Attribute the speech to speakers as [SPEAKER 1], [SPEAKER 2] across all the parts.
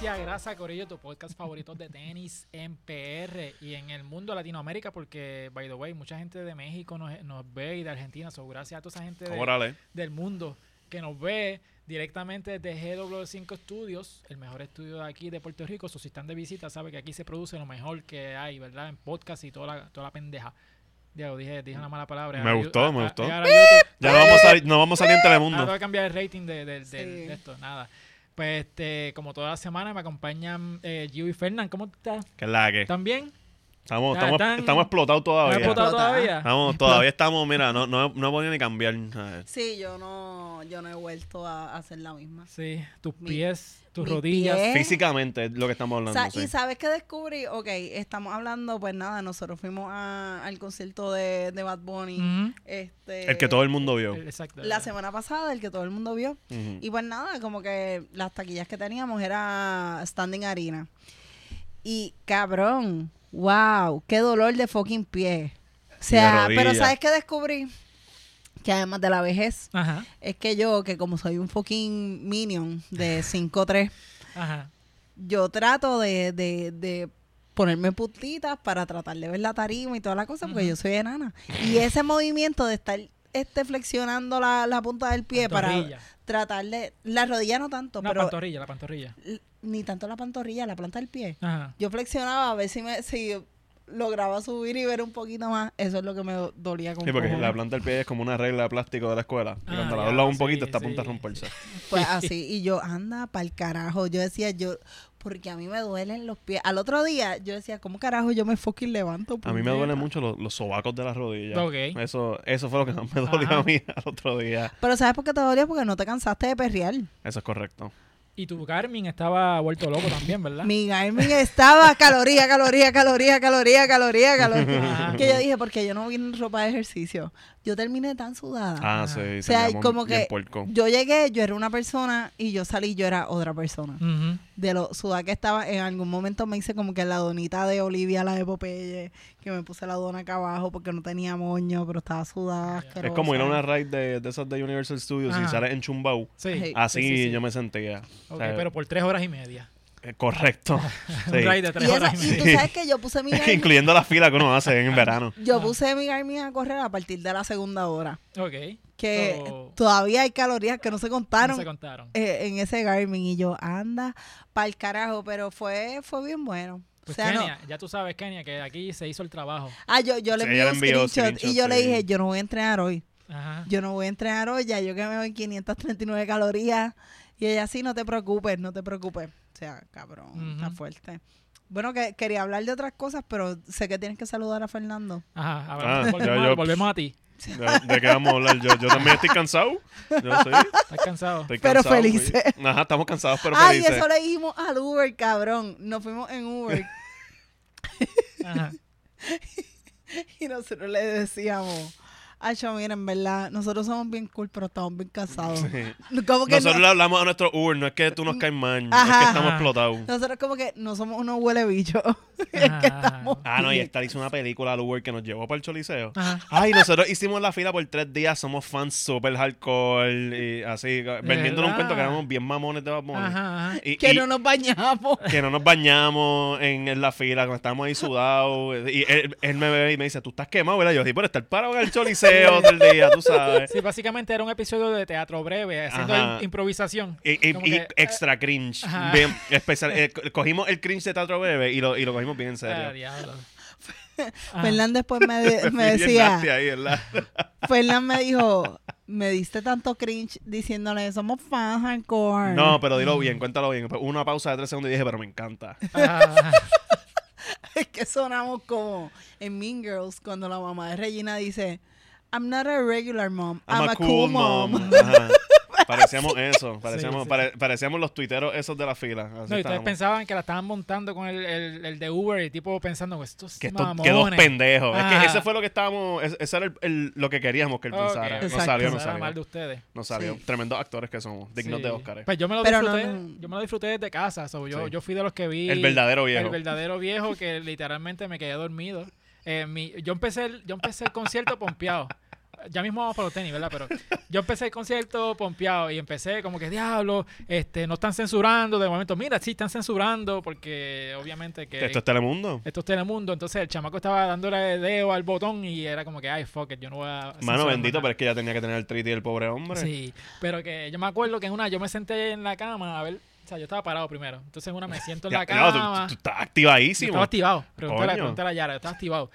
[SPEAKER 1] Gracias, gracias, Corillo, tu podcast favorito de tenis en PR y en el mundo Latinoamérica, porque, by the way, mucha gente de México nos, nos ve y de Argentina, so gracias a toda esa gente de-
[SPEAKER 2] Órale.
[SPEAKER 1] del mundo que nos ve directamente desde GW5 Studios, el mejor estudio de aquí de Puerto Rico. So, si están de visita, sabe que aquí se produce lo mejor que hay, ¿verdad? En podcast y toda la, toda la pendeja. Diego, dije, dije una mala palabra.
[SPEAKER 2] Me gustó,
[SPEAKER 1] yo-
[SPEAKER 2] me gustó.
[SPEAKER 1] ahora YouTube-
[SPEAKER 2] Ya no vamos a salir, no vamos a salir en
[SPEAKER 1] Ahora Ah, tengo
[SPEAKER 2] Telemundo.
[SPEAKER 1] que cambiar el rating de, de- de-
[SPEAKER 3] Sí.
[SPEAKER 1] de esto, nada. Pues, este, como toda la semana, me acompañan eh, Gio y Fernán. ¿Cómo estás?
[SPEAKER 2] Que es la que.
[SPEAKER 1] ¿Están bien?
[SPEAKER 2] Estamos,
[SPEAKER 1] Tan-
[SPEAKER 2] estamos,
[SPEAKER 1] tan-
[SPEAKER 2] estamos explotados
[SPEAKER 1] ¿Estás
[SPEAKER 2] todavía.
[SPEAKER 1] explotado
[SPEAKER 3] Explota. ¿eh?
[SPEAKER 1] todavía?
[SPEAKER 2] Estamos, todavía estamos, mira, no, no, no he podido ni cambiar. a ver.
[SPEAKER 3] Sí, yo no, yo no he vuelto a, a hacer la misma.
[SPEAKER 1] Sí, tus
[SPEAKER 3] Mi-
[SPEAKER 1] pies, tus
[SPEAKER 3] mis
[SPEAKER 1] rodillas.
[SPEAKER 3] pies. ¿Eh?
[SPEAKER 2] Físicamente es lo que estamos hablando.
[SPEAKER 3] Sa-
[SPEAKER 2] sí.
[SPEAKER 3] Y sabes qué descubrí, ok, estamos hablando, pues nada, nosotros fuimos a- al concierto de, de Bad Bunny,
[SPEAKER 1] Ujú.
[SPEAKER 3] este,
[SPEAKER 2] El que todo el mundo vio.
[SPEAKER 1] Exacto.
[SPEAKER 3] la semana pasada, el que todo el mundo vio.
[SPEAKER 2] Ujú.
[SPEAKER 3] Y pues nada, como que las taquillas que teníamos era standing arena. Y cabrón, wow, qué dolor de fucking pie. O sea,
[SPEAKER 2] rodilla.
[SPEAKER 3] pero ¿sabes qué descubrí? Que además de la vejez,
[SPEAKER 1] Ajá,
[SPEAKER 3] es que yo, que como soy un fucking minion de 5'3,
[SPEAKER 1] ajá.
[SPEAKER 3] yo trato de, de, de ponerme puntitas para tratar de ver la tarima y toda la cosa, porque
[SPEAKER 1] Ujú.
[SPEAKER 3] yo soy enana. Y ese movimiento de estar este flexionando la, la punta del pie
[SPEAKER 1] Pantorrilla.
[SPEAKER 3] para tratar de... La rodilla no tanto,
[SPEAKER 1] No,
[SPEAKER 3] pero
[SPEAKER 1] pantorrilla, la pantorrilla.
[SPEAKER 3] l- ni tanto la pantorrilla, la planta del pie.
[SPEAKER 1] Ajá.
[SPEAKER 3] Yo flexionaba a ver si, me, si lograba subir y ver un poquito más. Eso es lo que me do- dolía con
[SPEAKER 2] Sí, porque
[SPEAKER 3] cojones.
[SPEAKER 2] la planta del pie es como una regla de plástico de la escuela. Y
[SPEAKER 1] Ah,
[SPEAKER 2] cuando la
[SPEAKER 1] ya,
[SPEAKER 2] doblas un
[SPEAKER 1] sí,
[SPEAKER 2] poquito, está a
[SPEAKER 1] sí,
[SPEAKER 2] punto de
[SPEAKER 1] sí.
[SPEAKER 2] romperse.
[SPEAKER 3] Pues así, y yo, anda, pa'l carajo. Yo decía, yo, porque a mí me duelen los pies. Al otro día, yo decía, ¿cómo carajo yo me fucking levanto?
[SPEAKER 2] A mí me
[SPEAKER 3] puñeta?
[SPEAKER 2] duelen mucho los, los sobacos de las rodillas.
[SPEAKER 1] Ok. Ah.
[SPEAKER 2] Eso, eso fue lo que más me dolió
[SPEAKER 1] Ajá.
[SPEAKER 2] a mí al otro día.
[SPEAKER 3] Pero ¿sabes por qué te dolió? Porque no te cansaste de perrear.
[SPEAKER 2] Eso es correcto.
[SPEAKER 1] Y tu Carmen estaba vuelto loco también, ¿verdad?
[SPEAKER 3] Mi Garmin estaba caloría, caloría, caloría, caloría, caloría,
[SPEAKER 1] Ajá.
[SPEAKER 2] Ah,
[SPEAKER 3] caloría. que yo dije, porque yo no vi ropa de ejercicio. Yo terminé tan sudada.
[SPEAKER 2] Ah,
[SPEAKER 1] Ajá.
[SPEAKER 2] sí.
[SPEAKER 1] O
[SPEAKER 2] se
[SPEAKER 3] sea,
[SPEAKER 2] llamó
[SPEAKER 3] como
[SPEAKER 2] bien
[SPEAKER 3] que-
[SPEAKER 2] puerco.
[SPEAKER 3] Yo llegué, yo era una persona y yo salí, yo era otra persona.
[SPEAKER 1] Ujú.
[SPEAKER 3] de lo sudada que estaba, en algún momento me hice como que la donita de Olivia, la de Popeye, que me puse la dona acá abajo porque no tenía moño, pero estaba sudada.
[SPEAKER 1] Ya.
[SPEAKER 2] Ah, Es
[SPEAKER 3] asquerosa.
[SPEAKER 2] como ir a una raid de, de esas de Universal Studios
[SPEAKER 1] Ajá.
[SPEAKER 2] y sales en chumbau.
[SPEAKER 1] Sí.
[SPEAKER 3] Sí.
[SPEAKER 2] Así
[SPEAKER 1] sí, sí.
[SPEAKER 2] Ah, yo me sentía. O
[SPEAKER 1] Ok,
[SPEAKER 2] sea,
[SPEAKER 1] pero por tres horas y media.
[SPEAKER 2] eh, Correcto.
[SPEAKER 1] Un
[SPEAKER 2] Sí.
[SPEAKER 1] raid de
[SPEAKER 3] Y,
[SPEAKER 1] tres horas
[SPEAKER 3] esa-
[SPEAKER 1] y
[SPEAKER 3] y tú
[SPEAKER 1] media.
[SPEAKER 3] sabes que yo puse mi Garmin,
[SPEAKER 2] Incluyendo la fila que uno hace en verano.
[SPEAKER 3] yo puse mi Garmin a correr a partir de la segunda hora,
[SPEAKER 1] Ok.
[SPEAKER 3] que
[SPEAKER 1] Oh.
[SPEAKER 3] todavía hay calorías que no se
[SPEAKER 1] No
[SPEAKER 3] contaron.
[SPEAKER 1] se contaron.
[SPEAKER 3] eh, en ese Garmin y yo anda pa'l carajo pero fue fue bien bueno
[SPEAKER 1] Pues
[SPEAKER 3] o sea no-
[SPEAKER 1] Kenia, ya tú sabes, Kenia, que aquí se hizo el trabajo.
[SPEAKER 3] ah yo yo le
[SPEAKER 2] Sí,
[SPEAKER 3] envié
[SPEAKER 2] ella le
[SPEAKER 3] un
[SPEAKER 2] envió
[SPEAKER 3] screenshot y
[SPEAKER 2] screenshot,
[SPEAKER 3] yo le
[SPEAKER 2] sí.
[SPEAKER 3] dije yo no voy a entrenar hoy
[SPEAKER 1] Ajá.
[SPEAKER 3] yo no voy a entrenar hoy, ya yo que me doy 539 calorías. Y ella, sí, no te preocupes, no te preocupes. O sea, cabrón, está
[SPEAKER 1] Ujú.
[SPEAKER 3] fuerte. Bueno, que quería hablar de otras cosas, pero sé que tienes que saludar a Fernando.
[SPEAKER 1] Ajá. hablamos-
[SPEAKER 2] Ah,
[SPEAKER 1] volvemos,
[SPEAKER 2] yo- yo-
[SPEAKER 1] volvemos a ti.
[SPEAKER 2] ¿De, de qué vamos a hablar? Yo, yo también estoy cansado. Yo sí,
[SPEAKER 1] Estás cansado.
[SPEAKER 2] estoy
[SPEAKER 3] Pero
[SPEAKER 2] cansado,
[SPEAKER 3] felices.
[SPEAKER 2] sí. Ajá, estamos cansados, pero
[SPEAKER 3] Ay,
[SPEAKER 2] felices.
[SPEAKER 3] eso le dijimos al Uber, cabrón. Nos fuimos en Uber
[SPEAKER 1] Ajá.
[SPEAKER 3] y nosotros le decíamos, ay, chavo, miren, verdad, nosotros somos bien cool, pero estamos bien casados.
[SPEAKER 2] Sí.
[SPEAKER 3] Como que
[SPEAKER 2] Nosotros
[SPEAKER 3] no-
[SPEAKER 2] le hablamos a nuestro Uber, no es que tú nos caes mal, es
[SPEAKER 3] Ajá.
[SPEAKER 2] que estamos explotados.
[SPEAKER 3] nosotros como que no somos unos huele bichos.
[SPEAKER 1] Ajá.
[SPEAKER 2] Ah, no, y esta hizo una película al Uber que nos llevó para el Choliseo.
[SPEAKER 3] Ah.
[SPEAKER 1] Ajá.
[SPEAKER 2] Ay, nosotros hicimos la fila por tres días, somos fans super hardcore y así, vendiéndonos un
[SPEAKER 1] verdad?
[SPEAKER 2] cuento que éramos bien mamones de Bad Bunny.
[SPEAKER 1] Ajá. ajá.
[SPEAKER 2] Y-
[SPEAKER 3] que
[SPEAKER 2] y-
[SPEAKER 3] no nos bañamos.
[SPEAKER 2] que no nos bañamos en, en la fila, cuando estábamos ahí sudados. Y él, él me ve y me dice, tú estás quemado, ¿verdad? Yo sí, por estar parado en el choliseo todo el día, tú sabes.
[SPEAKER 1] Sí, básicamente era un episodio de teatro breve, haciendo
[SPEAKER 2] Ajá.
[SPEAKER 1] im- improvisación.
[SPEAKER 2] Y, y-
[SPEAKER 1] Como
[SPEAKER 2] y
[SPEAKER 1] que,
[SPEAKER 2] extra cringe.
[SPEAKER 1] ajá.
[SPEAKER 2] Bien especial. Eh, co- cogimos el cringe de Teatro Bebe y lo, y lo cogimos bien en
[SPEAKER 1] Ah,
[SPEAKER 2] serio.
[SPEAKER 1] diablo. Ajá.
[SPEAKER 3] Fernando después me, de- me
[SPEAKER 2] Bien
[SPEAKER 3] decía...
[SPEAKER 2] nasty ahí, ¿verdad?
[SPEAKER 3] Fernán me dijo, me diste tanto cringe diciéndole, somos fans hardcore.
[SPEAKER 2] No, pero dilo bien, cuéntalo bien. Una pausa de tres segundos y dije, pero me encanta.
[SPEAKER 1] Ajá.
[SPEAKER 3] Es que sonamos como en Mean Girls cuando la mamá de Regina dice, I'm not a regular mom, I'm, a, cool, mom.
[SPEAKER 2] Ajá. Parecíamos eso, parecíamos,
[SPEAKER 1] sí.
[SPEAKER 2] pare- parecíamos los tuiteros esos de la fila. Así
[SPEAKER 1] No, y ustedes
[SPEAKER 2] estábamos.
[SPEAKER 1] pensaban que la estaban montando con el, el, el de Uber y tipo pensando, estos
[SPEAKER 2] Que, estos,
[SPEAKER 1] mamones.
[SPEAKER 2] que dos pendejos. Es
[SPEAKER 1] Ajá.
[SPEAKER 2] que ese fue lo que estábamos. es- Ese era el- el- lo que queríamos que él
[SPEAKER 1] Ok,
[SPEAKER 2] pensara.
[SPEAKER 1] ok.
[SPEAKER 2] No
[SPEAKER 3] Exacto.
[SPEAKER 2] salió, no
[SPEAKER 1] Pensaba mal de
[SPEAKER 2] salió.
[SPEAKER 1] ustedes.
[SPEAKER 2] No salió.
[SPEAKER 3] Sí.
[SPEAKER 2] Tremendos actores que somos. Dignos
[SPEAKER 1] Sí.
[SPEAKER 2] de Óscares.
[SPEAKER 1] Pues yo me lo
[SPEAKER 3] Pero
[SPEAKER 1] disfruté,
[SPEAKER 3] no, no.
[SPEAKER 1] yo me lo disfruté desde casa. so, yo,
[SPEAKER 2] Sí.
[SPEAKER 1] yo fui de los que vi
[SPEAKER 2] El verdadero viejo.
[SPEAKER 1] el verdadero viejo que literalmente me quedé dormido. Eh, mi- yo empecé el, yo empecé el concierto pompeado. ya mismo vamos para los tenis, ¿verdad? Pero yo empecé el concierto pompeado y empecé como que, diablo, este, no están censurando de momento. Mira, sí están censurando porque obviamente que...
[SPEAKER 2] Esto es Telemundo.
[SPEAKER 1] Esto es Telemundo, entonces el chamaco estaba dándole dedo al botón y era como que, ay, fuck it, yo no voy a...
[SPEAKER 2] Mano
[SPEAKER 1] censurar
[SPEAKER 2] bendito,
[SPEAKER 1] nada".
[SPEAKER 2] pero es que ya tenía que tener el triti el pobre hombre.
[SPEAKER 1] Sí, pero que yo me acuerdo que en una yo me senté en la cama, a ver, o sea, yo estaba parado primero. Entonces en una me siento en
[SPEAKER 2] Ya,
[SPEAKER 1] la
[SPEAKER 2] ya, tú-
[SPEAKER 1] cama.
[SPEAKER 2] tú, tú estás
[SPEAKER 1] Yo
[SPEAKER 2] activadísimo.
[SPEAKER 1] estaba activado. Pregúntale,
[SPEAKER 2] Coño.
[SPEAKER 1] pregúntale a Yara, yo estaba activado.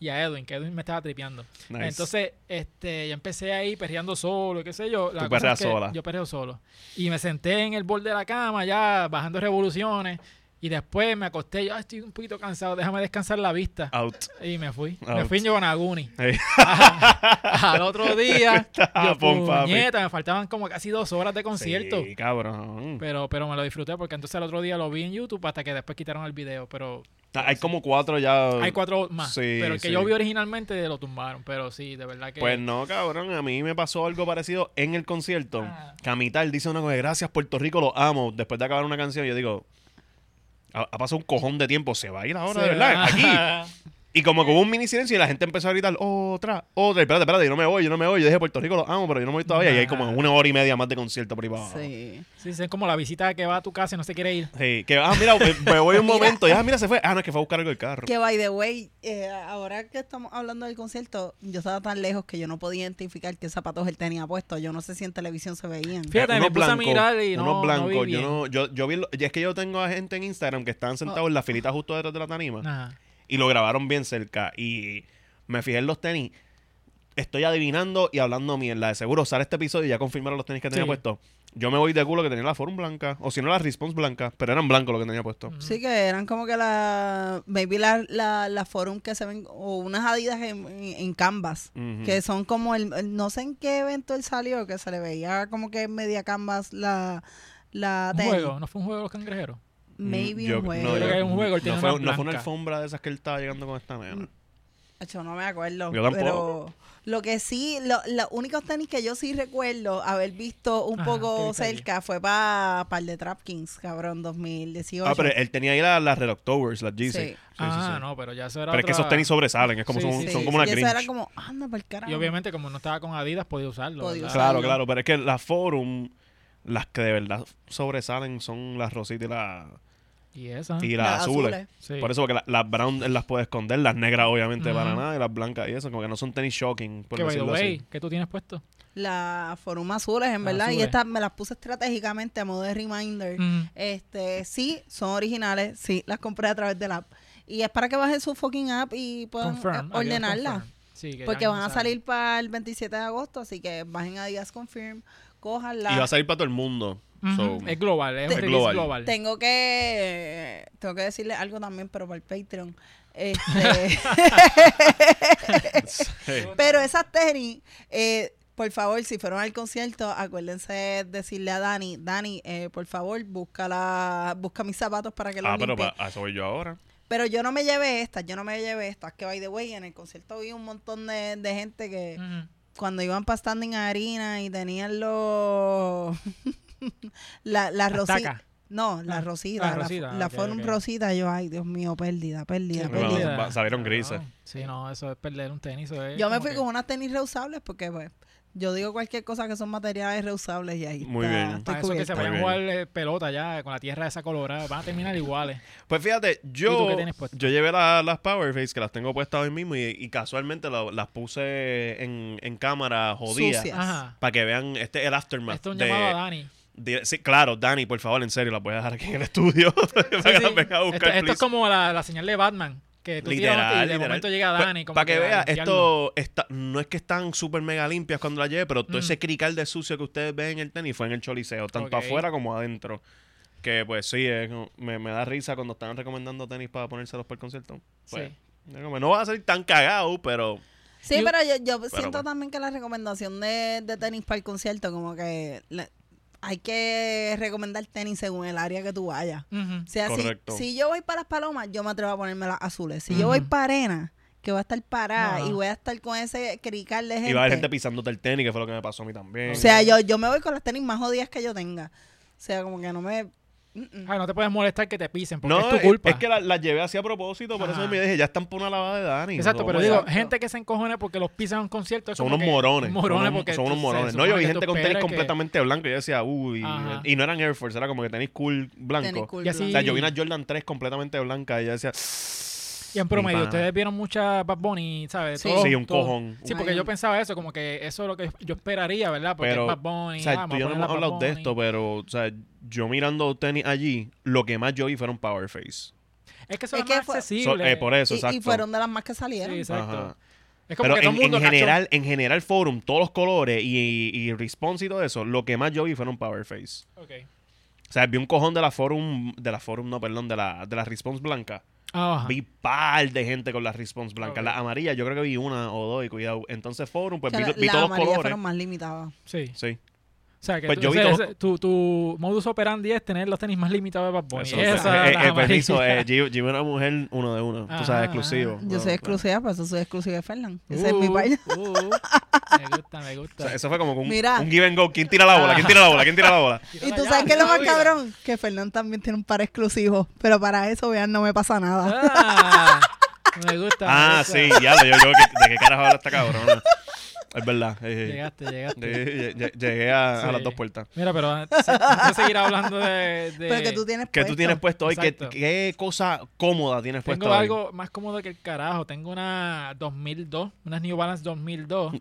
[SPEAKER 1] Y a Edwin, que Edwin me estaba tripeando.
[SPEAKER 2] Nice.
[SPEAKER 1] Entonces, este, yo empecé ahí perreando solo, qué sé yo.
[SPEAKER 2] Tú
[SPEAKER 1] cosa es
[SPEAKER 2] perreas
[SPEAKER 1] que
[SPEAKER 2] sola.
[SPEAKER 1] Yo perreo solo. Y me senté en el borde de la cama ya, bajando revoluciones. Y después me acosté, yo "Ay, estoy un poquito cansado, déjame descansar la vista.
[SPEAKER 2] out.
[SPEAKER 1] Y me fui. Me
[SPEAKER 2] Ah. Ouch.
[SPEAKER 1] fui en Yoganaguni.
[SPEAKER 2] Ey.
[SPEAKER 1] Al otro día, yo,
[SPEAKER 2] Tapón, papi.
[SPEAKER 1] puñeta, me faltaban como casi dos horas de concierto.
[SPEAKER 2] Sí, cabrón.
[SPEAKER 1] Pero, pero me lo disfruté porque entonces el otro día lo vi en YouTube hasta que después quitaron el video. Pero
[SPEAKER 2] Ah, Hay como cuatro ya.
[SPEAKER 1] hay cuatro más.
[SPEAKER 2] Sí,
[SPEAKER 1] pero el que
[SPEAKER 2] sí.
[SPEAKER 1] yo vi originalmente lo tumbaron. Pero sí, de verdad que.
[SPEAKER 2] Pues no, cabrón, a mí me pasó algo parecido en el concierto.
[SPEAKER 1] Ah.
[SPEAKER 2] Camital dice una cosa, gracias Puerto Rico, lo amo. Después de acabar una canción, yo digo, ha, ha pasado un cojón de tiempo, se va a ir ahora, de
[SPEAKER 1] Sí,
[SPEAKER 2] verdad, aquí.
[SPEAKER 1] ajá.
[SPEAKER 2] Y como que hubo un mini silencio y la gente empezó a gritar, otra, otra, espérate, espérate, yo no me voy, yo no me voy, yo dije Puerto Rico, lo amo, pero yo no me voy todavía. Y hay como una hora y media más de concierto privado. Sí.
[SPEAKER 3] Sí.
[SPEAKER 1] Sí, es como la visita que va a tu casa y no se quiere ir.
[SPEAKER 2] que, ah, mira, me, me voy un momento. Y, ah, mira, se fue. Ah, no, es que fue a buscar algo del carro.
[SPEAKER 3] Que by the way, eh, ahora que estamos hablando del concierto, yo estaba tan lejos que yo no podía identificar qué zapatos él tenía puesto. Yo no sé si en televisión se veían.
[SPEAKER 1] Fíjate, me puse a mirar y no-
[SPEAKER 2] unos
[SPEAKER 1] no
[SPEAKER 2] blancos.
[SPEAKER 1] vi
[SPEAKER 2] yo
[SPEAKER 1] bien. Oh.
[SPEAKER 2] no, yo, yo vi, lo- y es que yo tengo a gente en Instagram que están sentados en la filita justo detrás de la tarima
[SPEAKER 1] Ajá.
[SPEAKER 2] y lo grabaron bien cerca y me fijé en los tenis. Estoy adivinando y hablando mierda. De seguro sale este episodio y ya confirmaron los tenis que tenía
[SPEAKER 1] Sí.
[SPEAKER 2] puesto. Yo me voy de culo que tenía la form blanca. O si no, la response blanca. Pero eran blancos los que tenía puesto.
[SPEAKER 1] Ujú.
[SPEAKER 3] Sí, que eran como que la. Maybe la, la, la forum que se ven. O unas adidas en, en- en canvas.
[SPEAKER 2] Ujú.
[SPEAKER 3] Mm. Que son como el, el- No sé en qué evento él salió, que se le veía como que media canvas la. la
[SPEAKER 1] Un
[SPEAKER 3] tenis.
[SPEAKER 1] juego, no fue un juego de los cangrejeros.
[SPEAKER 3] Maybe
[SPEAKER 2] Mm, Yo-
[SPEAKER 3] un juego.
[SPEAKER 1] Yo
[SPEAKER 2] yo-
[SPEAKER 1] creo que hay un juego, él tiene
[SPEAKER 2] no, fue,
[SPEAKER 1] una
[SPEAKER 2] no fue una
[SPEAKER 1] blanca.
[SPEAKER 2] alfombra de esas que él estaba llegando con esta
[SPEAKER 3] Mm,
[SPEAKER 2] nena.
[SPEAKER 3] Acho, no me acuerdo.
[SPEAKER 2] Yo tampoco.
[SPEAKER 3] Pero lo que sí, lo- los únicos tenis que yo sí recuerdo haber visto un
[SPEAKER 2] Ah,
[SPEAKER 1] Ajá, ¿qué
[SPEAKER 3] poco
[SPEAKER 1] viste allí?
[SPEAKER 3] cerca fue para el de Trap Kings, cabrón, 2018.
[SPEAKER 2] Ah, pero él tenía ahí la- las Red Octobers, las Yeezy.
[SPEAKER 3] Sí.
[SPEAKER 2] Sí, sí,
[SPEAKER 1] ah,
[SPEAKER 2] sí.
[SPEAKER 1] no, pero ya eso era.
[SPEAKER 2] Pero es que
[SPEAKER 1] otra-
[SPEAKER 2] esos tenis sobresalen. Es como
[SPEAKER 1] Sí,
[SPEAKER 2] son,
[SPEAKER 1] sí,
[SPEAKER 2] son
[SPEAKER 1] sí,
[SPEAKER 2] como
[SPEAKER 1] sí.
[SPEAKER 2] una
[SPEAKER 3] Y eso
[SPEAKER 2] Grinch.
[SPEAKER 3] era como, anda por carajo.
[SPEAKER 1] Y obviamente, como no estaba con Adidas, podía usarlo.
[SPEAKER 3] Podía
[SPEAKER 1] ¿verdad?
[SPEAKER 3] usarlo.
[SPEAKER 2] Claro,
[SPEAKER 3] Salió.
[SPEAKER 2] claro, pero es que las Forum, las que de verdad sobresalen son las rositas y, la-
[SPEAKER 1] Y esa.
[SPEAKER 2] y las
[SPEAKER 3] Las
[SPEAKER 2] azules.
[SPEAKER 3] azules.
[SPEAKER 1] Sí.
[SPEAKER 2] Por eso, porque la- las brown él las puede esconder, las negras obviamente
[SPEAKER 1] Ujú.
[SPEAKER 2] para nada, y las blancas y eso, como que no son tenis shocking, por
[SPEAKER 1] Que by the
[SPEAKER 2] decirlo
[SPEAKER 1] way,
[SPEAKER 2] así.
[SPEAKER 1] ¿qué tú tienes puesto?
[SPEAKER 3] Las Forum azules,
[SPEAKER 1] Las
[SPEAKER 3] en verdad. Y
[SPEAKER 1] azules.
[SPEAKER 3] estas me las puse estratégicamente a modo de reminder.
[SPEAKER 1] Mm.
[SPEAKER 3] Este, sí, son originales. Sí, las compré a través de la app. Y es para que bajen su fucking app y puedan
[SPEAKER 1] Confirm,
[SPEAKER 3] eh,
[SPEAKER 1] Adidas
[SPEAKER 3] ordenarla.
[SPEAKER 1] Confirm. Sí, que
[SPEAKER 3] Porque
[SPEAKER 1] ya
[SPEAKER 3] van a
[SPEAKER 1] mismo sale.
[SPEAKER 3] salir para el 27 de agosto, así que bajen a Díaz Confirm, cójanla.
[SPEAKER 2] Y va a salir para todo el mundo.
[SPEAKER 1] Ujú.
[SPEAKER 2] So,
[SPEAKER 1] Es global, es,
[SPEAKER 3] Te-
[SPEAKER 1] un release
[SPEAKER 2] global.
[SPEAKER 1] global.
[SPEAKER 3] Tengo que tengo que decirle algo también, pero para el Patreon. Este,
[SPEAKER 2] sí.
[SPEAKER 3] pero esas tenis, eh, por favor, si fueron al concierto, acuérdense de decirle a Dani, Dani, eh, por favor, busca la, busca mis zapatos para que los
[SPEAKER 2] Ah, pero
[SPEAKER 3] limpie".
[SPEAKER 2] pa- a eso voy yo ahora.
[SPEAKER 3] Pero yo no me llevé estas, yo no me llevé estas, que by the way, en el concierto vi un montón de, de gente que
[SPEAKER 1] Ujú.
[SPEAKER 3] cuando iban para Standing Arena y tenían los... la, la
[SPEAKER 1] Las
[SPEAKER 3] rosi-
[SPEAKER 1] tacas.
[SPEAKER 3] No, la
[SPEAKER 1] Ah,
[SPEAKER 3] rosita.
[SPEAKER 1] ah,
[SPEAKER 3] La,
[SPEAKER 1] rosita,
[SPEAKER 3] la
[SPEAKER 1] ok,
[SPEAKER 3] Forum
[SPEAKER 1] ok.
[SPEAKER 3] Rosita. Yo, ay, Dios mío, pérdida, pérdida,
[SPEAKER 1] Sí,
[SPEAKER 2] Bueno,
[SPEAKER 3] pérdida.
[SPEAKER 1] pérdida.
[SPEAKER 2] va- salieron
[SPEAKER 1] Claro.
[SPEAKER 2] grises.
[SPEAKER 1] Sí, no, eso es perder un tenis. eso es
[SPEAKER 3] Yo me
[SPEAKER 1] como
[SPEAKER 3] fui
[SPEAKER 1] que-
[SPEAKER 3] con unas tenis reusables porque, pues, yo digo cualquier cosa que son materiales reusables y ahí
[SPEAKER 2] Muy
[SPEAKER 3] está,
[SPEAKER 2] bien.
[SPEAKER 3] estoy
[SPEAKER 1] Para eso que se
[SPEAKER 3] cubierta.
[SPEAKER 1] vayan a
[SPEAKER 2] Muy
[SPEAKER 1] jugar eh, pelota ya con la tierra esa colorada, van a terminar iguales.
[SPEAKER 2] Pues fíjate,
[SPEAKER 1] tú
[SPEAKER 2] yo,
[SPEAKER 1] qué tienes puesto?
[SPEAKER 2] yo llevé la- las Power Face que las tengo puestas hoy mismo y, y casualmente lo- las puse en, en cámara jodida
[SPEAKER 3] Sucia.
[SPEAKER 1] Ajá.
[SPEAKER 2] para que vean este el aftermath
[SPEAKER 1] Esto es un
[SPEAKER 2] de-
[SPEAKER 1] llamado a Dani.
[SPEAKER 2] de- sí, claro, Dani, por favor, en serio, la voy a dejar aquí en el estudio para que
[SPEAKER 1] Sí, sí.
[SPEAKER 2] la venga a
[SPEAKER 1] esto, esto
[SPEAKER 2] buscar,
[SPEAKER 1] es
[SPEAKER 2] please.
[SPEAKER 1] como la, la señal de Batman. Que tú tiras
[SPEAKER 2] Literal,
[SPEAKER 1] y de
[SPEAKER 2] literal.
[SPEAKER 1] momento llega Dani. como
[SPEAKER 2] Para que
[SPEAKER 1] a
[SPEAKER 2] vea,
[SPEAKER 1] limpiarlo.
[SPEAKER 2] esto está, no es que están súper mega limpias cuando la lleve, pero todo
[SPEAKER 1] Mm.
[SPEAKER 2] ese crical de sucio que ustedes ven en el tenis fue en el choliseo, tanto
[SPEAKER 1] Ok.
[SPEAKER 2] afuera como adentro. Que pues sí, es como- me, me da risa cuando están recomendando tenis para ponérselos para el concierto. Pues,
[SPEAKER 1] Sí.
[SPEAKER 2] yo como, no va a salir tan cagado, pero
[SPEAKER 3] Sí,
[SPEAKER 1] Y-
[SPEAKER 3] pero yo, yo siento
[SPEAKER 2] bueno.
[SPEAKER 3] también que la recomendación de, de tenis para el concierto, como que la- hay que recomendar tenis según el área que tú vayas.
[SPEAKER 1] Ujú.
[SPEAKER 3] O sea, si-
[SPEAKER 2] Correcto.
[SPEAKER 3] Si, yo voy para las palomas, yo me atrevo a ponerme las azules. Si yo voy
[SPEAKER 1] Ujú.
[SPEAKER 3] para arena, que voy a estar parada
[SPEAKER 1] No, no.
[SPEAKER 3] y voy a estar con ese crical de gente.
[SPEAKER 2] iba a haber gente pisándote el tenis, que fue lo que me pasó a mí también.
[SPEAKER 3] o sea, yo, yo me voy con las tenis más jodidas que yo tenga. O sea, como que no me. Mm, mm.
[SPEAKER 1] Ah, no te puedes molestar que te pisen porque
[SPEAKER 2] No,
[SPEAKER 1] es tu culpa.
[SPEAKER 2] es que la, la llevé así a propósito, por
[SPEAKER 1] Ajá.
[SPEAKER 2] eso me dije, ya están por una lavada de Dani.
[SPEAKER 1] Exacto,
[SPEAKER 2] nosotros
[SPEAKER 1] pero
[SPEAKER 2] vamos allá.
[SPEAKER 1] digo, gente que se encojone porque los pisan en un concierto. es
[SPEAKER 2] son
[SPEAKER 1] como
[SPEAKER 2] unos
[SPEAKER 1] que-
[SPEAKER 2] morones.
[SPEAKER 1] Morones
[SPEAKER 2] son unos,
[SPEAKER 1] porque
[SPEAKER 2] son unos
[SPEAKER 1] se
[SPEAKER 2] morones. No,
[SPEAKER 1] supone
[SPEAKER 2] yo vi
[SPEAKER 1] que tú
[SPEAKER 2] gente con tenis
[SPEAKER 1] esperas que-
[SPEAKER 2] completamente blanco y yo decía, uy.
[SPEAKER 1] Ajá.
[SPEAKER 2] Y no eran Air Force, era como que tenis cool blanco.
[SPEAKER 3] Tenis cool
[SPEAKER 1] Y así-
[SPEAKER 2] O
[SPEAKER 3] blanco.
[SPEAKER 2] sea, yo vi una Jordan 3 completamente blanca y yo decía,
[SPEAKER 1] Y en promedio, ustedes vieron muchas Bad Bunny, ¿sabes?
[SPEAKER 3] Sí.
[SPEAKER 1] Todo-
[SPEAKER 2] Sí, un
[SPEAKER 1] todo.
[SPEAKER 2] cojón.
[SPEAKER 1] Sí,
[SPEAKER 3] Un-
[SPEAKER 1] porque yo pensaba eso, como que eso es lo que yo esperaría, ¿verdad? Porque
[SPEAKER 2] Pero,
[SPEAKER 1] es Bad Bunny.
[SPEAKER 2] o
[SPEAKER 1] ah,
[SPEAKER 2] sea, tú
[SPEAKER 1] vamos
[SPEAKER 2] y yo
[SPEAKER 1] a
[SPEAKER 2] no
[SPEAKER 1] poner
[SPEAKER 2] hemos
[SPEAKER 1] a Bad
[SPEAKER 2] hablado de
[SPEAKER 1] Bunny.
[SPEAKER 2] esto, pero, o sea, yo mirando tenis allí, lo que más yo vi fueron Power Face.
[SPEAKER 1] Es que eso
[SPEAKER 3] Es
[SPEAKER 1] es,
[SPEAKER 3] que
[SPEAKER 1] más
[SPEAKER 3] fue-
[SPEAKER 1] accesible.
[SPEAKER 2] So- eh, por eso,
[SPEAKER 3] Y-
[SPEAKER 2] exacto.
[SPEAKER 3] y, fueron de las más que
[SPEAKER 1] Sí,
[SPEAKER 3] salieron.
[SPEAKER 1] exacto.
[SPEAKER 2] Ajá.
[SPEAKER 1] Es como
[SPEAKER 2] Pero
[SPEAKER 1] que todo el
[SPEAKER 2] en, en
[SPEAKER 1] mundo cachó.
[SPEAKER 2] general, en general Forum, todos los colores y, y Response y todo eso, lo que más yo vi fueron Power Face.
[SPEAKER 1] Ok.
[SPEAKER 2] O sea, vi un cojón de la Forum, de la Forum, no, perdón, de la, de la Response blanca.
[SPEAKER 1] Ah, Ajá.
[SPEAKER 2] Vi par de gente con las response blancas.
[SPEAKER 1] Ok.
[SPEAKER 2] Las amarillas, yo creo que vi una o dos y cuidado. Entonces Forum, pues
[SPEAKER 3] Que
[SPEAKER 2] vi,
[SPEAKER 3] la-
[SPEAKER 2] vi
[SPEAKER 3] las
[SPEAKER 2] todos los
[SPEAKER 3] amarillas
[SPEAKER 2] colores.
[SPEAKER 3] fueron más limitadas.
[SPEAKER 1] Sí.
[SPEAKER 2] Sí.
[SPEAKER 1] O sea, que
[SPEAKER 2] Pues
[SPEAKER 1] tú-
[SPEAKER 2] yo vi
[SPEAKER 1] ese-
[SPEAKER 2] dos-
[SPEAKER 1] ese- tu, tu modus operandi es tener los tenis más limitados de Bad Bunny.
[SPEAKER 2] Eso,
[SPEAKER 1] Pues, Esa
[SPEAKER 2] o
[SPEAKER 1] es
[SPEAKER 2] sea, eh, eh,
[SPEAKER 1] la
[SPEAKER 2] el permiso,
[SPEAKER 1] amarilla.
[SPEAKER 2] eh, Gio- Gio es una mujer uno de uno. Tú
[SPEAKER 1] Ajá,
[SPEAKER 2] sabes, exclusivo.
[SPEAKER 3] Yo
[SPEAKER 2] No,
[SPEAKER 3] soy
[SPEAKER 2] no.
[SPEAKER 3] exclusiva, por eso soy exclusiva de Fernan. Esa es mi
[SPEAKER 1] Uh,
[SPEAKER 3] vaina.
[SPEAKER 1] uh, me gusta, me
[SPEAKER 2] O
[SPEAKER 1] gusta.
[SPEAKER 2] sea, eso fue como un,
[SPEAKER 3] Mira.
[SPEAKER 2] un give and go. ¿Quién tira la bola? ¿Quién tira la bola? ¿Quién tira la bola?
[SPEAKER 3] Y tú sabes que es lo más cabrón, que Fernán también tiene un par exclusivo, pero para eso, vean, no me pasa nada.
[SPEAKER 1] Ah, me gusta. me
[SPEAKER 2] Ah,
[SPEAKER 1] gusta.
[SPEAKER 2] sí, ya lo yo, yo, ¿De qué carajo habla esta cabrona? Es verdad. eh,
[SPEAKER 1] Llegaste, llegaste.
[SPEAKER 2] eh, lle- lle- Llegué a, a
[SPEAKER 1] Sí.
[SPEAKER 2] las dos puertas.
[SPEAKER 1] Mira, pero ah, antes- antes de seguir hablando de. de-
[SPEAKER 3] Pero que tú tienes pues,
[SPEAKER 2] ¿Qué tú tienes puesto hoy? ¿Qué,
[SPEAKER 1] Pues, Exacto.
[SPEAKER 2] qué cosa cómoda tienes puesto
[SPEAKER 1] Tengo
[SPEAKER 2] hoy?
[SPEAKER 1] algo más cómodo que el carajo. Tengo una 2002, unas New Balance 2002.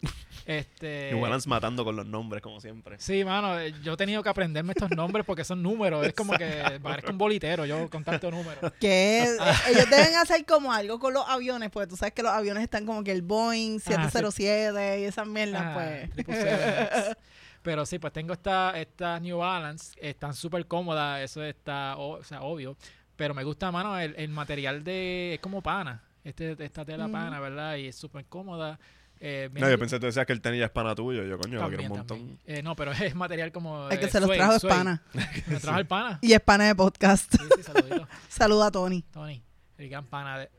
[SPEAKER 1] este.
[SPEAKER 2] New Balance matando con los nombres, como siempre.
[SPEAKER 1] Sí, mano, eh, yo he tenido que aprenderme estos nombres porque son números. Es como que parezco un bolitero, yo con tanto número.
[SPEAKER 3] Que es-
[SPEAKER 1] Ah.
[SPEAKER 3] ellos deben hacer como algo con los aviones, porque tú sabes que los aviones están como que el Boeing
[SPEAKER 1] Ah, sí.
[SPEAKER 3] 707 y esas mierdas,
[SPEAKER 1] Ah,
[SPEAKER 3] pues.
[SPEAKER 1] triple sevens. Pero sí, pues tengo esta- estas New Balance, están súper cómodas, eso está o, o sea, obvio. Pero me gusta, mano, el, el material de. Es como pana, este, esta tela
[SPEAKER 3] Ujú.
[SPEAKER 1] pana, ¿verdad? Y es súper cómoda. eh, bien
[SPEAKER 2] No, yo
[SPEAKER 1] du-
[SPEAKER 2] pensé que tú decías que el tenis ya es pana tuyo. Yo, coño, lo quiero
[SPEAKER 1] también,
[SPEAKER 2] un montón.
[SPEAKER 1] también. Eh, no, pero es material como.
[SPEAKER 3] El que
[SPEAKER 1] eh,
[SPEAKER 3] se los
[SPEAKER 1] suede,
[SPEAKER 3] trajo es
[SPEAKER 1] suede.
[SPEAKER 3] pana.
[SPEAKER 1] Me trajo el pana.
[SPEAKER 3] Y es pana de podcast.
[SPEAKER 1] Sí, sí, saludito.
[SPEAKER 3] Saluda a Tony.
[SPEAKER 1] Tony, el gran pana de.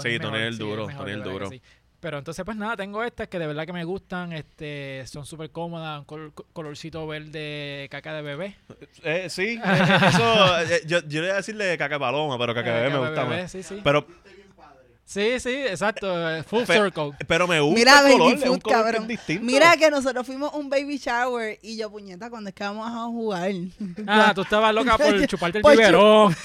[SPEAKER 2] Sí,
[SPEAKER 1] es
[SPEAKER 2] Tony
[SPEAKER 1] mejor,
[SPEAKER 2] es el
[SPEAKER 1] es
[SPEAKER 2] duro,
[SPEAKER 1] mejor,
[SPEAKER 2] Tony
[SPEAKER 1] de
[SPEAKER 2] es
[SPEAKER 1] verdad
[SPEAKER 2] el
[SPEAKER 1] que
[SPEAKER 2] duro.
[SPEAKER 1] sí. Pero entonces, pues nada, tengo estas que de verdad que me gustan, este, son súper cómodas, un col- colorcito verde caca de bebé.
[SPEAKER 2] Eh, sí, eh, eso. eh, yo, yo le iba a decirle caca de paloma, pero caca de bebé me gusta
[SPEAKER 1] Eh, bebé,
[SPEAKER 2] más.
[SPEAKER 1] Sí, sí.
[SPEAKER 2] Pero,
[SPEAKER 1] sí, sí, exacto, eh, full
[SPEAKER 2] Fe-
[SPEAKER 1] circle.
[SPEAKER 2] pero me gusta
[SPEAKER 3] Mira,
[SPEAKER 2] el
[SPEAKER 3] Baby
[SPEAKER 2] color, es un color
[SPEAKER 3] Food,
[SPEAKER 2] que
[SPEAKER 3] cabrón.
[SPEAKER 2] es distinto.
[SPEAKER 3] Mira que nosotros fuimos un baby shower y yo, puñeta, cuando es que vamos a jugar.
[SPEAKER 1] Ah, tú estabas loca por chuparte el
[SPEAKER 3] Por chu-
[SPEAKER 1] biberón.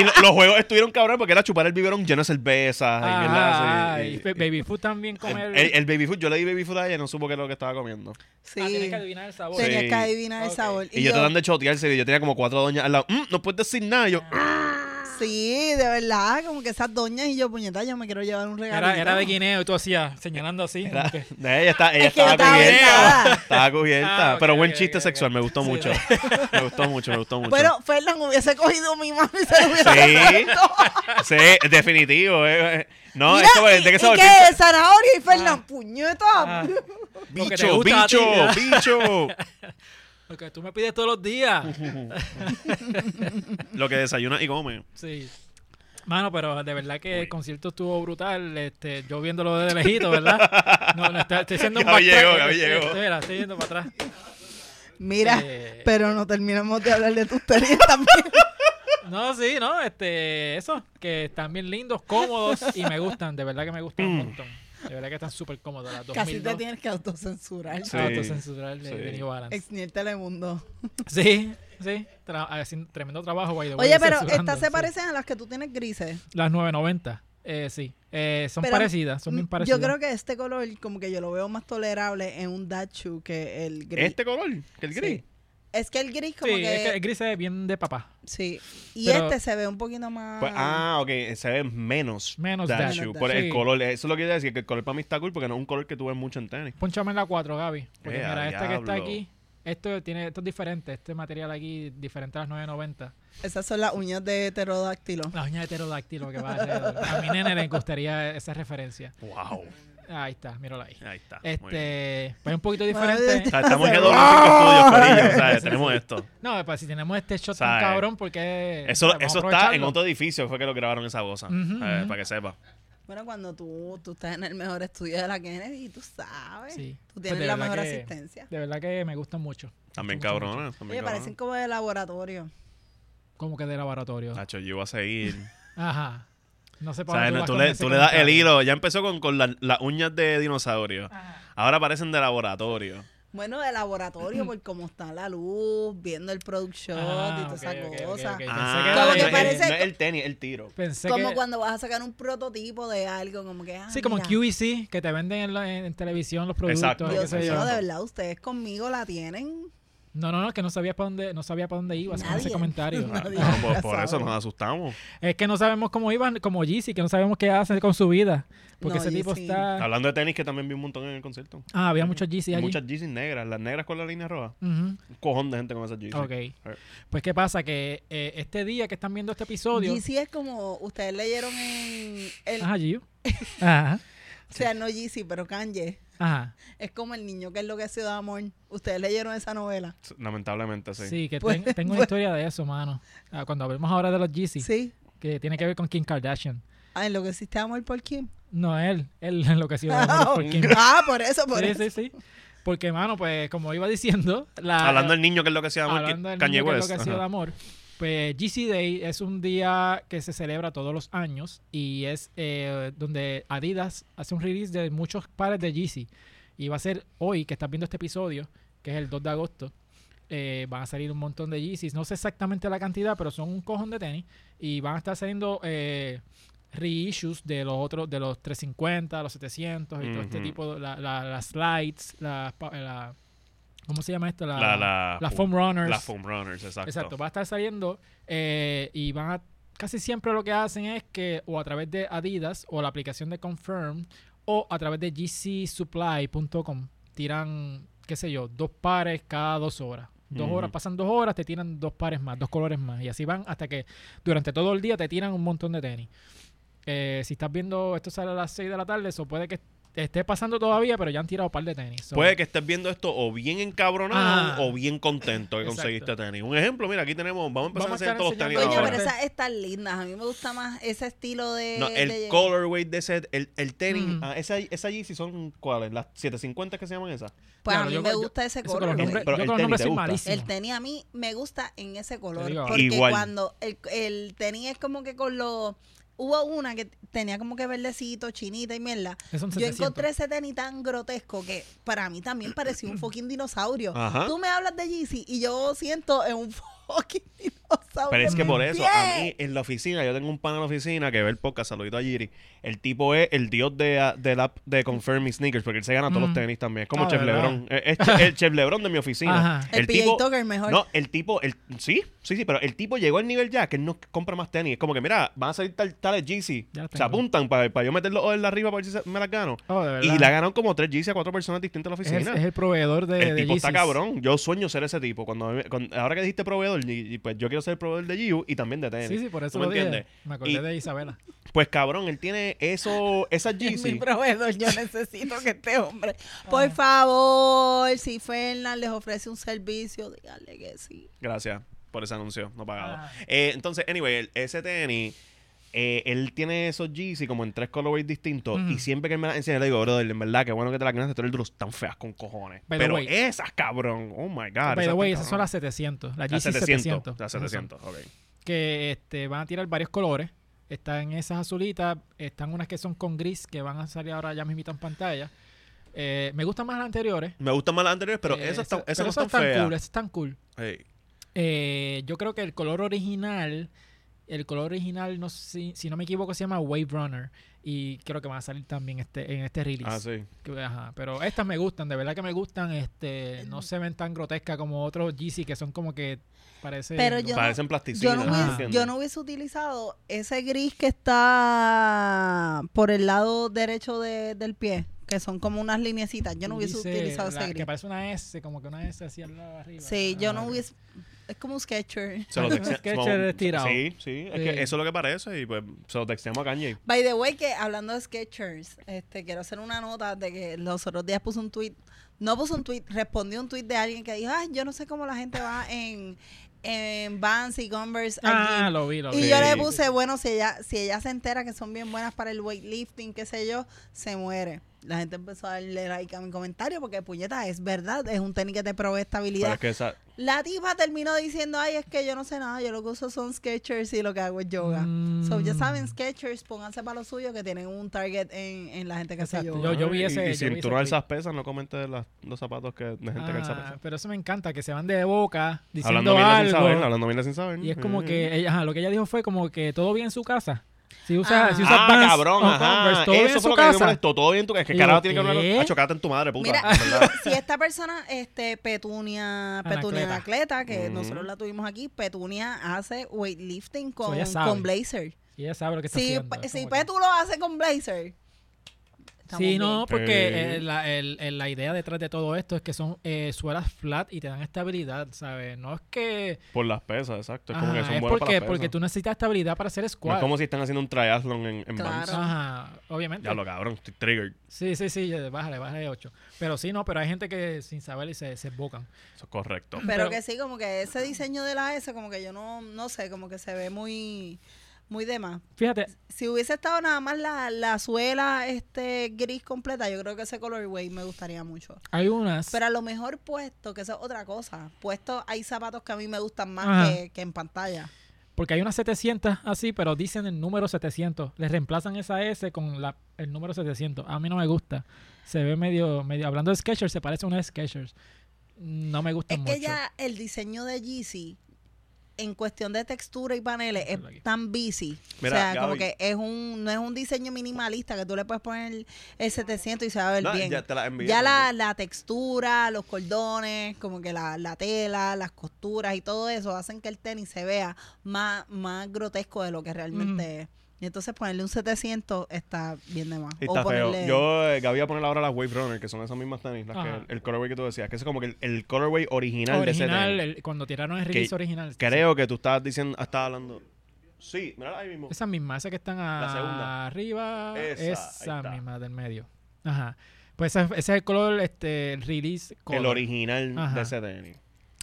[SPEAKER 2] Y lo- los juegos estuvieron cabrón porque era chupar el biberón lleno de cerveza. y mierda
[SPEAKER 1] Ajá,
[SPEAKER 2] así,
[SPEAKER 1] y
[SPEAKER 2] y-
[SPEAKER 1] fe- baby food también comer.
[SPEAKER 2] El, el- el baby food, yo le di baby food a ella y no supo qué es lo que estaba comiendo.
[SPEAKER 3] sí.
[SPEAKER 1] Ah, tienes que adivinar el sabor.
[SPEAKER 3] Tenías
[SPEAKER 2] Sí.
[SPEAKER 3] que adivinar el
[SPEAKER 1] Ok.
[SPEAKER 3] sabor.
[SPEAKER 2] Y, yo tratando de chotearse, y yo tenía como cuatro doñas al lado. "Mm, no puedes decir nada. Y yo,
[SPEAKER 1] Ah,
[SPEAKER 2] "Mm".
[SPEAKER 3] Sí, de verdad, como que esas doñas y yo, puñeta, yo me quiero llevar un regalo.
[SPEAKER 1] Era, era de guineo y tú hacías señalando así. como que-
[SPEAKER 2] ella, está, ella
[SPEAKER 3] Es que yo
[SPEAKER 2] estaba
[SPEAKER 3] estaba
[SPEAKER 2] cubierta.
[SPEAKER 3] aventada.
[SPEAKER 2] Estaba cubierta.
[SPEAKER 1] Ah, ok,
[SPEAKER 2] pero buen
[SPEAKER 1] ok,
[SPEAKER 2] chiste
[SPEAKER 1] ok,
[SPEAKER 2] sexual,
[SPEAKER 1] ok.
[SPEAKER 2] me gustó
[SPEAKER 1] Sí,
[SPEAKER 2] mucho. Me gustó mucho, me gustó mucho.
[SPEAKER 3] Pero Fernan hubiese cogido mi mano y se lo hubiese
[SPEAKER 2] Sí.
[SPEAKER 3] puesto.
[SPEAKER 2] Sí, definitivo. eh, eh. No,
[SPEAKER 3] Mira,
[SPEAKER 2] esto es
[SPEAKER 3] y-
[SPEAKER 2] de
[SPEAKER 3] y
[SPEAKER 2] qué sabe.
[SPEAKER 3] que zanahoria y Fernan,
[SPEAKER 1] Ah.
[SPEAKER 3] puñeta.
[SPEAKER 1] Ah, lo que te
[SPEAKER 2] Bicho,
[SPEAKER 1] gusta a ti,
[SPEAKER 2] bicho,
[SPEAKER 1] ¿verdad?
[SPEAKER 2] bicho.
[SPEAKER 1] Lo que tú me pides todos los días.
[SPEAKER 2] Lo que desayuna y come.
[SPEAKER 1] Sí. Mano, pero de verdad que el concierto estuvo brutal. Este, yo viéndolo de lejito, ¿verdad? No, no, está, estoy haciendo un
[SPEAKER 2] Gaby
[SPEAKER 1] backtrack.
[SPEAKER 2] llegó, Gaby
[SPEAKER 1] Estoy-
[SPEAKER 2] llegó.
[SPEAKER 1] estoy- mira, estoy yendo para atrás.
[SPEAKER 3] Mira,
[SPEAKER 1] Eh.
[SPEAKER 3] pero no terminamos de hablar de tus tenis también.
[SPEAKER 1] No, sí, no, este, eso, que están bien lindos, cómodos y me gustan, de verdad que me gustan un
[SPEAKER 2] Mm.
[SPEAKER 1] montón. De verdad que están súper cómodos las dos. Ah.
[SPEAKER 3] Casi te tienes que autocensurar.
[SPEAKER 2] Sí.
[SPEAKER 1] de,
[SPEAKER 2] sí.
[SPEAKER 1] de New Balance.
[SPEAKER 3] Exniel Telemundo.
[SPEAKER 1] Sí, sí, tra- haciendo tremendo trabajo, by the way,
[SPEAKER 3] Oye, pero
[SPEAKER 1] censurando,
[SPEAKER 3] estas se
[SPEAKER 1] sí.
[SPEAKER 3] parecen a las que tú tienes grises.
[SPEAKER 1] Las 990, eh, sí, eh, son
[SPEAKER 3] Pero,
[SPEAKER 1] parecidas, son bien
[SPEAKER 3] Mm,
[SPEAKER 1] parecidas.
[SPEAKER 3] Yo creo que este color, como que yo lo veo más tolerable en un dachu que el gris.
[SPEAKER 2] Este color, que el gris.
[SPEAKER 1] Sí.
[SPEAKER 3] Es que el gris, como
[SPEAKER 1] sí,
[SPEAKER 3] que.
[SPEAKER 1] es que el gris es bien de papá.
[SPEAKER 3] Sí. Y
[SPEAKER 1] Pero-
[SPEAKER 3] este se ve un poquito más.
[SPEAKER 2] Pues, ah, ok, se ve menos.
[SPEAKER 1] Menos
[SPEAKER 2] Dashu,
[SPEAKER 1] Dashu,
[SPEAKER 2] por el
[SPEAKER 1] sí.
[SPEAKER 2] color, eso es lo que quiere decir, que el color para mí está cool porque no es un color que tú ves mucho en tenis.
[SPEAKER 1] Ponchame en la 4, Gaby, porque
[SPEAKER 2] Eh,
[SPEAKER 1] mira,
[SPEAKER 2] a
[SPEAKER 1] esta que está
[SPEAKER 2] diablo.
[SPEAKER 1] aquí, esto, tiene, esto es diferente, este material aquí diferente a las 990.
[SPEAKER 3] Esas son las uñas de heterodáctilo.
[SPEAKER 1] La uña de pterodáctilo que va alrededor. A mi nene le gustaría esa referencia.
[SPEAKER 2] Wow.
[SPEAKER 1] Ahí está, míralo ahí.
[SPEAKER 2] Ahí está. Ah, muy bien.
[SPEAKER 1] Este, pues un poquito
[SPEAKER 2] O
[SPEAKER 1] diferente.
[SPEAKER 2] sea, estamos en el
[SPEAKER 3] ¡Wow!
[SPEAKER 2] Estudios, Corillo. O sea, tenemos esto.
[SPEAKER 1] No, pues si tenemos este shot
[SPEAKER 2] O sea,
[SPEAKER 1] tan cabrón, porque.
[SPEAKER 2] Eso,
[SPEAKER 1] vamos a
[SPEAKER 2] eso está
[SPEAKER 1] aprovecharlo.
[SPEAKER 2] en otro edificio, fue que lo grabaron esa voz.
[SPEAKER 1] Ujú,
[SPEAKER 2] eh,
[SPEAKER 1] ujú.
[SPEAKER 2] Para que sepa.
[SPEAKER 3] Bueno, cuando tú, tú estás en el mejor estudio de la Kennedy, tú sabes.
[SPEAKER 1] Sí.
[SPEAKER 3] Tú
[SPEAKER 1] Pues
[SPEAKER 3] tienes
[SPEAKER 1] de
[SPEAKER 3] la
[SPEAKER 1] verdad
[SPEAKER 3] mejor
[SPEAKER 1] que-
[SPEAKER 3] asistencia.
[SPEAKER 1] De verdad que me gustan mucho.
[SPEAKER 2] También
[SPEAKER 1] Mucho, mucho,
[SPEAKER 2] cabrona.
[SPEAKER 3] Oye,
[SPEAKER 2] También
[SPEAKER 3] parecen
[SPEAKER 2] cabrona.
[SPEAKER 3] como de laboratorio.
[SPEAKER 1] como que de laboratorio.
[SPEAKER 2] Nacho, yo iba a seguir.
[SPEAKER 1] Ajá. No sé
[SPEAKER 2] O
[SPEAKER 1] para
[SPEAKER 2] sea,
[SPEAKER 1] dónde
[SPEAKER 2] tú,
[SPEAKER 1] vas con
[SPEAKER 2] le,
[SPEAKER 1] ese
[SPEAKER 2] tú le das el
[SPEAKER 1] comentario.
[SPEAKER 2] hilo. Ya empezó con, con la- las uñas de dinosaurio.
[SPEAKER 1] Ajá.
[SPEAKER 2] Ahora parecen de laboratorio.
[SPEAKER 3] Bueno, de laboratorio, por cómo está la luz, viendo el product shot
[SPEAKER 1] Ah,
[SPEAKER 3] y toda esa
[SPEAKER 1] ok, ok, ok,
[SPEAKER 3] cosa.
[SPEAKER 1] ok.
[SPEAKER 2] Ah,
[SPEAKER 3] Como que
[SPEAKER 2] no es-
[SPEAKER 3] parece-
[SPEAKER 2] no es el tenis, el tiro.
[SPEAKER 1] Pensé
[SPEAKER 3] Como
[SPEAKER 1] que-
[SPEAKER 3] cuando vas a sacar un prototipo de algo, como que. ah,
[SPEAKER 1] Sí, como en
[SPEAKER 3] mira,
[SPEAKER 1] QVC, que te venden en, la- en- en televisión los productos.
[SPEAKER 2] Exacto.
[SPEAKER 1] qué
[SPEAKER 3] Dios
[SPEAKER 1] sé yo.
[SPEAKER 3] mío, de verdad, ustedes conmigo la tienen.
[SPEAKER 1] No, no, no, es que no sabía para dónde, no sabía para dónde ibas con ese
[SPEAKER 3] Nadie.
[SPEAKER 1] comentario.
[SPEAKER 2] Ah,
[SPEAKER 3] Nadie
[SPEAKER 2] no, por,
[SPEAKER 3] la
[SPEAKER 2] por eso
[SPEAKER 3] sabe.
[SPEAKER 2] nos asustamos.
[SPEAKER 1] Es que no sabemos cómo iban, como Yeezy, que no sabemos qué hace con su vida. Porque
[SPEAKER 3] No,
[SPEAKER 1] ese tipo
[SPEAKER 3] Yeezy.
[SPEAKER 1] está.
[SPEAKER 2] Hablando de tenis, que también vi un montón en el concierto.
[SPEAKER 1] Ah, había muchos Yeezy allí.
[SPEAKER 2] Muchas Yeezys negras. Las negras con la línea roja.
[SPEAKER 1] Ujú.
[SPEAKER 2] Un cojón de gente con esas Yeezys.
[SPEAKER 1] Ok. Pues, ¿qué pasa? Que eh, este día que están viendo este episodio.
[SPEAKER 3] GC es como. Ustedes leyeron en. el-
[SPEAKER 1] Ajá, Gio. Ajá.
[SPEAKER 3] o sea, no GC, pero Kanye.
[SPEAKER 1] Ajá.
[SPEAKER 3] Es como el niño que es lo que se da amor. Ustedes leyeron esa novela.
[SPEAKER 2] Lamentablemente, sí.
[SPEAKER 1] Sí, que
[SPEAKER 3] Pues-
[SPEAKER 1] ten- tengo una historia de eso, mano. Ah, cuando hablemos ahora de los Yeezy,
[SPEAKER 3] Sí.
[SPEAKER 1] que tiene que ver con Kim Kardashian.
[SPEAKER 3] Ah, en lo que hiciste amor por Kim.
[SPEAKER 1] No él, él enloqueció de amor por Kim.
[SPEAKER 3] Ah, por eso, por
[SPEAKER 1] Sí,
[SPEAKER 3] eso.
[SPEAKER 1] sí, sí. Porque, mano, pues como iba diciendo, la,
[SPEAKER 2] Hablando del niño, que es lo que se llama
[SPEAKER 1] hablando del
[SPEAKER 2] Kanye
[SPEAKER 1] niño que es
[SPEAKER 2] West.
[SPEAKER 1] lo que ha sido
[SPEAKER 2] Ajá.
[SPEAKER 1] de amor, pues GC Day es un día que se celebra todos los años y es eh, donde Adidas hace un release de muchos pares de GC. Y va a ser hoy, que estás viendo este episodio, que es el 2 de agosto, eh, van a salir un montón de GCs. No sé exactamente la cantidad, pero son un cojón de tenis y van a estar saliendo... eh, reissues de los otros de los 350 los 700 y todo este
[SPEAKER 2] Ujú.
[SPEAKER 1] tipo de la- la- las slides las pa- la- ¿cómo se llama esto? La,
[SPEAKER 2] La- la-
[SPEAKER 1] las foam runners
[SPEAKER 2] Las Foam Runners, exacto.
[SPEAKER 1] Exacto, va a estar saliendo eh, y van a casi siempre lo que hacen es que o a través de Adidas o la aplicación de Confirm o a través de gcsupply.com tiran, qué sé yo, dos pares cada dos horas. Dos
[SPEAKER 2] Ujú.
[SPEAKER 1] horas, pasan dos horas, te tiran dos pares más, dos colores más. Y así van hasta que durante todo el día te tiran un montón de tenis. Eh, si estás viendo esto sale a las 6 de la tarde, eso puede que esté pasando todavía, pero ya han tirado un par de tenis. So,
[SPEAKER 2] Puede que estés viendo esto o bien encabronado
[SPEAKER 1] Ah.
[SPEAKER 2] o bien contento que
[SPEAKER 1] Exacto.
[SPEAKER 2] conseguiste tenis. Un ejemplo, mira, aquí tenemos, vamos a empezar
[SPEAKER 1] Vamos a
[SPEAKER 2] a hacer
[SPEAKER 1] estar
[SPEAKER 2] todos los tenis
[SPEAKER 1] enseñando-
[SPEAKER 3] Coño,
[SPEAKER 2] ahora.
[SPEAKER 3] pero esas están lindas. A mí me gusta más ese estilo de.
[SPEAKER 2] No,
[SPEAKER 3] de-
[SPEAKER 2] el colorway de ese, el, el tenis,
[SPEAKER 1] Mm.
[SPEAKER 2] ah, esa, esa Yeezy son cuáles, las 750 que se llaman esas.
[SPEAKER 3] Pues
[SPEAKER 1] Claro,
[SPEAKER 3] a mí
[SPEAKER 1] yo-
[SPEAKER 3] me
[SPEAKER 1] yo-
[SPEAKER 3] gusta ese
[SPEAKER 1] eso con los
[SPEAKER 3] color.
[SPEAKER 2] colorway.
[SPEAKER 1] nombres-
[SPEAKER 2] Pero
[SPEAKER 1] yo
[SPEAKER 2] el
[SPEAKER 1] con los
[SPEAKER 2] tenis
[SPEAKER 1] nombres
[SPEAKER 2] te
[SPEAKER 1] soy
[SPEAKER 2] gusta.
[SPEAKER 1] malísimo.
[SPEAKER 3] El tenis a mí me gusta en ese color.
[SPEAKER 1] Te digo ahora.
[SPEAKER 3] Porque
[SPEAKER 2] Igual.
[SPEAKER 3] cuando el, el tenis es como que con los... Hubo una que tenía como que verdecito, chinita y mierda.
[SPEAKER 1] Es un
[SPEAKER 3] Yo
[SPEAKER 1] 700.
[SPEAKER 3] encontré ese tenis tan grotesco que para mí también parecía un fucking dinosaurio.
[SPEAKER 2] Ajá.
[SPEAKER 3] Tú me hablas de Yeezy y yo siento en un fucking dinosaurio.
[SPEAKER 2] Pero es que
[SPEAKER 3] en
[SPEAKER 2] por
[SPEAKER 3] mi
[SPEAKER 2] eso,
[SPEAKER 3] pie.
[SPEAKER 2] a mí en la oficina, yo tengo un pan en la oficina que ve el podcast, saludito a Giri. El tipo es el dios de, ah, del app de Confirm y Sneakers, porque él se gana todos
[SPEAKER 1] Mm.
[SPEAKER 2] los tenis también. Es como
[SPEAKER 1] Ah,
[SPEAKER 2] Chef
[SPEAKER 1] ¿verdad?
[SPEAKER 2] Lebron. Eh, Es, che- el Chef Lebron de mi oficina.
[SPEAKER 1] Ajá.
[SPEAKER 3] El, PJ
[SPEAKER 2] tipo,
[SPEAKER 3] Tucker mejor.
[SPEAKER 2] No, el tipo, el, sí, sí, sí, pero el tipo llegó al nivel ya que él no compra más tenis. Es como que, mira, van a salir tal, tales GC.
[SPEAKER 1] Ya las
[SPEAKER 2] Se
[SPEAKER 1] tengo.
[SPEAKER 2] apuntan para yo meterlos en la arriba para ver si se- me las gano.
[SPEAKER 1] Oh, de
[SPEAKER 2] Y
[SPEAKER 1] verdad.
[SPEAKER 2] le ha ganado como tres GC a cuatro personas distintas en la
[SPEAKER 1] es el,
[SPEAKER 2] oficina.
[SPEAKER 1] es el proveedor de
[SPEAKER 2] el
[SPEAKER 1] de
[SPEAKER 2] tipo está
[SPEAKER 1] Yeezys.
[SPEAKER 2] cabrón. Yo sueño ser ese tipo. Cuando, a mí- cuando- ahora que dijiste proveedor, y, y pues yo quiero ser proveedor de Giu y también de tenis.
[SPEAKER 1] Sí, sí, por eso
[SPEAKER 2] ¿Tú me
[SPEAKER 1] lo dije.
[SPEAKER 2] entiendes?
[SPEAKER 1] Me acordé
[SPEAKER 2] Y-
[SPEAKER 1] de Isabela.
[SPEAKER 2] Pues cabrón, él tiene eso, esas
[SPEAKER 3] Es mi
[SPEAKER 2] Yeezy.
[SPEAKER 3] proveedor, yo necesito que este hombre.
[SPEAKER 1] Ah.
[SPEAKER 3] Por favor, si Fernan les ofrece un servicio, díganle que sí.
[SPEAKER 2] Gracias por ese anuncio, no pagado.
[SPEAKER 1] Ah.
[SPEAKER 2] Eh, entonces, anyway, el- ese tenis, eh, él tiene esos Yeezy como en tres colorways distintos.
[SPEAKER 1] Mm.
[SPEAKER 2] Y siempre que él me las enseña, le digo, brother, en verdad, qué bueno que te las ganaste. Tú eres duro, tan feas con cojones.
[SPEAKER 1] By the
[SPEAKER 2] Pero
[SPEAKER 1] way.
[SPEAKER 2] esas, cabrón. Oh my God.
[SPEAKER 1] By the way,
[SPEAKER 2] están
[SPEAKER 1] esas son las
[SPEAKER 2] cabronas.
[SPEAKER 1] 700. Las
[SPEAKER 2] Las
[SPEAKER 1] GC 700.
[SPEAKER 2] 700. Las
[SPEAKER 1] esas son.
[SPEAKER 2] 700, ok.
[SPEAKER 1] Que este, van a tirar varios colores. Están esas azulitas. Están unas que son con gris que van a salir ahora ya mismito en pantalla. Eh, me gustan más las anteriores.
[SPEAKER 2] Me gustan más las anteriores, pero
[SPEAKER 1] Eh,
[SPEAKER 2] esas,
[SPEAKER 1] esa-
[SPEAKER 2] están- esas
[SPEAKER 1] pero
[SPEAKER 2] no
[SPEAKER 1] esas
[SPEAKER 2] están feas.
[SPEAKER 1] cool. Esas están cool.
[SPEAKER 2] Ey.
[SPEAKER 1] Eh, yo creo que el color original, el color original, no sé si, si no me equivoco, se llama Wave Runner. Y creo que van a salir también este, en este release.
[SPEAKER 2] Ah, sí.
[SPEAKER 1] Que- Ajá, pero estas me gustan, de verdad que me gustan, este,
[SPEAKER 3] Mm.
[SPEAKER 1] no se ven tan grotescas como otros Yeezy que son como que parece
[SPEAKER 3] Pero yo- no-
[SPEAKER 2] Parecen plasticina.
[SPEAKER 3] Yo no,
[SPEAKER 1] Ah.
[SPEAKER 3] hubiese,
[SPEAKER 2] ¿entiendes?
[SPEAKER 3] yo no hubiese utilizado ese gris que está por el lado derecho de- del pie, que son como unas lineecitas. Yo no hubiese
[SPEAKER 1] Dice
[SPEAKER 3] utilizado
[SPEAKER 1] la-
[SPEAKER 3] ese
[SPEAKER 1] Que
[SPEAKER 3] gris.
[SPEAKER 1] parece una S, como que una S así al lado de arriba.
[SPEAKER 3] Sí, yo
[SPEAKER 1] Ah,
[SPEAKER 3] no
[SPEAKER 1] ok.
[SPEAKER 3] hubiese. Es como un sketcher.
[SPEAKER 2] Se lo
[SPEAKER 1] Es un
[SPEAKER 2] textea-
[SPEAKER 1] sketch
[SPEAKER 2] se lo-
[SPEAKER 1] estirado.
[SPEAKER 2] Sí, sí. Es
[SPEAKER 1] Sí.
[SPEAKER 2] que eso es lo que parece y pues se lo texteamos a Kanye.
[SPEAKER 3] By the way, que hablando de Sketchers, este, quiero hacer una nota de que los otros días puse un tweet, no puse un tweet, respondí un tweet de alguien que dijo, ay, yo no sé cómo la gente va en, en Vans y Converse al
[SPEAKER 1] Ah,
[SPEAKER 3] gym".
[SPEAKER 1] lo vi, lo vi.
[SPEAKER 3] Y yo le
[SPEAKER 2] Sí.
[SPEAKER 3] puse, bueno, si ella, si ella se entera que son bien buenas para el weightlifting, qué sé yo, se muere. la gente empezó a darle like a mi comentario porque, puñeta, es verdad, es un tenis que te provee
[SPEAKER 2] Pero es
[SPEAKER 3] estabilidad.
[SPEAKER 2] que esa,
[SPEAKER 3] La tipa terminó diciendo, ay, es que yo no sé nada, yo lo que uso son Skechers y lo que hago es yoga. So, ya
[SPEAKER 1] Mm.
[SPEAKER 3] saben, Skechers, pónganse para lo suyo que tienen un target en, en la gente que hace
[SPEAKER 1] Exacto.
[SPEAKER 3] yoga.
[SPEAKER 1] Yo- yo vi
[SPEAKER 2] Ah, y-
[SPEAKER 1] ese-
[SPEAKER 2] Y,
[SPEAKER 1] yo
[SPEAKER 2] si
[SPEAKER 1] vi
[SPEAKER 2] tú
[SPEAKER 1] ese
[SPEAKER 2] no
[SPEAKER 1] clip.
[SPEAKER 2] alzas pesas, no comentes las- los zapatos que de gente que alza
[SPEAKER 1] Ah,
[SPEAKER 2] pesas.
[SPEAKER 1] pero eso me encanta, que se van de boca diciendo
[SPEAKER 2] Hablando mierda sin
[SPEAKER 1] algo.
[SPEAKER 2] saber, hablando mierda sin saber.
[SPEAKER 1] Y es como
[SPEAKER 2] Eh.
[SPEAKER 1] que, ella- ajá, lo que ella dijo fue como que todo bien en su casa. Si usa,
[SPEAKER 3] Ah.
[SPEAKER 1] si usa
[SPEAKER 2] Ah,
[SPEAKER 1] Vans
[SPEAKER 2] cabrón,
[SPEAKER 1] o
[SPEAKER 2] ajá.
[SPEAKER 1] Converse, todo bien
[SPEAKER 2] Eso
[SPEAKER 1] en
[SPEAKER 2] fue
[SPEAKER 1] su
[SPEAKER 2] lo que a mí me
[SPEAKER 1] casa.
[SPEAKER 2] molestó. Todo bien en tu... Es que
[SPEAKER 1] Y
[SPEAKER 2] carajo
[SPEAKER 1] yo,
[SPEAKER 2] tiene que hablar...
[SPEAKER 1] ¿qué?
[SPEAKER 2] Ah, chocate en tu madre, puta.
[SPEAKER 3] Mira,
[SPEAKER 2] en verdad.
[SPEAKER 3] si esta persona, este, Petunia, Petunia Anacleta, que
[SPEAKER 1] Mm.
[SPEAKER 2] Ujú.
[SPEAKER 3] nosotros la tuvimos aquí, Petunia hace weightlifting
[SPEAKER 1] So,
[SPEAKER 3] con,
[SPEAKER 1] ella sabe.
[SPEAKER 3] con blazer.
[SPEAKER 1] Y ella sabe lo que está
[SPEAKER 3] Si,
[SPEAKER 1] haciendo.
[SPEAKER 3] pe-
[SPEAKER 1] es
[SPEAKER 3] si
[SPEAKER 1] como que-
[SPEAKER 3] Petu lo hace con blazer. estamos
[SPEAKER 1] Sí, no,
[SPEAKER 3] bien.
[SPEAKER 1] porque
[SPEAKER 2] Eh.
[SPEAKER 1] eh, la, el- el- la idea detrás de todo esto es que son eh, suelas flat y te dan estabilidad, ¿sabes? No es que...
[SPEAKER 2] Por las pesas, exacto. Es como
[SPEAKER 1] ajá,
[SPEAKER 2] que son
[SPEAKER 1] Ah, es
[SPEAKER 2] buenos para
[SPEAKER 1] porque,
[SPEAKER 2] las pesas.
[SPEAKER 1] porque tú necesitas estabilidad para hacer
[SPEAKER 2] No es
[SPEAKER 1] squat.
[SPEAKER 2] como si están haciendo un triathlon en, en
[SPEAKER 3] Claro.
[SPEAKER 2] Vans.
[SPEAKER 1] Ajá, obviamente.
[SPEAKER 2] Ya lo cabrón, estoy triggered.
[SPEAKER 1] Sí, sí, sí, ya, bájale, bájale 8. Pero sí, no, pero hay gente que sin saber y se, se bocan.
[SPEAKER 2] Eso es correcto.
[SPEAKER 3] Pero,
[SPEAKER 1] Pero-
[SPEAKER 3] que sí, como que ese diseño de la S, como que yo no, no sé, como que se ve muy, muy de más.
[SPEAKER 1] Fíjate,
[SPEAKER 3] Si hubiese estado nada más la, la suela este gris completa, yo creo que ese colorway me gustaría mucho.
[SPEAKER 1] hay unas...
[SPEAKER 3] Pero a lo mejor puesto, que eso es otra cosa. Puesto, hay zapatos que a mí me gustan más
[SPEAKER 1] Ajá.
[SPEAKER 3] que, que en pantalla.
[SPEAKER 1] Porque hay unas 700 así, pero dicen el número 700. Les reemplazan esa S con la, el número 700. A mí no me gusta. Se ve medio... medio hablando de Skechers, se parece a una Skechers. No me gusta
[SPEAKER 3] Es
[SPEAKER 1] mucho.
[SPEAKER 3] que ya el diseño de Yeezy, en cuestión de textura y paneles, es
[SPEAKER 1] Ponlo aquí.
[SPEAKER 3] tan busy.
[SPEAKER 2] Mira,
[SPEAKER 3] o sea, como
[SPEAKER 2] Gaby.
[SPEAKER 3] que es un, no es un diseño minimalista que tú le puedes poner el 700 y se va a ver
[SPEAKER 2] No,
[SPEAKER 3] bien.
[SPEAKER 2] ya te las envié
[SPEAKER 3] Ya la,
[SPEAKER 2] también.
[SPEAKER 3] la textura, los cordones, como que la, la tela, las costuras y todo eso hacen que el tenis se vea más, más grotesco de lo que realmente es. Y entonces ponerle un 700 está bien de más.
[SPEAKER 2] Y está feo.
[SPEAKER 3] ponerle-
[SPEAKER 2] Yo, eh, Gaby, voy a poner ahora las Wave Runner, que son esas mismas tenis, las que
[SPEAKER 1] Ajá.
[SPEAKER 2] el, el colorway que tú decías, que es como que el, el colorway original, de ese
[SPEAKER 1] original,
[SPEAKER 2] tenis.
[SPEAKER 1] el- cuando tiraron el release
[SPEAKER 2] Que-
[SPEAKER 1] original.
[SPEAKER 2] Creo que tú estabas diciendo, estabas hablando. Sí, mira ahí mismo.
[SPEAKER 1] Esa misma, esa que están a-
[SPEAKER 2] La segunda.
[SPEAKER 1] arriba.
[SPEAKER 2] Esa, ahí
[SPEAKER 1] Esa,
[SPEAKER 2] está.
[SPEAKER 1] misma del medio. Ajá. Pues ese, ese es el color, este, el release color.
[SPEAKER 2] El original de
[SPEAKER 1] Ajá.
[SPEAKER 2] ese tenis.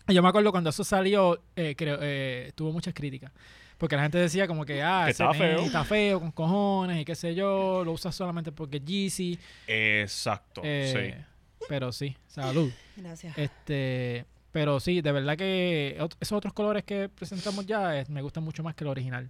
[SPEAKER 1] Yo me acuerdo cuando eso salió, eh, creo, eh, tuvo muchas críticas. Porque la gente decía como que, ah, ese
[SPEAKER 2] Que estaba
[SPEAKER 1] tenis
[SPEAKER 2] feo.
[SPEAKER 1] está feo, con cojones y qué sé yo, lo usas solamente porque es Yeezy.
[SPEAKER 2] Exacto,
[SPEAKER 1] eh,
[SPEAKER 2] Oh, sí.
[SPEAKER 1] Pero sí, salud.
[SPEAKER 3] Gracias.
[SPEAKER 1] Este, pero sí, de verdad que ot- esos otros colores que presentamos ya eh, me gustan mucho más que el original.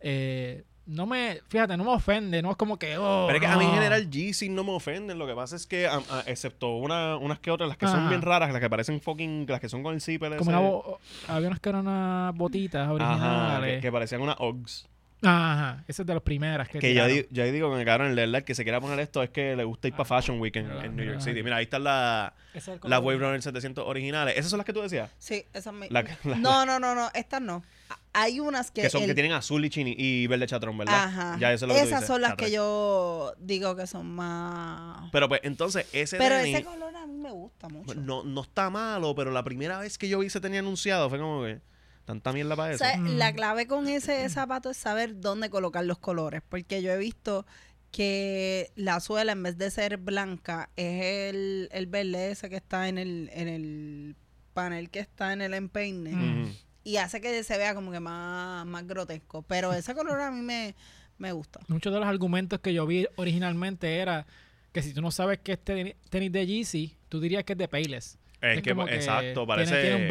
[SPEAKER 1] Eh, no me, fíjate, no me ofende, no es como que. oh,
[SPEAKER 2] Pero es que a mí en
[SPEAKER 1] no.
[SPEAKER 2] general Yeezy no me ofenden. Lo que pasa es que, a- a- excepto una- unas que otras, las que son
[SPEAKER 1] Ajá.
[SPEAKER 2] bien raras, las que parecen fucking, las que son con el zipper
[SPEAKER 1] Como
[SPEAKER 2] ese-
[SPEAKER 1] una bo- había unas que eran unas botitas
[SPEAKER 2] Ajá,
[SPEAKER 1] originales.
[SPEAKER 2] que, que parecían unas Uggs.
[SPEAKER 1] Ajá, esa es de las primeras que.
[SPEAKER 2] Que yo,
[SPEAKER 1] tiraron.
[SPEAKER 2] di- yo ahí digo con el cabrón, el verdad, el que se quiera poner esto es que le gusta ir para Fashion Week en,
[SPEAKER 1] Ah,
[SPEAKER 2] en New York
[SPEAKER 1] ah.
[SPEAKER 2] City. Mira, ahí están la-
[SPEAKER 1] Ese es el
[SPEAKER 2] las
[SPEAKER 1] color.
[SPEAKER 2] Wave Runner 700 originales. ¿Esas son las que tú decías?
[SPEAKER 3] Sí, esa es mi-
[SPEAKER 2] La- la-
[SPEAKER 3] Eh, no, no, no, no, estas no. A- Hay unas que.
[SPEAKER 2] Que, son,
[SPEAKER 3] el-
[SPEAKER 2] que tienen azul y, chini, y verde chatrón, ¿verdad?
[SPEAKER 3] Ajá.
[SPEAKER 2] Ya eso es lo que tú
[SPEAKER 3] Esas
[SPEAKER 2] dices.
[SPEAKER 3] son las
[SPEAKER 2] Chatrón.
[SPEAKER 3] que yo digo que son más.
[SPEAKER 2] Pero pues, entonces, ese
[SPEAKER 3] Pero
[SPEAKER 2] tenis pues,
[SPEAKER 3] ese color a mí me gusta mucho.
[SPEAKER 2] no, no está malo, pero la primera vez que yo vi ese tenía anunciado fue como que tanta mierda para
[SPEAKER 3] O
[SPEAKER 2] eso.
[SPEAKER 3] sea,
[SPEAKER 1] Mm.
[SPEAKER 3] La clave con ese zapato es saber dónde colocar los colores, porque yo he visto que la suela en vez de ser blanca es el, el verde ese que está en el, en el panel que está en el empeine
[SPEAKER 1] Mm.
[SPEAKER 2] Ujú.
[SPEAKER 3] y hace que se vea como que más, más grotesco. Pero ese color a mí me, me gusta.
[SPEAKER 1] Muchos de los argumentos que yo vi originalmente era que si tú no sabes que es teni- tenis de Yeezy, tú dirías que es de Payless.
[SPEAKER 2] Es, que, pues,
[SPEAKER 1] como
[SPEAKER 2] exacto,
[SPEAKER 1] tiene-
[SPEAKER 2] parece,
[SPEAKER 1] Tiene, un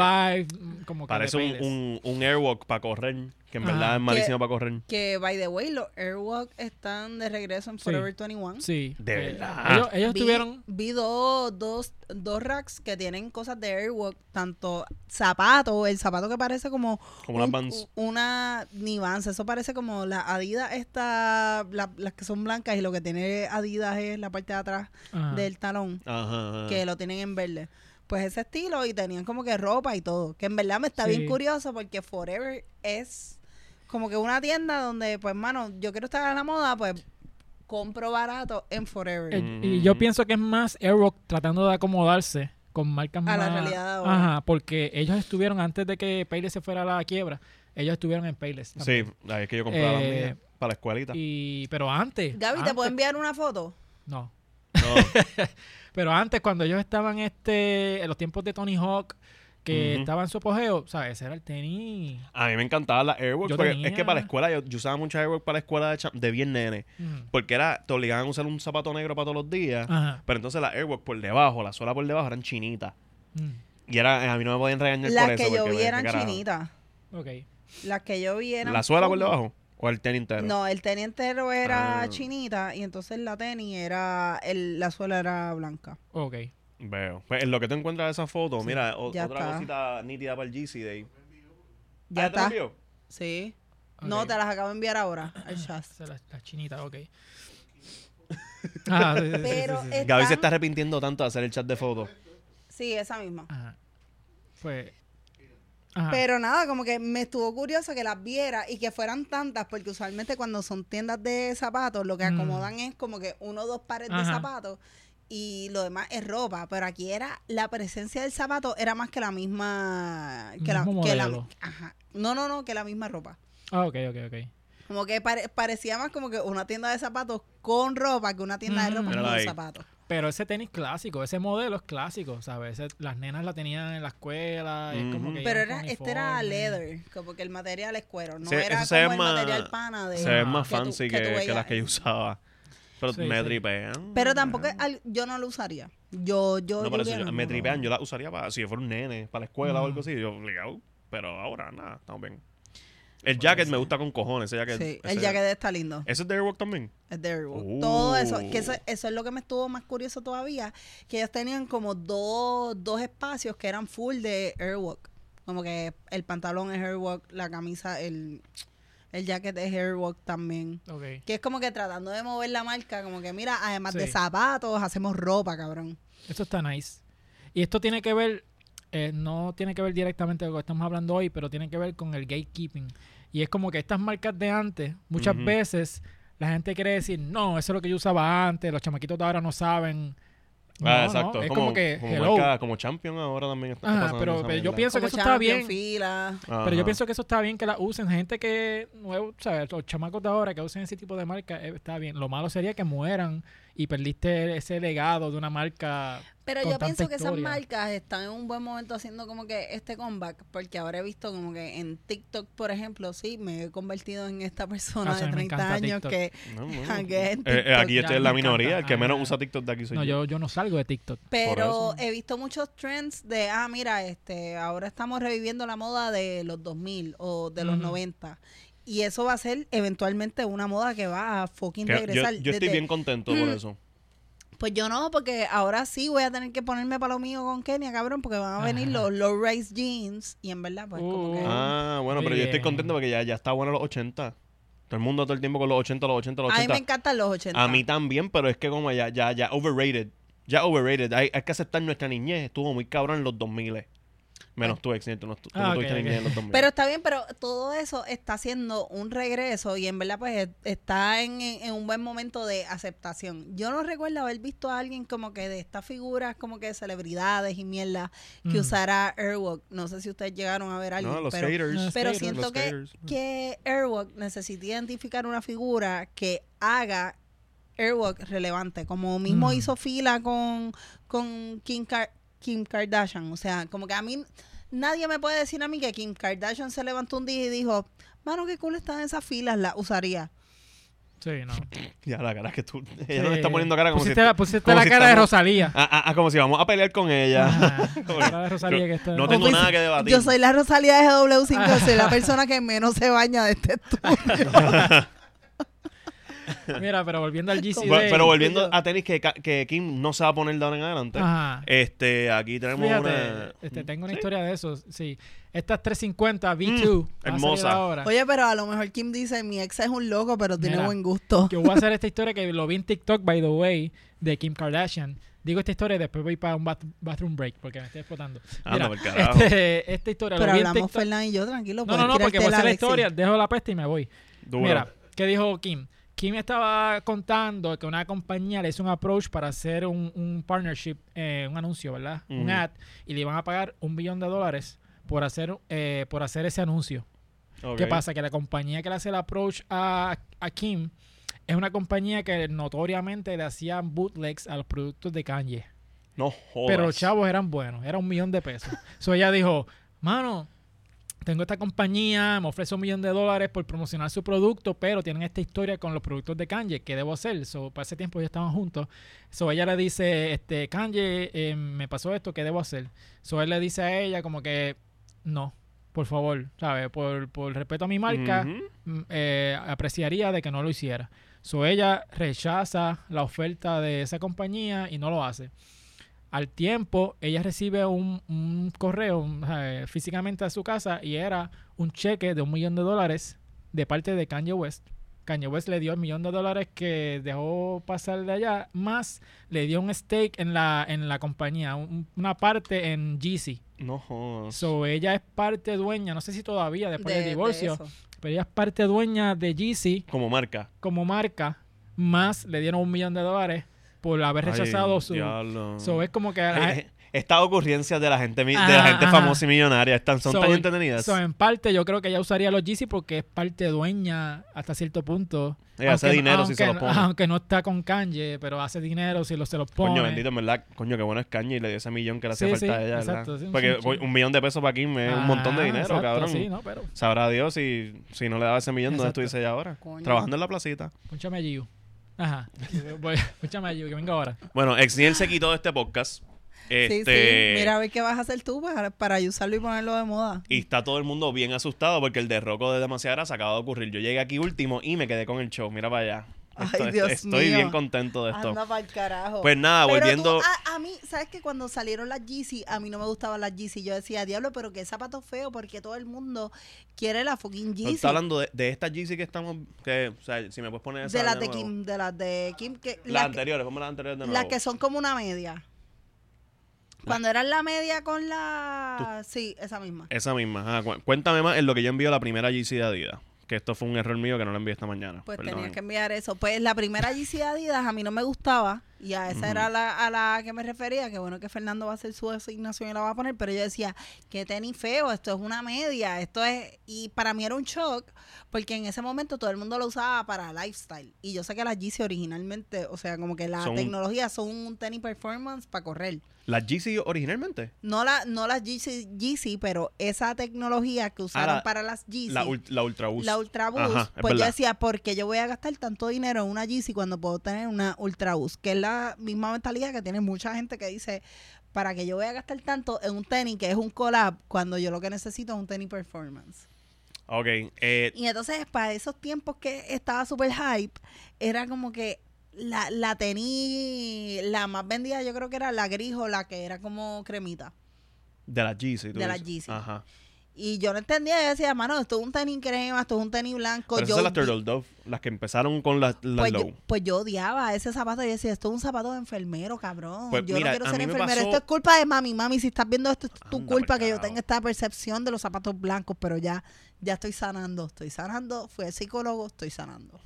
[SPEAKER 1] vibe mm, como que de
[SPEAKER 2] parece un,
[SPEAKER 1] Payless.
[SPEAKER 2] un, un airwalk para correr, que en
[SPEAKER 1] Ajá.
[SPEAKER 2] verdad es malísimo para correr.
[SPEAKER 3] Que, by the way, los Airwalk están de regreso en
[SPEAKER 1] Sí.
[SPEAKER 3] Forever 21.
[SPEAKER 1] Sí.
[SPEAKER 2] De
[SPEAKER 1] Eh,
[SPEAKER 2] verdad.
[SPEAKER 1] Ellos, ellos
[SPEAKER 3] vi,
[SPEAKER 1] tuvieron.
[SPEAKER 3] vi dos, dos, dos racks que tienen cosas de Airwalk, tanto zapato, el zapato que parece como,
[SPEAKER 2] Como unas
[SPEAKER 3] un-
[SPEAKER 2] Vans.
[SPEAKER 3] u- una ni Vans, eso parece como la Adidas esta, la- las que son blancas y lo que tiene Adidas es la parte de atrás
[SPEAKER 1] ajá.
[SPEAKER 3] del talón,
[SPEAKER 2] Ajá. ajá.
[SPEAKER 3] que lo tienen en verde. Pues ese estilo y tenían como que ropa y todo, que en verdad me está bien
[SPEAKER 1] Sí.
[SPEAKER 3] curioso porque Forever es como que una tienda donde pues mano, yo quiero estar a la moda, pues compro barato en Forever.
[SPEAKER 1] Eh, Y yo pienso que es más Airwalk tratando de acomodarse con marcas
[SPEAKER 3] A
[SPEAKER 1] más.
[SPEAKER 3] la realidad de ahora.
[SPEAKER 1] Ajá, porque ellos estuvieron antes de que Payless se fuera a la quiebra. Ellos estuvieron en Payless.
[SPEAKER 2] Sí,
[SPEAKER 1] también.
[SPEAKER 2] ahí es que yo
[SPEAKER 1] Eh,
[SPEAKER 2] compraba las mías para la escuelita.
[SPEAKER 1] Y, pero antes.
[SPEAKER 3] Gaby, ¿te
[SPEAKER 2] Ah,
[SPEAKER 1] antes-
[SPEAKER 2] pues,
[SPEAKER 3] puedo enviar una foto?
[SPEAKER 1] No.
[SPEAKER 2] No,
[SPEAKER 1] Pero antes, cuando ellos estaban este, en los tiempos de Tony Hawk que
[SPEAKER 2] Ujú.
[SPEAKER 1] estaba en su apogeo, ¿sabes? Ese era el tenis.
[SPEAKER 2] A mí me encantaba la Airwalk.
[SPEAKER 1] Yo
[SPEAKER 2] porque
[SPEAKER 1] tenía-
[SPEAKER 2] Es que para la escuela, yo, yo usaba mucho Airwalk para la escuela de, cha- de bien nene.
[SPEAKER 1] Ujú.
[SPEAKER 2] Porque era, te obligaban a usar un zapato negro para todos los días.
[SPEAKER 1] Ajá.
[SPEAKER 2] Pero entonces la Airwalk por debajo, la suela por debajo eran chinitas.
[SPEAKER 1] Mm.
[SPEAKER 2] Y era, a mí no me podían regañar
[SPEAKER 3] Las
[SPEAKER 2] por eso.
[SPEAKER 3] que yo
[SPEAKER 2] porque me-
[SPEAKER 3] vi eran
[SPEAKER 2] ¿qué carajo?
[SPEAKER 3] chinitas.
[SPEAKER 1] Ok.
[SPEAKER 3] Las que yo vi eran.
[SPEAKER 2] ¿La suela por
[SPEAKER 3] como-
[SPEAKER 2] debajo? ¿O el tenis entero?
[SPEAKER 3] No, el tenis entero era
[SPEAKER 2] Ah.
[SPEAKER 3] chinita y entonces la tenis era. el- la suela era blanca.
[SPEAKER 1] Ok.
[SPEAKER 2] Veo. Pues en lo que tú encuentras de esa foto, mira, o- otra
[SPEAKER 3] ya está.
[SPEAKER 2] cosita nítida para el GC Day.
[SPEAKER 3] Ya
[SPEAKER 2] Ah, ¿te lo
[SPEAKER 3] está.
[SPEAKER 2] envió?
[SPEAKER 3] Sí.
[SPEAKER 1] ok.
[SPEAKER 3] No, te las acabo de enviar ahora al chat.
[SPEAKER 1] Esa es la, la chinita, ok. Ah, sí, sí, sí, sí,
[SPEAKER 3] Pero
[SPEAKER 1] sí, sí.
[SPEAKER 3] es-
[SPEAKER 2] Gaby se
[SPEAKER 3] Está-
[SPEAKER 2] está arrepintiendo tanto de hacer el chat de fotos.
[SPEAKER 3] Sí, esa misma.
[SPEAKER 1] Ajá. Pues. Ajá.
[SPEAKER 3] Pero nada, como que me estuvo curioso que las viera y que fueran tantas, porque usualmente cuando son tiendas de zapatos, lo que
[SPEAKER 1] Mm.
[SPEAKER 3] acomodan es como que uno o dos pares de
[SPEAKER 1] Ajá.
[SPEAKER 3] zapatos y lo demás es ropa. Pero aquí era la presencia del zapato era más que la misma. Que la,
[SPEAKER 1] Mismo
[SPEAKER 3] que la-
[SPEAKER 1] modelo.
[SPEAKER 3] ajá. No, no, no, que la misma ropa.
[SPEAKER 1] Ah, ok, ok, ok.
[SPEAKER 3] Como que pare- parecía más como que una tienda de zapatos con ropa que una tienda de
[SPEAKER 1] Mm.
[SPEAKER 3] ropa
[SPEAKER 2] Mírala
[SPEAKER 3] con
[SPEAKER 2] ahí.
[SPEAKER 3] zapatos.
[SPEAKER 1] Pero ese tenis clásico, ese modelo es clásico, ¿sabes? Ese- las nenas la tenían en la escuela, es como
[SPEAKER 2] Ujú.
[SPEAKER 1] que
[SPEAKER 3] Pero
[SPEAKER 1] iban
[SPEAKER 3] era,
[SPEAKER 1] con
[SPEAKER 3] este era
[SPEAKER 1] uniforme.
[SPEAKER 3] leather, como que el material es cuero, no
[SPEAKER 2] Sí,
[SPEAKER 3] era
[SPEAKER 2] eso se ve
[SPEAKER 3] como el
[SPEAKER 2] más-
[SPEAKER 3] material pana de
[SPEAKER 2] Se ven más
[SPEAKER 3] que tú-
[SPEAKER 2] fancy
[SPEAKER 3] que
[SPEAKER 2] que,
[SPEAKER 3] tú
[SPEAKER 2] que
[SPEAKER 3] veías.
[SPEAKER 2] las que yo usaba. Pero
[SPEAKER 1] Sí,
[SPEAKER 2] me
[SPEAKER 1] sí.
[SPEAKER 2] tripean.
[SPEAKER 3] Pero tampoco es al- yo no lo usaría. Yo, yo,
[SPEAKER 2] No, por eso
[SPEAKER 3] Julia,
[SPEAKER 2] yo-
[SPEAKER 3] no,
[SPEAKER 2] me
[SPEAKER 3] no.
[SPEAKER 2] tripean. Yo la usaría para si yo fuera un nene, para la escuela o
[SPEAKER 1] Mm.
[SPEAKER 2] algo así. Yo obligado. Pero ahora nada, estamos bien. El jacket me gusta con cojones. Ese jacket.
[SPEAKER 3] Sí,
[SPEAKER 2] ese-
[SPEAKER 3] el jacket está lindo.
[SPEAKER 2] ¿Ese es de Airwalk también?
[SPEAKER 3] El de Airwalk.
[SPEAKER 2] Uh.
[SPEAKER 3] Todo eso, que eso, eso es lo que me estuvo más curioso todavía, que ellos tenían como dos, dos espacios que eran full de Airwalk. Como que el pantalón es Airwalk, la camisa, el, el jacket es Airwalk también.
[SPEAKER 1] Ok.
[SPEAKER 3] Que es como que tratando de mover la marca, como que mira, además de
[SPEAKER 1] Sí.
[SPEAKER 3] zapatos, hacemos ropa, cabrón.
[SPEAKER 1] Esto está nice. Y esto tiene que ver, eh, no tiene que ver directamente con lo que estamos hablando hoy, pero tiene que ver con el gatekeeping. Y es como que estas marcas de antes, muchas
[SPEAKER 2] Ujú.
[SPEAKER 1] veces la gente quiere decir, no, eso es lo que yo usaba antes, los chamaquitos de ahora no saben. No,
[SPEAKER 2] ah,
[SPEAKER 1] no,
[SPEAKER 2] exacto.
[SPEAKER 1] Es como, que,
[SPEAKER 2] como,
[SPEAKER 1] hello.
[SPEAKER 2] marca- como champion ahora también está
[SPEAKER 1] Ajá,
[SPEAKER 2] pasando
[SPEAKER 1] pero-
[SPEAKER 2] esa
[SPEAKER 1] pero yo
[SPEAKER 2] mierda.
[SPEAKER 1] pienso- que
[SPEAKER 3] Como
[SPEAKER 1] eso está
[SPEAKER 3] champion,
[SPEAKER 1] bien.
[SPEAKER 3] fila.
[SPEAKER 1] Pero yo
[SPEAKER 2] Ajá.
[SPEAKER 1] pienso que eso está bien que la usen. Gente que, nuevo, ¿sabes? Los chamacos de ahora que usen ese tipo de marca, eh, está bien. Lo malo sería que mueran y perdiste ese legado de una marca.
[SPEAKER 3] Pero
[SPEAKER 1] con
[SPEAKER 3] yo
[SPEAKER 1] tanta
[SPEAKER 3] pienso que esas
[SPEAKER 1] historia.
[SPEAKER 3] marcas están en un buen momento haciendo como que este comeback, porque ahora he visto como que en TikTok, por ejemplo, sí, me he convertido en esta persona
[SPEAKER 1] Ah, sí, a mí
[SPEAKER 3] de
[SPEAKER 1] me
[SPEAKER 3] 30
[SPEAKER 1] encanta
[SPEAKER 3] años
[SPEAKER 1] TikTok.
[SPEAKER 3] que...
[SPEAKER 2] No, no.
[SPEAKER 3] Ah, que es en
[SPEAKER 2] Eh, eh,
[SPEAKER 3] TikTok.
[SPEAKER 2] aquí estoy
[SPEAKER 1] Ya,
[SPEAKER 2] en la
[SPEAKER 1] me encanta.
[SPEAKER 2] minoría. El que
[SPEAKER 1] Ah,
[SPEAKER 2] menos
[SPEAKER 1] ya.
[SPEAKER 2] usa TikTok de aquí soy
[SPEAKER 1] No,
[SPEAKER 2] yo.
[SPEAKER 1] yo, yo no salgo de TikTok.
[SPEAKER 3] Pero
[SPEAKER 2] eso.
[SPEAKER 3] he visto muchos trends de, ah, mira, este, ahora estamos reviviendo la moda de los 2000 o de los
[SPEAKER 1] Ujú.
[SPEAKER 3] 90. Y eso va a ser eventualmente una moda que va a fucking
[SPEAKER 2] Que- yo,
[SPEAKER 3] regresar.
[SPEAKER 2] yo estoy
[SPEAKER 3] desde-
[SPEAKER 2] bien contento por eso.
[SPEAKER 3] Pues yo no, porque ahora sí voy a tener que ponerme para lo mío con Kenia, cabrón, porque van a venir
[SPEAKER 1] Ajá.
[SPEAKER 3] los low rise jeans. Y en verdad, pues como que.
[SPEAKER 1] Uh.
[SPEAKER 2] Ah, bueno,
[SPEAKER 1] Muy
[SPEAKER 2] pero yo estoy
[SPEAKER 1] bien.
[SPEAKER 2] contento porque ya, ya está bueno los 80. Todo el mundo todo el tiempo con los 80, los 80, Ah, los
[SPEAKER 3] A mí
[SPEAKER 2] 80.
[SPEAKER 3] me encantan los 80.
[SPEAKER 2] A mí también, pero es que como ya, ya, ya overrated. Ya overrated. Hay, hay que aceptar nuestra niñez. Estuvo muy cabrón en los 2000. Menos tú, ex, tú no, tú
[SPEAKER 1] Ah,
[SPEAKER 2] no
[SPEAKER 1] ok,
[SPEAKER 2] tuviste
[SPEAKER 1] ok.
[SPEAKER 2] niñez en los 2000.
[SPEAKER 3] Pero está bien, pero todo eso está haciendo un regreso y en verdad pues es- está en, en- en un buen momento de aceptación. Yo no recuerdo haber visto a alguien como que de estas figuras como que de celebridades y mierda
[SPEAKER 1] Mm.
[SPEAKER 3] que usara Airwalk. No sé si ustedes llegaron a ver a alguien,
[SPEAKER 2] no, los
[SPEAKER 3] pero,
[SPEAKER 2] haters.
[SPEAKER 1] No,
[SPEAKER 3] pero
[SPEAKER 1] skaters,
[SPEAKER 3] siento
[SPEAKER 2] los
[SPEAKER 3] que,
[SPEAKER 2] skaters.
[SPEAKER 3] que Airwalk necesita identificar una figura que haga Airwalk relevante, como mismo
[SPEAKER 1] Mm.
[SPEAKER 3] hizo fila con, con Kim, Kar- Kim Kardashian. O sea, como que a mí nadie me puede decir a mí que Kim Kardashian se levantó un día y dijo, mano, qué cool están esas filas, las usaría.
[SPEAKER 1] Sí, no.
[SPEAKER 2] Ya, la cara que tú. Ella no me
[SPEAKER 1] Sí.
[SPEAKER 2] está poniendo cara como si.
[SPEAKER 1] pusiste la, pusiste
[SPEAKER 2] como
[SPEAKER 1] la Ah.
[SPEAKER 2] si
[SPEAKER 1] cara de
[SPEAKER 2] estamos-
[SPEAKER 1] Rosalía.
[SPEAKER 2] Ah, ah, ah, como si vamos a pelear con ella.
[SPEAKER 1] Ajá,
[SPEAKER 2] Como
[SPEAKER 1] la cara de Rosalía
[SPEAKER 2] yo-
[SPEAKER 1] que está.
[SPEAKER 2] no tengo nada que debatir.
[SPEAKER 3] Pues, Yo soy la Rosalía de GW5, soy la persona que menos se baña de este estudio.
[SPEAKER 1] Mira, pero volviendo al GC.
[SPEAKER 2] Bu-
[SPEAKER 1] Day.
[SPEAKER 2] pero volviendo a tenis, que, ca- que Kim no se va a poner de ahora en adelante.
[SPEAKER 1] Ajá.
[SPEAKER 2] Este, aquí tenemos
[SPEAKER 1] Fíjate,
[SPEAKER 2] una.
[SPEAKER 1] este, tengo una
[SPEAKER 2] Sí.
[SPEAKER 1] historia de eso. Sí. Esta es 350 V2.
[SPEAKER 2] Mm,
[SPEAKER 1] va a salir
[SPEAKER 2] hermosa.
[SPEAKER 1] Ahora.
[SPEAKER 3] Oye, pero a lo mejor Kim dice, mi ex es un loco, pero tiene
[SPEAKER 1] Mira,
[SPEAKER 3] buen gusto.
[SPEAKER 1] Yo voy a hacer esta historia que lo vi en TikTok, by the way, de Kim Kardashian. Digo esta historia y después voy para un bath- bathroom break porque me estoy explotando.
[SPEAKER 2] Ah,
[SPEAKER 1] Mira,
[SPEAKER 2] no, por carajo.
[SPEAKER 1] este, esta historia
[SPEAKER 3] Pero
[SPEAKER 1] lo vi en
[SPEAKER 3] hablamos
[SPEAKER 1] TikTok.
[SPEAKER 3] Fernán y yo, tranquilo.
[SPEAKER 1] No,
[SPEAKER 3] puedes
[SPEAKER 1] no, no, porque voy a
[SPEAKER 3] tirarte
[SPEAKER 1] hacer la
[SPEAKER 3] Alexis.
[SPEAKER 1] historia, dejo la peste y me voy.
[SPEAKER 2] Duro.
[SPEAKER 1] Mira, ¿qué dijo Kim? Kim estaba contando que una compañía le hizo un approach para hacer un, un partnership, eh, un anuncio, ¿verdad? Un
[SPEAKER 2] Ujú.
[SPEAKER 1] ad, y le iban a pagar un billón de dólares por hacer, eh, por hacer ese anuncio.
[SPEAKER 2] Ok.
[SPEAKER 1] ¿Qué pasa? Que la compañía que le hace el approach a, a Kim es una compañía que notoriamente le hacían bootlegs a los productos de Kanye.
[SPEAKER 2] No jodas.
[SPEAKER 1] Pero los chavos eran buenos, era un millón de pesos. so ella dijo, mano, tengo esta compañía, me ofrece un millón de dólares por promocionar su producto, pero tienen esta historia con los productos de Kanye, ¿qué debo hacer? So, para ese tiempo ya estaban juntos. So, ella le dice, este, Kanye, eh, me pasó esto, ¿qué debo hacer? So, él le dice a ella como que, no, por favor, ¿sabes? Por, por respeto a mi marca,
[SPEAKER 2] Ujú.
[SPEAKER 1] mm, eh, apreciaría de que no lo hiciera. So ella rechaza la oferta de esa compañía y no lo hace. Al tiempo, ella recibe un, un correo un, eh, físicamente a su casa y era un cheque de un millón de dólares de parte de Kanye West. Kanye West le dio el millón de dólares que dejó pasar de allá, más le dio un stake en la, en la compañía, un- una parte en Yeezy.
[SPEAKER 2] No jodas.
[SPEAKER 1] So ella es parte dueña, no sé si todavía después
[SPEAKER 3] de-
[SPEAKER 1] del
[SPEAKER 3] de
[SPEAKER 1] divorcio,
[SPEAKER 3] eso.
[SPEAKER 1] pero ella es parte dueña de Yeezy
[SPEAKER 2] Como marca.
[SPEAKER 1] como marca, más le dieron un millón de dólares por haber rechazado
[SPEAKER 2] Ay,
[SPEAKER 1] su...
[SPEAKER 2] diablo.
[SPEAKER 1] So es como que...
[SPEAKER 2] Ay, eh, Estas ocurrencias de la gente, mi- de la
[SPEAKER 1] Ajá,
[SPEAKER 2] gente
[SPEAKER 1] ajá.
[SPEAKER 2] famosa y millonaria están, son
[SPEAKER 1] so-
[SPEAKER 2] tan entretenidas.
[SPEAKER 1] so, en parte yo creo que ella usaría los Yeezy porque es parte dueña hasta cierto punto.
[SPEAKER 2] Ella hace dinero si se lo
[SPEAKER 1] aunque-
[SPEAKER 2] pone.
[SPEAKER 1] Aunque no está con Kanye, pero hace dinero si lo, se los pone.
[SPEAKER 2] Coño, bendito, en verdad. Coño, qué bueno es Kanye y le dio ese millón que le
[SPEAKER 1] Sí,
[SPEAKER 2] hacía
[SPEAKER 1] sí,
[SPEAKER 2] falta a ella, ¿verdad?
[SPEAKER 1] exacto, sí, un
[SPEAKER 2] Porque
[SPEAKER 1] chinchín.
[SPEAKER 2] coño, un millón de pesos para Kim es un montón de
[SPEAKER 1] Ah,
[SPEAKER 2] dinero,
[SPEAKER 1] exacto,
[SPEAKER 2] cabrón.
[SPEAKER 1] Sí, no, pero...
[SPEAKER 2] Sabrá Dios si, si no le daba ese millón, ¿dónde
[SPEAKER 1] Exacto.
[SPEAKER 2] estuviese ella ahora?
[SPEAKER 3] Coño.
[SPEAKER 2] Trabajando en la placita.
[SPEAKER 1] Escúchame a Giu. Ajá. Voy- Escúchame a Giu, que venga ahora.
[SPEAKER 2] Bueno, Exniel se quitó de este podcast.
[SPEAKER 3] Sí,
[SPEAKER 2] Este,
[SPEAKER 3] sí. Mira a ver qué vas a hacer tú para, para usarlo y ponerlo de moda.
[SPEAKER 2] Y está todo el mundo bien asustado porque el derroco de Demasiada Grasa acaba de ocurrir. Yo llegué aquí último y me quedé con el show. Mira para allá.
[SPEAKER 3] Ay,
[SPEAKER 2] Esto- esto-
[SPEAKER 3] Dios
[SPEAKER 2] estoy
[SPEAKER 3] mío.
[SPEAKER 2] bien contento de esto.
[SPEAKER 3] Anda para el carajo.
[SPEAKER 2] Pues nada,
[SPEAKER 3] Pero
[SPEAKER 2] volviendo.
[SPEAKER 3] tú, ah, a, a mí, ¿sabes que Cuando salieron las Yeezy, a mí no me gustaban las Yeezy. Yo decía, diablo, pero qué zapato feo, porque todo el mundo quiere la fucking
[SPEAKER 2] No,
[SPEAKER 3] Yeezy.
[SPEAKER 2] está hablando de, de esta Yeezy que estamos. Que, o sea, si me puedes poner esa.
[SPEAKER 3] de las de
[SPEAKER 2] nuevo.
[SPEAKER 3] Kim, de las de Kim, que
[SPEAKER 2] Las
[SPEAKER 3] las que-
[SPEAKER 2] anteriores, ponme las anteriores de nuevo.
[SPEAKER 3] las que son como una media. Cuando eran la media con la... Sí, esa misma.
[SPEAKER 2] Esa misma. ajá. Cu- Cuéntame más en lo que yo envío la primera Yeezy de Adidas. Que esto fue un error mío que no la envié esta mañana.
[SPEAKER 3] Pues
[SPEAKER 2] Perdonen.
[SPEAKER 3] tenías que enviar eso. Pues la primera Yeezy de Adidas a mí no me gustaba. Y a esa era la, a la que me refería. Que bueno que Fernando va a hacer su asignación y la va a poner. Pero yo decía, qué tenis feo, esto es una media. Esto es. Y para mí era un shock. Porque en ese momento todo el mundo lo usaba para lifestyle. Y yo sé que las Yeezy originalmente, o sea, como que la
[SPEAKER 2] Son un-
[SPEAKER 3] tecnología son un tenis performance para correr.
[SPEAKER 2] ¿Las Yeezy originalmente?
[SPEAKER 3] No, la, no las Yeezy, Yeezy, pero esa tecnología que usaron
[SPEAKER 2] la-
[SPEAKER 3] para las Yeezy
[SPEAKER 2] La, ul- la Ultra Boost.
[SPEAKER 3] la Ultra Boost,
[SPEAKER 2] Ajá, es
[SPEAKER 3] pues yo
[SPEAKER 2] verdad.
[SPEAKER 3] decía, ¿por qué yo voy a gastar tanto dinero en una Yeezy cuando puedo tener una Ultra Boost? Que es la misma mentalidad que tiene mucha gente que dice, ¿para qué yo voy a gastar tanto en un tenis que es un collab cuando yo lo que necesito es un tenis performance?
[SPEAKER 2] Ok. eh,
[SPEAKER 3] Y entonces, para esos tiempos que estaba súper hype, era como que la, la tenis, la más vendida yo creo que era la gris o la que era como cremita.
[SPEAKER 2] de las Yeezy. tú
[SPEAKER 3] De las
[SPEAKER 2] dices.
[SPEAKER 3] Yeezy.
[SPEAKER 2] Ajá.
[SPEAKER 3] Y yo no entendía, yo decía, mano, esto es un tenis crema, esto es un tenis blanco.
[SPEAKER 2] Pero esas
[SPEAKER 3] yo
[SPEAKER 2] son las
[SPEAKER 3] vi-
[SPEAKER 2] Turtle Dove. Las que empezaron con las las
[SPEAKER 3] pues,
[SPEAKER 2] Low.
[SPEAKER 3] yo, pues yo odiaba ese zapato. Yo decía, esto es un zapato de enfermero, cabrón.
[SPEAKER 2] Pues
[SPEAKER 3] yo
[SPEAKER 2] mira,
[SPEAKER 3] no quiero
[SPEAKER 2] a
[SPEAKER 3] ser
[SPEAKER 2] mí me
[SPEAKER 3] enfermero.
[SPEAKER 2] pasó-
[SPEAKER 3] Esto es culpa de mami. Mami, si estás viendo esto, esto es tu
[SPEAKER 2] Anda,
[SPEAKER 3] culpa
[SPEAKER 2] pa'l
[SPEAKER 3] que yo
[SPEAKER 2] carajo.
[SPEAKER 3] tenga esta percepción de los zapatos blancos. Pero ya, ya estoy sanando. Estoy sanando. Fui al psicólogo, estoy sanando.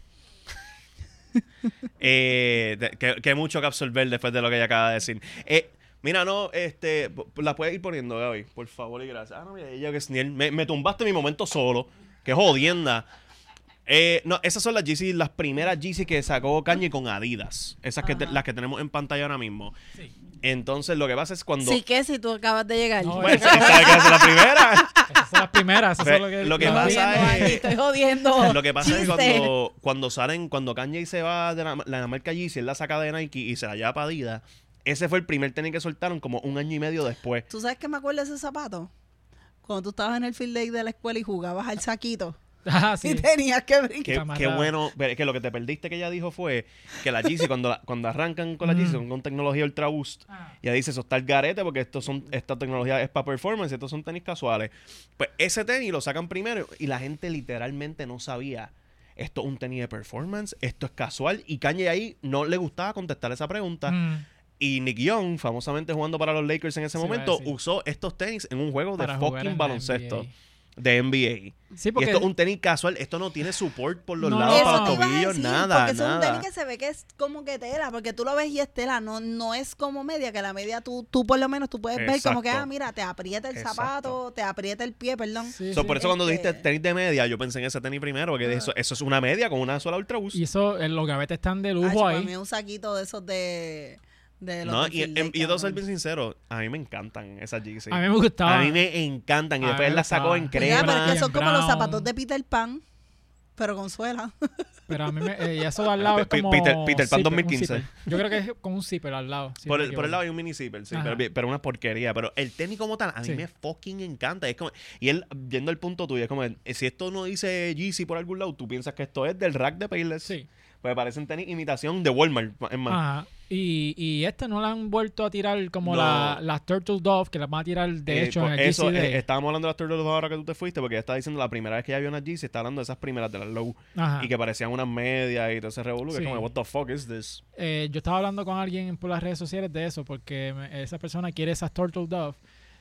[SPEAKER 2] Eh, de- que, que mucho que absorber después de lo que ella acaba de decir. Eh, mira, no, este, p- p- la puedes ir poniendo, Gaby, por favor y gracias. Ah, no, mira, ella que es Niel. Me, me tumbaste mi momento solo. Qué jodienda. Eh, no, esas son las GC, las primeras GC que sacó Kanye con Adidas. Esas que te-
[SPEAKER 3] Ajá.
[SPEAKER 2] las que tenemos en pantalla ahora mismo.
[SPEAKER 1] Sí.
[SPEAKER 2] Entonces, lo que pasa es cuando.
[SPEAKER 3] que si tú acabas de llegar.
[SPEAKER 1] No,
[SPEAKER 2] Pues, esa- esa que es la primera.
[SPEAKER 1] Esas son las primeras. esas son
[SPEAKER 2] Ve, lo que
[SPEAKER 1] las-
[SPEAKER 2] pasa es-
[SPEAKER 3] jodiendo.
[SPEAKER 2] Lo que pasa es que
[SPEAKER 3] Chiste.
[SPEAKER 2] cuando, cuando salen, cuando Kanye se va de la, la marca Yeezy, él la saca de Nike y se la lleva para Adidas. Ese fue el primer tenis que soltaron como un año y medio después.
[SPEAKER 3] ¿Tú sabes que me acuerdo de ese zapato? Cuando tú estabas en el field day de la escuela y jugabas al saquito.
[SPEAKER 1] Ah, sí.
[SPEAKER 3] Y tenías que brincar.
[SPEAKER 2] Qué,
[SPEAKER 1] Camarada.
[SPEAKER 2] qué bueno. pero es que lo que te perdiste que ella dijo fue que la Yeezy, cuando, la- cuando arrancan con la
[SPEAKER 1] Mm.
[SPEAKER 2] Yeezy, son con tecnología Ultra Boost.
[SPEAKER 1] Ah.
[SPEAKER 2] Y ella dice, eso está el garete porque estos son, esta tecnología es para performance, estos son tenis casuales. Pues ese tenis lo sacan primero y la gente literalmente no sabía. Esto es un tenis de performance, esto es casual. Y Kanye ahí no le gustaba contestar esa pregunta.
[SPEAKER 1] Mm.
[SPEAKER 2] Y Nick Young, famosamente jugando para los Lakers en
[SPEAKER 1] Sí,
[SPEAKER 2] ese
[SPEAKER 1] iba a
[SPEAKER 2] momento,
[SPEAKER 1] decir.
[SPEAKER 2] usó estos tenis en un juego de
[SPEAKER 1] Para jugar en la
[SPEAKER 2] fucking baloncesto
[SPEAKER 1] NBA.
[SPEAKER 2] de NBA.
[SPEAKER 1] Sí,
[SPEAKER 2] Y
[SPEAKER 1] porque
[SPEAKER 2] esto es un tenis casual, esto no tiene support por los
[SPEAKER 1] No.
[SPEAKER 2] lados
[SPEAKER 1] Eso
[SPEAKER 2] Ah, para los
[SPEAKER 1] te
[SPEAKER 3] iba a
[SPEAKER 2] tobillos,
[SPEAKER 3] decir,
[SPEAKER 2] nada,
[SPEAKER 3] porque es un
[SPEAKER 2] nada.
[SPEAKER 3] tenis que se ve que es como que tela, porque tú lo ves y es tela, no, no es como media, que la media tú, tú por lo menos tú puedes ver como que,
[SPEAKER 2] Exacto.
[SPEAKER 3] ah, mira, te aprieta el
[SPEAKER 2] Exacto.
[SPEAKER 3] zapato, te aprieta el pie, perdón.
[SPEAKER 1] sí,
[SPEAKER 2] So,
[SPEAKER 1] sí. eh,
[SPEAKER 2] por eso cuando dijiste
[SPEAKER 3] Este-
[SPEAKER 2] tenis de media, yo pensé en ese tenis primero, porque dije, eso, eso es una media con una sola ultrabus.
[SPEAKER 1] Y eso, eh, los gavetes están de
[SPEAKER 3] Ay, pues,
[SPEAKER 1] lujo
[SPEAKER 3] Ah, para mí
[SPEAKER 1] ahí.
[SPEAKER 3] un saquito de esos de, de los
[SPEAKER 2] No,
[SPEAKER 3] de
[SPEAKER 2] y,
[SPEAKER 3] Field Day,
[SPEAKER 2] em- y yo tengo que ser
[SPEAKER 3] cabrón.
[SPEAKER 2] bien sincero, a mí me encantan esas Yeezy.
[SPEAKER 1] A mí me gustaba.
[SPEAKER 2] A mí me encantan. Y
[SPEAKER 1] A
[SPEAKER 2] después
[SPEAKER 1] mí me
[SPEAKER 2] él las sacó
[SPEAKER 1] gustaba.
[SPEAKER 2] en
[SPEAKER 3] Mira, Pues pero es
[SPEAKER 2] crema.
[SPEAKER 3] que son como los
[SPEAKER 1] Brown.
[SPEAKER 3] zapatos de Peter Pan, pero con suela.
[SPEAKER 1] Pero a mí me, eh, y eso de al lado es
[SPEAKER 2] Pe-
[SPEAKER 1] como.
[SPEAKER 2] Peter- Peter Pan
[SPEAKER 1] zipper, un
[SPEAKER 2] 2015.
[SPEAKER 1] zipper. Yo creo que es con un zipper al lado. si no
[SPEAKER 2] Por
[SPEAKER 1] me
[SPEAKER 2] el, por el
[SPEAKER 1] equivoco.
[SPEAKER 2] lado hay un mini zipper, sí,
[SPEAKER 1] Ajá.
[SPEAKER 2] pero, bien- pero una porquería. Pero el tenis como tal, a mí
[SPEAKER 1] Sí.
[SPEAKER 2] me fucking encanta. Es como, y él, yendo al punto tuyo, es como, eh, si esto no dice Yeezy por algún lado, tú piensas que esto es del rack de Payless.
[SPEAKER 1] Sí. Ah,
[SPEAKER 2] Pues parecen tenis imitación de Walmart, es más.
[SPEAKER 1] Ajá. Y, y este no la han vuelto a tirar como
[SPEAKER 2] No.
[SPEAKER 1] la- las Turtle Dove, que las van a tirar de
[SPEAKER 2] Eh,
[SPEAKER 1] hecho
[SPEAKER 2] pues
[SPEAKER 1] en el
[SPEAKER 2] eso,
[SPEAKER 1] GC
[SPEAKER 2] eh,
[SPEAKER 1] Day.
[SPEAKER 2] estábamos hablando de las Turtles ahora que tú te fuiste, porque ella está diciendo la primera vez que ella vio una Yeezy, está hablando de esas primeras de las low
[SPEAKER 1] Ajá.
[SPEAKER 2] y que parecían unas medias y todo ese revolú, que
[SPEAKER 1] Ah. Sí.
[SPEAKER 2] es como, what the fuck is this?
[SPEAKER 1] Eh, yo estaba hablando con alguien por las redes sociales de eso, porque me- esa persona quiere esas Turtle Dove.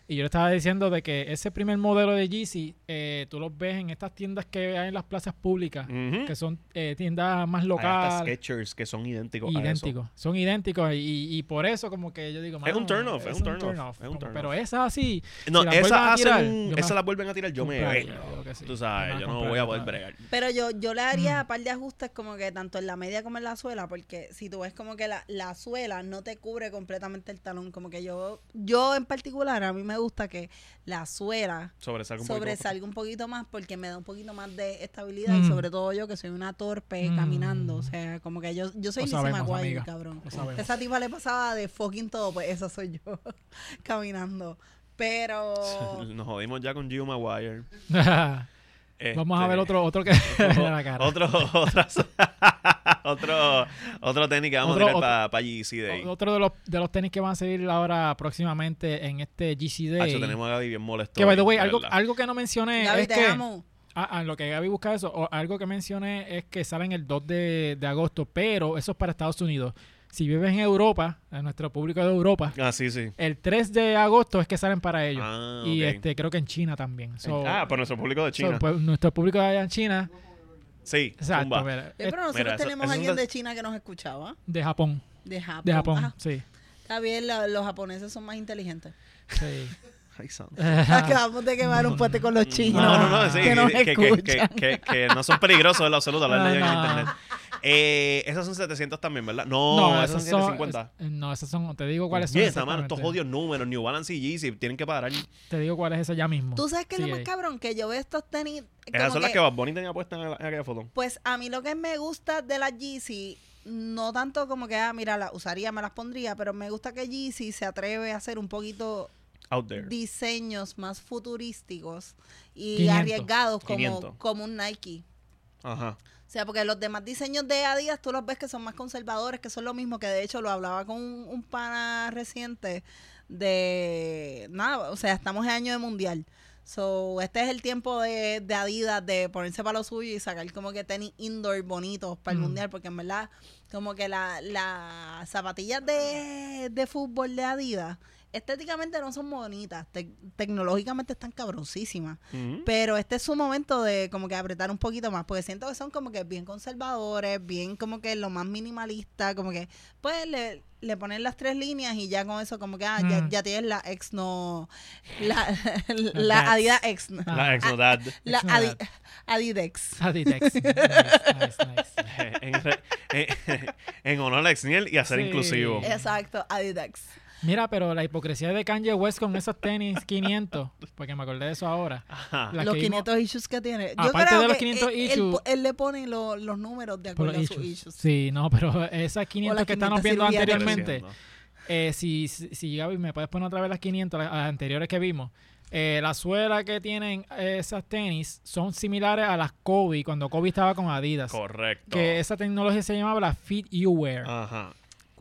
[SPEAKER 1] Y yo le estaba diciendo de que ese primer modelo de Yeezy, eh, tú los ves en estas tiendas que hay en las plazas públicas,
[SPEAKER 2] Ujú.
[SPEAKER 1] que son eh, tiendas más
[SPEAKER 2] Hay hasta
[SPEAKER 1] locales,
[SPEAKER 2] Skechers que son idénticos a eso.
[SPEAKER 1] idénticos. Son idénticos y, y por eso como que yo digo...
[SPEAKER 2] Es un
[SPEAKER 1] mano,
[SPEAKER 2] turn off, es un turn off, es un
[SPEAKER 1] como-
[SPEAKER 2] turn
[SPEAKER 1] Pero
[SPEAKER 2] off.
[SPEAKER 1] esas así,
[SPEAKER 2] No,
[SPEAKER 1] Si las vuelven a
[SPEAKER 2] esas
[SPEAKER 1] tirar,
[SPEAKER 2] hacen-
[SPEAKER 1] yo me
[SPEAKER 2] esas
[SPEAKER 1] las
[SPEAKER 2] las vuelven a tirar, yo me
[SPEAKER 1] compraría,
[SPEAKER 2] veo.
[SPEAKER 1] yo creo que sí.
[SPEAKER 2] Tú
[SPEAKER 1] Yo
[SPEAKER 2] sabes,
[SPEAKER 1] me
[SPEAKER 2] yo
[SPEAKER 1] las
[SPEAKER 2] no voy
[SPEAKER 1] compraría,
[SPEAKER 2] a poder
[SPEAKER 1] claro.
[SPEAKER 2] bregar.
[SPEAKER 3] Pero yo, yo le haría
[SPEAKER 1] Mm.
[SPEAKER 3] par de ajustes como que tanto en la media como en la suela, porque si tú ves como que la, la suela no te cubre completamente el talón, como que yo, yo en particular, a mí me gusta que la suela
[SPEAKER 2] Sobresalgo un poquito.
[SPEAKER 3] sobresalga un poquito más porque me da un poquito más de estabilidad y
[SPEAKER 1] Mm.
[SPEAKER 3] sobre todo yo que soy una torpe
[SPEAKER 1] Mm.
[SPEAKER 3] caminando, o sea, como que yo, yo soy
[SPEAKER 1] Lo
[SPEAKER 3] Lizzie
[SPEAKER 1] sabemos,
[SPEAKER 3] McGuire,
[SPEAKER 1] amiga.
[SPEAKER 3] cabrón.
[SPEAKER 1] lo sabemos.
[SPEAKER 3] Esa tipa le pasaba de fucking todo, pues esa soy yo caminando. Pero
[SPEAKER 2] Nos jodimos ya con Gio Maguire.
[SPEAKER 1] Vamos a
[SPEAKER 2] Este,
[SPEAKER 1] ver otro, otro que... la cara.
[SPEAKER 2] Otro, otras- otro, otro tenis que vamos
[SPEAKER 1] Otro-
[SPEAKER 2] a tirar
[SPEAKER 1] otro-
[SPEAKER 2] para pa Yeezy Day.
[SPEAKER 1] O- Otro de los, de los tenis que van a seguir ahora próximamente en este GC Day.
[SPEAKER 2] Hacho, tenemos a Gaby bien molesto.
[SPEAKER 1] que, by the
[SPEAKER 2] hoy,
[SPEAKER 1] way,
[SPEAKER 2] de
[SPEAKER 1] algo,
[SPEAKER 2] verdad.
[SPEAKER 1] algo que no mencioné
[SPEAKER 3] Gaby,
[SPEAKER 1] es
[SPEAKER 3] te
[SPEAKER 1] que...
[SPEAKER 3] amo.
[SPEAKER 1] Ah, ah, lo que Gaby busca eso. o algo que mencioné es que salen el 2 de, de agosto, pero eso es para Estados Unidos. Si vives en Europa, a nuestro público de Europa,
[SPEAKER 2] Ah, sí, sí.
[SPEAKER 1] el 3 de agosto es que salen para ellos.
[SPEAKER 2] Ah,
[SPEAKER 1] Y
[SPEAKER 2] ok.
[SPEAKER 1] este creo que en China también. So,
[SPEAKER 2] ah, para nuestro público de
[SPEAKER 1] so,
[SPEAKER 2] China.
[SPEAKER 1] pues, nuestro público allá en China,
[SPEAKER 2] sí,
[SPEAKER 1] exacto, pues.
[SPEAKER 2] zumba.
[SPEAKER 1] mira,
[SPEAKER 3] Oye, pero
[SPEAKER 1] es
[SPEAKER 3] nosotros
[SPEAKER 2] Mira, eso-
[SPEAKER 3] tenemos
[SPEAKER 2] eso
[SPEAKER 3] a
[SPEAKER 2] es
[SPEAKER 3] alguien
[SPEAKER 2] una-
[SPEAKER 3] de China que nos escuchaba.
[SPEAKER 1] de Japón,
[SPEAKER 3] De Japón.
[SPEAKER 1] de Japón,
[SPEAKER 3] Ah,
[SPEAKER 1] sí,
[SPEAKER 3] está bien, la- los japoneses son más inteligentes.
[SPEAKER 1] sí.
[SPEAKER 2] Ay, santo.
[SPEAKER 3] Acabamos de quemar un puente con los chinos.
[SPEAKER 2] No, no, no, sí,
[SPEAKER 3] que nos
[SPEAKER 2] que, que- que-
[SPEAKER 3] escuchan.
[SPEAKER 2] que- que no son peligrosos en lo absoluto, las
[SPEAKER 1] No,
[SPEAKER 2] leyes en
[SPEAKER 1] no.
[SPEAKER 2] internet. Eh, esas son 700 también, ¿verdad? No,
[SPEAKER 1] No,
[SPEAKER 2] esas son
[SPEAKER 1] esas son,
[SPEAKER 2] 750.
[SPEAKER 1] es- no, esas son, te digo cuáles son.
[SPEAKER 2] Yes, mano, estos
[SPEAKER 1] exactamente.
[SPEAKER 2] odios números, New Balance y Yeezy, tienen que parar. Esas
[SPEAKER 1] Te digo cuál es esa ya mismo.
[SPEAKER 3] Tú sabes que es lo
[SPEAKER 1] Sí, eh.
[SPEAKER 3] más
[SPEAKER 1] ahí.
[SPEAKER 3] cabrón que yo veo estos tenis.
[SPEAKER 2] eh. son
[SPEAKER 3] como
[SPEAKER 2] las
[SPEAKER 3] que-
[SPEAKER 2] que Bad Bunny tenía puestas en, la- en aquella foto.
[SPEAKER 3] Pues a mí lo que me gusta de las Yeezy, no tanto como que, ah, mira, las usaría, me las pondría, pero me gusta que Yeezy se atreve a hacer un poquito
[SPEAKER 2] Out there.
[SPEAKER 3] diseños más futurísticos y
[SPEAKER 1] 500.
[SPEAKER 3] arriesgados como,
[SPEAKER 2] 500.
[SPEAKER 3] como un Nike.
[SPEAKER 2] Ajá.
[SPEAKER 3] O sea, porque los demás diseños de Adidas tú los ves que son más conservadores, que son lo mismo, que de hecho lo hablaba con un, un pana reciente de nada, o sea, estamos en año de mundial. So, este es el tiempo de, de Adidas de ponerse para lo suyo y sacar como que tenis indoor bonitos para el
[SPEAKER 1] Mm.
[SPEAKER 3] mundial, porque en verdad, como que la- las zapatillas de, de fútbol de Adidas estéticamente no son bonitas, tec- tecnológicamente están cabroncísimas.
[SPEAKER 2] Ujú.
[SPEAKER 3] Pero este es su momento de como que apretar un poquito más, porque siento que son como que bien conservadores, bien como que lo más minimalista, como que pues le, le ponen las tres líneas y ya con eso como que ah, ya,
[SPEAKER 1] Mm.
[SPEAKER 3] ya tienes la ex no, la, la,
[SPEAKER 1] Dads.
[SPEAKER 3] Adidas ex, no,
[SPEAKER 1] Ah.
[SPEAKER 2] La exnodad.
[SPEAKER 3] la
[SPEAKER 1] no
[SPEAKER 3] Adi-
[SPEAKER 1] Dads.
[SPEAKER 3] Adidex.
[SPEAKER 1] Adidas. nice, nice, nice.
[SPEAKER 2] eh, en, re- en- en honor a Exniel y a ser
[SPEAKER 1] Sí.
[SPEAKER 2] inclusivo.
[SPEAKER 1] Eh.
[SPEAKER 3] Exacto, Adidex.
[SPEAKER 1] Mira, pero la hipocresía de Kanye West con esos tenis 500, porque me acordé de eso ahora.
[SPEAKER 2] Ajá.
[SPEAKER 1] La
[SPEAKER 3] Los
[SPEAKER 1] que vimos-
[SPEAKER 3] 500 issues que tiene. Yo
[SPEAKER 1] Aparte
[SPEAKER 3] creo
[SPEAKER 1] de los
[SPEAKER 3] que
[SPEAKER 1] 500
[SPEAKER 3] él- él
[SPEAKER 1] issues-
[SPEAKER 3] po- Él, le pone lo- los números de
[SPEAKER 1] por
[SPEAKER 3] acuerdo
[SPEAKER 1] los
[SPEAKER 3] a sus
[SPEAKER 1] issues.
[SPEAKER 3] issues.
[SPEAKER 1] Sí, no, pero esas 500
[SPEAKER 3] las
[SPEAKER 1] que estamos
[SPEAKER 3] 500
[SPEAKER 1] viendo
[SPEAKER 3] sirvietas.
[SPEAKER 1] anteriormente,
[SPEAKER 2] Creciendo.
[SPEAKER 1] eh, si, si, si, Gaby me puedes poner otra vez las 500, las, las anteriores que vimos. Eh, la suela que tienen esas tenis son similares a las Kobe, cuando Kobe estaba con Adidas.
[SPEAKER 2] Correcto.
[SPEAKER 1] Que esa tecnología se llamaba la Fit You Wear.
[SPEAKER 2] Ajá.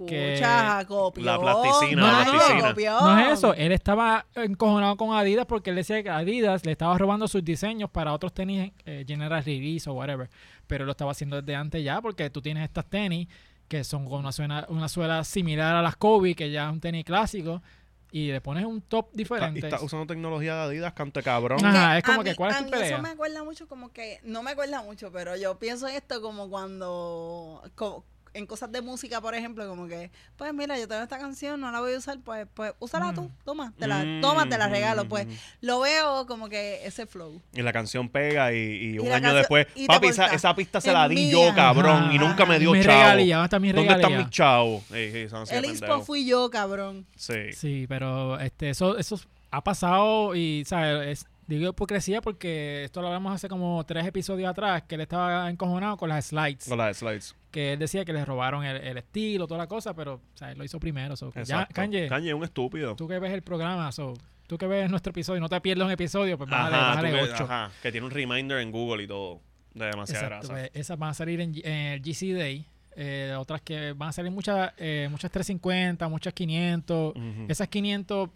[SPEAKER 1] Que-
[SPEAKER 3] Escucha, copión.
[SPEAKER 2] La plasticina,
[SPEAKER 1] la plasticina.
[SPEAKER 3] copión.
[SPEAKER 1] No es eso, él estaba encojonado con Adidas porque él decía que Adidas le estaba robando sus diseños para otros tenis eh, General Release o whatever, pero lo estaba haciendo desde antes ya porque tú tienes estas tenis que son con una suela, una suela similar a las Kobe, que ya es un tenis clásico, y le pones un top
[SPEAKER 2] Está-
[SPEAKER 1] diferente. Ah.
[SPEAKER 2] está usando tecnología de Adidas, canto de cabrón.
[SPEAKER 1] Ajá.
[SPEAKER 3] que
[SPEAKER 1] es como
[SPEAKER 3] a
[SPEAKER 1] que,
[SPEAKER 3] mí-
[SPEAKER 1] ¿cuál es
[SPEAKER 3] a
[SPEAKER 1] tu
[SPEAKER 3] mí
[SPEAKER 1] pelea?
[SPEAKER 3] Eso me acuerda mucho como que, no me acuerda mucho, pero yo pienso en esto como cuando, como, en cosas de música, por ejemplo, como que, pues mira, yo tengo esta canción, no la voy a usar, pues, pues úsala tú,
[SPEAKER 1] Mm.
[SPEAKER 3] toma, te la,
[SPEAKER 2] Mm.
[SPEAKER 3] toma, te la regalo, pues. Lo veo como que ese flow.
[SPEAKER 2] Y la canción pega y, y un
[SPEAKER 3] la
[SPEAKER 2] año
[SPEAKER 3] canción-
[SPEAKER 2] después,
[SPEAKER 3] y te
[SPEAKER 2] papi, esa,
[SPEAKER 3] aporta.
[SPEAKER 2] esa pista se
[SPEAKER 3] Es
[SPEAKER 2] la di yo,
[SPEAKER 3] mía".
[SPEAKER 2] cabrón,
[SPEAKER 1] Ajá.
[SPEAKER 2] y nunca me dio
[SPEAKER 1] Mi
[SPEAKER 2] chavo.
[SPEAKER 1] regalía, ¿dónde está mi
[SPEAKER 2] ¿Dónde están
[SPEAKER 1] regalía?
[SPEAKER 2] mis chavos? Ey, ey, esa no se
[SPEAKER 3] El
[SPEAKER 2] llama,
[SPEAKER 3] inspo
[SPEAKER 2] pendejo.
[SPEAKER 3] fui yo, cabrón.
[SPEAKER 2] Sí.
[SPEAKER 1] Sí, pero este, eso, eso ha pasado y, ¿sabes? Es- digo hipocresía porque esto lo hablamos hace como tres episodios atrás, que él estaba encojonado con las slides.
[SPEAKER 2] Con la de slides.
[SPEAKER 1] Que él decía que le robaron el, el estilo, toda la cosa, pero, ¿sabes? Lo hizo primero. so, que ya,
[SPEAKER 2] Exacto.
[SPEAKER 1] Kanye,
[SPEAKER 2] Kanye es un estúpido.
[SPEAKER 1] tú que ves el programa, so, tú que ves nuestro episodio, no te pierdas un episodio, pues bájale,
[SPEAKER 2] ajá,
[SPEAKER 1] bájale
[SPEAKER 2] tú que,
[SPEAKER 1] ocho.
[SPEAKER 2] ajá, que tiene un reminder en Google y todo. De demasiada
[SPEAKER 1] Exacto,
[SPEAKER 2] grasa.
[SPEAKER 1] pues, esas van a salir en, G- en el GC Day. eh, otras que van a salir muchas, eh, muchas 350, muchas 500.
[SPEAKER 2] Ujú.
[SPEAKER 1] Esas 500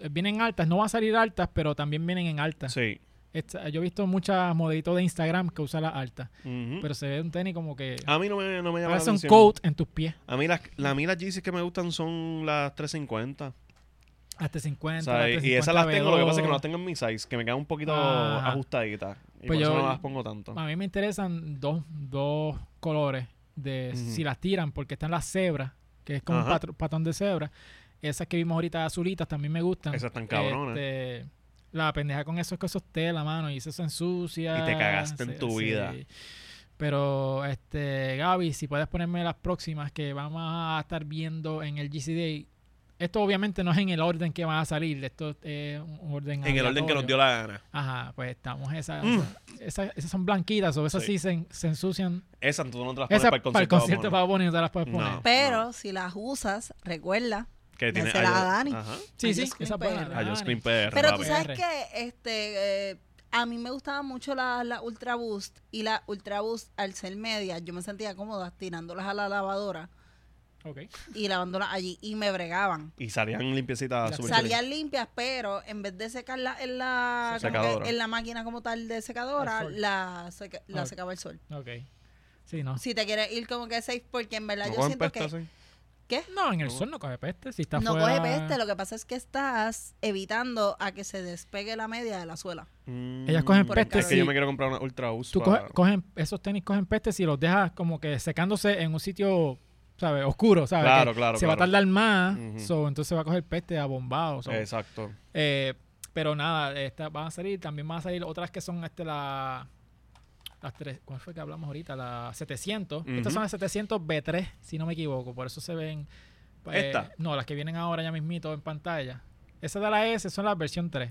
[SPEAKER 1] eh, vienen altas, no van a salir altas, pero también vienen en altas.
[SPEAKER 2] Sí.
[SPEAKER 1] Esta- yo he visto muchas modelitos de Instagram que usan las altas,
[SPEAKER 2] Ujú.
[SPEAKER 1] pero se ve un tenis como que
[SPEAKER 2] a mí no me, no me llama la
[SPEAKER 1] parece un
[SPEAKER 2] atención.
[SPEAKER 1] coat en tus pies.
[SPEAKER 2] A mí las, la- a mí las Yeezys que me gustan son las 350.
[SPEAKER 1] Hasta 50.
[SPEAKER 2] O sea,
[SPEAKER 1] hasta
[SPEAKER 2] y esas las tengo, lo que pasa es que no
[SPEAKER 1] 52.
[SPEAKER 2] las tengo en mi size, que me quedan un poquito
[SPEAKER 1] Ajá.
[SPEAKER 2] ajustaditas. Y
[SPEAKER 1] Ah. Pues
[SPEAKER 2] por eso
[SPEAKER 1] yo-
[SPEAKER 2] no las pongo tanto.
[SPEAKER 1] A mí me interesan dos, dos colores de
[SPEAKER 2] Ujú.
[SPEAKER 1] si las tiran, porque están las cebras, que es como un
[SPEAKER 2] Ajá.
[SPEAKER 1] patr- patrón de cebra. Esas que vimos ahorita azulitas también me gustan.
[SPEAKER 2] Esas están cabronas.
[SPEAKER 1] Este, la pendeja con eso es que eso es tela, mano, y eso se ensucia.
[SPEAKER 2] Y te cagaste en
[SPEAKER 1] se-
[SPEAKER 2] tu vida.
[SPEAKER 1] Pero, este, Gaby, si puedes ponerme las próximas que vamos a estar viendo en el GC Day. Esto obviamente no es en el orden que van a salir, esto es eh, un orden
[SPEAKER 2] En el orden que nos
[SPEAKER 1] aleatorio.
[SPEAKER 2] dio la gana.
[SPEAKER 1] Ajá, pues estamos esas.
[SPEAKER 2] Mm.
[SPEAKER 1] Esas, esas son blanquitas, o esas
[SPEAKER 2] Sí.
[SPEAKER 1] sí, se, en- se ensucian.
[SPEAKER 2] Esas tú no te las pones
[SPEAKER 1] Esas
[SPEAKER 2] para el
[SPEAKER 1] para el concierto
[SPEAKER 2] concierto.
[SPEAKER 1] de Bad Bunny no te las puedes
[SPEAKER 2] No.
[SPEAKER 1] poner.
[SPEAKER 3] Pero si las usas, recuerda.
[SPEAKER 2] que tiene
[SPEAKER 3] Dásela a
[SPEAKER 2] a-
[SPEAKER 3] Dani.
[SPEAKER 2] Ajá.
[SPEAKER 1] Sí,
[SPEAKER 3] Ay,
[SPEAKER 1] sí,
[SPEAKER 3] Dios, Queen
[SPEAKER 1] esas buenas.
[SPEAKER 3] PR.
[SPEAKER 1] las
[SPEAKER 2] A Just
[SPEAKER 1] Dani.
[SPEAKER 2] Clean PR,
[SPEAKER 3] Pero
[SPEAKER 2] papi.
[SPEAKER 3] tú sabes
[SPEAKER 1] PR.
[SPEAKER 3] que este eh, a mí me gustaban mucho las la Ultra Boost y la Ultra Boost al ser media, yo me sentía cómoda tirándolas a la lavadora
[SPEAKER 1] Ok.
[SPEAKER 3] y lavándolas allí y me bregaban.
[SPEAKER 2] Y salían limpiecitas
[SPEAKER 1] Ya,
[SPEAKER 2] súper chulas.
[SPEAKER 3] Salían limpias, pero en vez de secarlas en la como que
[SPEAKER 2] Secadora.
[SPEAKER 3] en la máquina como tal de secadora,
[SPEAKER 1] El sol.
[SPEAKER 3] la, seca- la
[SPEAKER 1] Ah, ok.
[SPEAKER 3] secaba el sol.
[SPEAKER 1] Ok. Sí, no.
[SPEAKER 3] Si te quieres ir como que safe, porque en verdad
[SPEAKER 2] ¿No
[SPEAKER 3] yo
[SPEAKER 2] cogen
[SPEAKER 3] siento
[SPEAKER 2] pestas,
[SPEAKER 3] que
[SPEAKER 2] sí?
[SPEAKER 1] No, en el sol no coge peste. Si está
[SPEAKER 3] no
[SPEAKER 1] fuera...
[SPEAKER 3] coge peste, lo que pasa es que estás evitando a que se despegue la media de la suela.
[SPEAKER 2] Mm,
[SPEAKER 1] Ellas cogen
[SPEAKER 2] por el
[SPEAKER 1] pestes
[SPEAKER 2] Es que yo
[SPEAKER 1] si-
[SPEAKER 2] me quiero comprar una Ultra Boost
[SPEAKER 1] Tú
[SPEAKER 2] para-
[SPEAKER 1] coge- cogen, esos tenis cogen peste si los dejas como que secándose en un sitio, ¿sabes? Oscuro, ¿sabes?
[SPEAKER 2] Claro,
[SPEAKER 1] Que
[SPEAKER 2] claro,
[SPEAKER 1] Se va a
[SPEAKER 2] claro.
[SPEAKER 1] tardar más,
[SPEAKER 2] Ujú.
[SPEAKER 1] so, entonces va a coger peste a bombado. so.
[SPEAKER 2] Exacto.
[SPEAKER 1] Eh, pero nada, estas van a salir, también van a salir otras que son este la las tres, ¿cuál fue que hablamos ahorita? La 700.
[SPEAKER 2] Ujú.
[SPEAKER 1] Estas son las 700 B3, si no me equivoco, por eso se ven eh,
[SPEAKER 2] Esta.
[SPEAKER 1] No, las que vienen ahora ya mismito en pantalla. Esas de la S son las versión 3.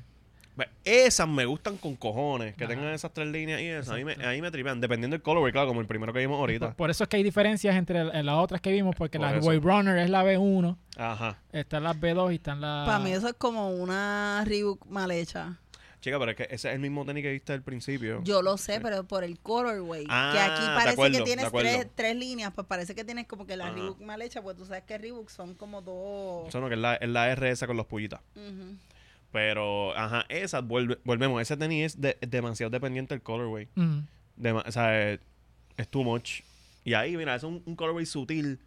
[SPEAKER 2] Ve, Pues, Esas me gustan con cojones, que
[SPEAKER 1] Ajá.
[SPEAKER 2] tengan esas tres líneas y esas. A mí, me,
[SPEAKER 1] Exacto.
[SPEAKER 2] a mí me tripean, dependiendo del colorway, claro, como el primero que vimos
[SPEAKER 1] Por,
[SPEAKER 2] ahorita.
[SPEAKER 1] por eso es que hay diferencias entre el- las otras que vimos, porque
[SPEAKER 2] Por
[SPEAKER 1] la
[SPEAKER 2] eso.
[SPEAKER 1] Wave Runner es la B1,
[SPEAKER 2] Ajá.
[SPEAKER 1] están las B2 y están las...
[SPEAKER 3] Para mí eso es como una Reebok mal hecha.
[SPEAKER 2] Chica, pero es que ese es el mismo tenis que viste al principio.
[SPEAKER 3] Yo lo sé,
[SPEAKER 2] Sí.
[SPEAKER 3] pero por el colorway.
[SPEAKER 2] Ah,
[SPEAKER 3] que aquí
[SPEAKER 2] de
[SPEAKER 3] parece
[SPEAKER 2] acuerdo,
[SPEAKER 3] que
[SPEAKER 2] de
[SPEAKER 3] tienes
[SPEAKER 2] acuerdo.
[SPEAKER 3] tres, tres líneas, pues parece que tienes como que la
[SPEAKER 2] Ajá.
[SPEAKER 3] Reebok mal hecha, pues tú sabes que Reebok son como dos...
[SPEAKER 2] Eso no, que es la, es la R esa con los pullitas.
[SPEAKER 3] Ujú.
[SPEAKER 2] Pero, ajá, esas, vuelve- volvemos. Ese tenis es de- demasiado dependiente del colorway.
[SPEAKER 1] Mm.
[SPEAKER 2] Dema- o sea, es, es too much. Y ahí, mira, es un, un colorway sutil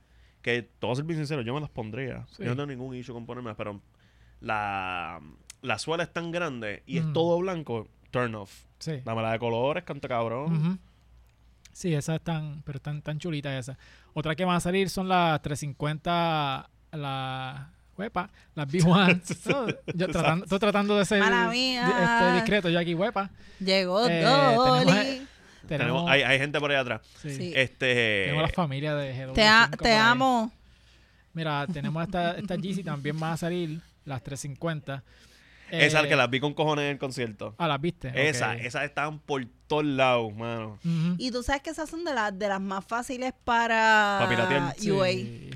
[SPEAKER 2] que, todo ser bien sincero, yo me las pondría.
[SPEAKER 1] Sí.
[SPEAKER 2] Yo no tengo ningún issue con ponérmelas, pero la, la suela es tan grande y es
[SPEAKER 1] Mm.
[SPEAKER 2] todo blanco, turn off.
[SPEAKER 1] Sí.
[SPEAKER 2] Dámela de colores, canto cabrón.
[SPEAKER 1] Ujú. Sí, esas están, pero están tan chulitas esas. Otra que van a salir son las 350, la huepa, las B1. No, yo tratando, estoy tratando de ser
[SPEAKER 3] Mala
[SPEAKER 1] di-
[SPEAKER 3] mía.
[SPEAKER 1] este, discreto, yo aquí huepa.
[SPEAKER 3] Llegó
[SPEAKER 1] Eh, tenemos
[SPEAKER 3] Dolly.
[SPEAKER 1] el-
[SPEAKER 2] Tenemos,
[SPEAKER 1] Tenemos,
[SPEAKER 2] hay, hay gente por allá atrás.
[SPEAKER 1] sí,
[SPEAKER 3] sí.
[SPEAKER 2] Este.
[SPEAKER 1] tengo la familia de GW5
[SPEAKER 3] Te, a-
[SPEAKER 1] por
[SPEAKER 3] te
[SPEAKER 1] ahí.
[SPEAKER 3] amo.
[SPEAKER 1] Mira, tenemos esta, esta Yeezy también van a salir, las 350. Eh,
[SPEAKER 2] Esa que las vi con cojones en el concierto.
[SPEAKER 1] Ah, las viste.
[SPEAKER 2] Esas,
[SPEAKER 1] ok.
[SPEAKER 2] esas estaban por todos lados, mano.
[SPEAKER 1] Ujú.
[SPEAKER 3] Y tú sabes que esas son de, las de las más fáciles para
[SPEAKER 2] Para piratear.
[SPEAKER 1] Sí,
[SPEAKER 3] UA.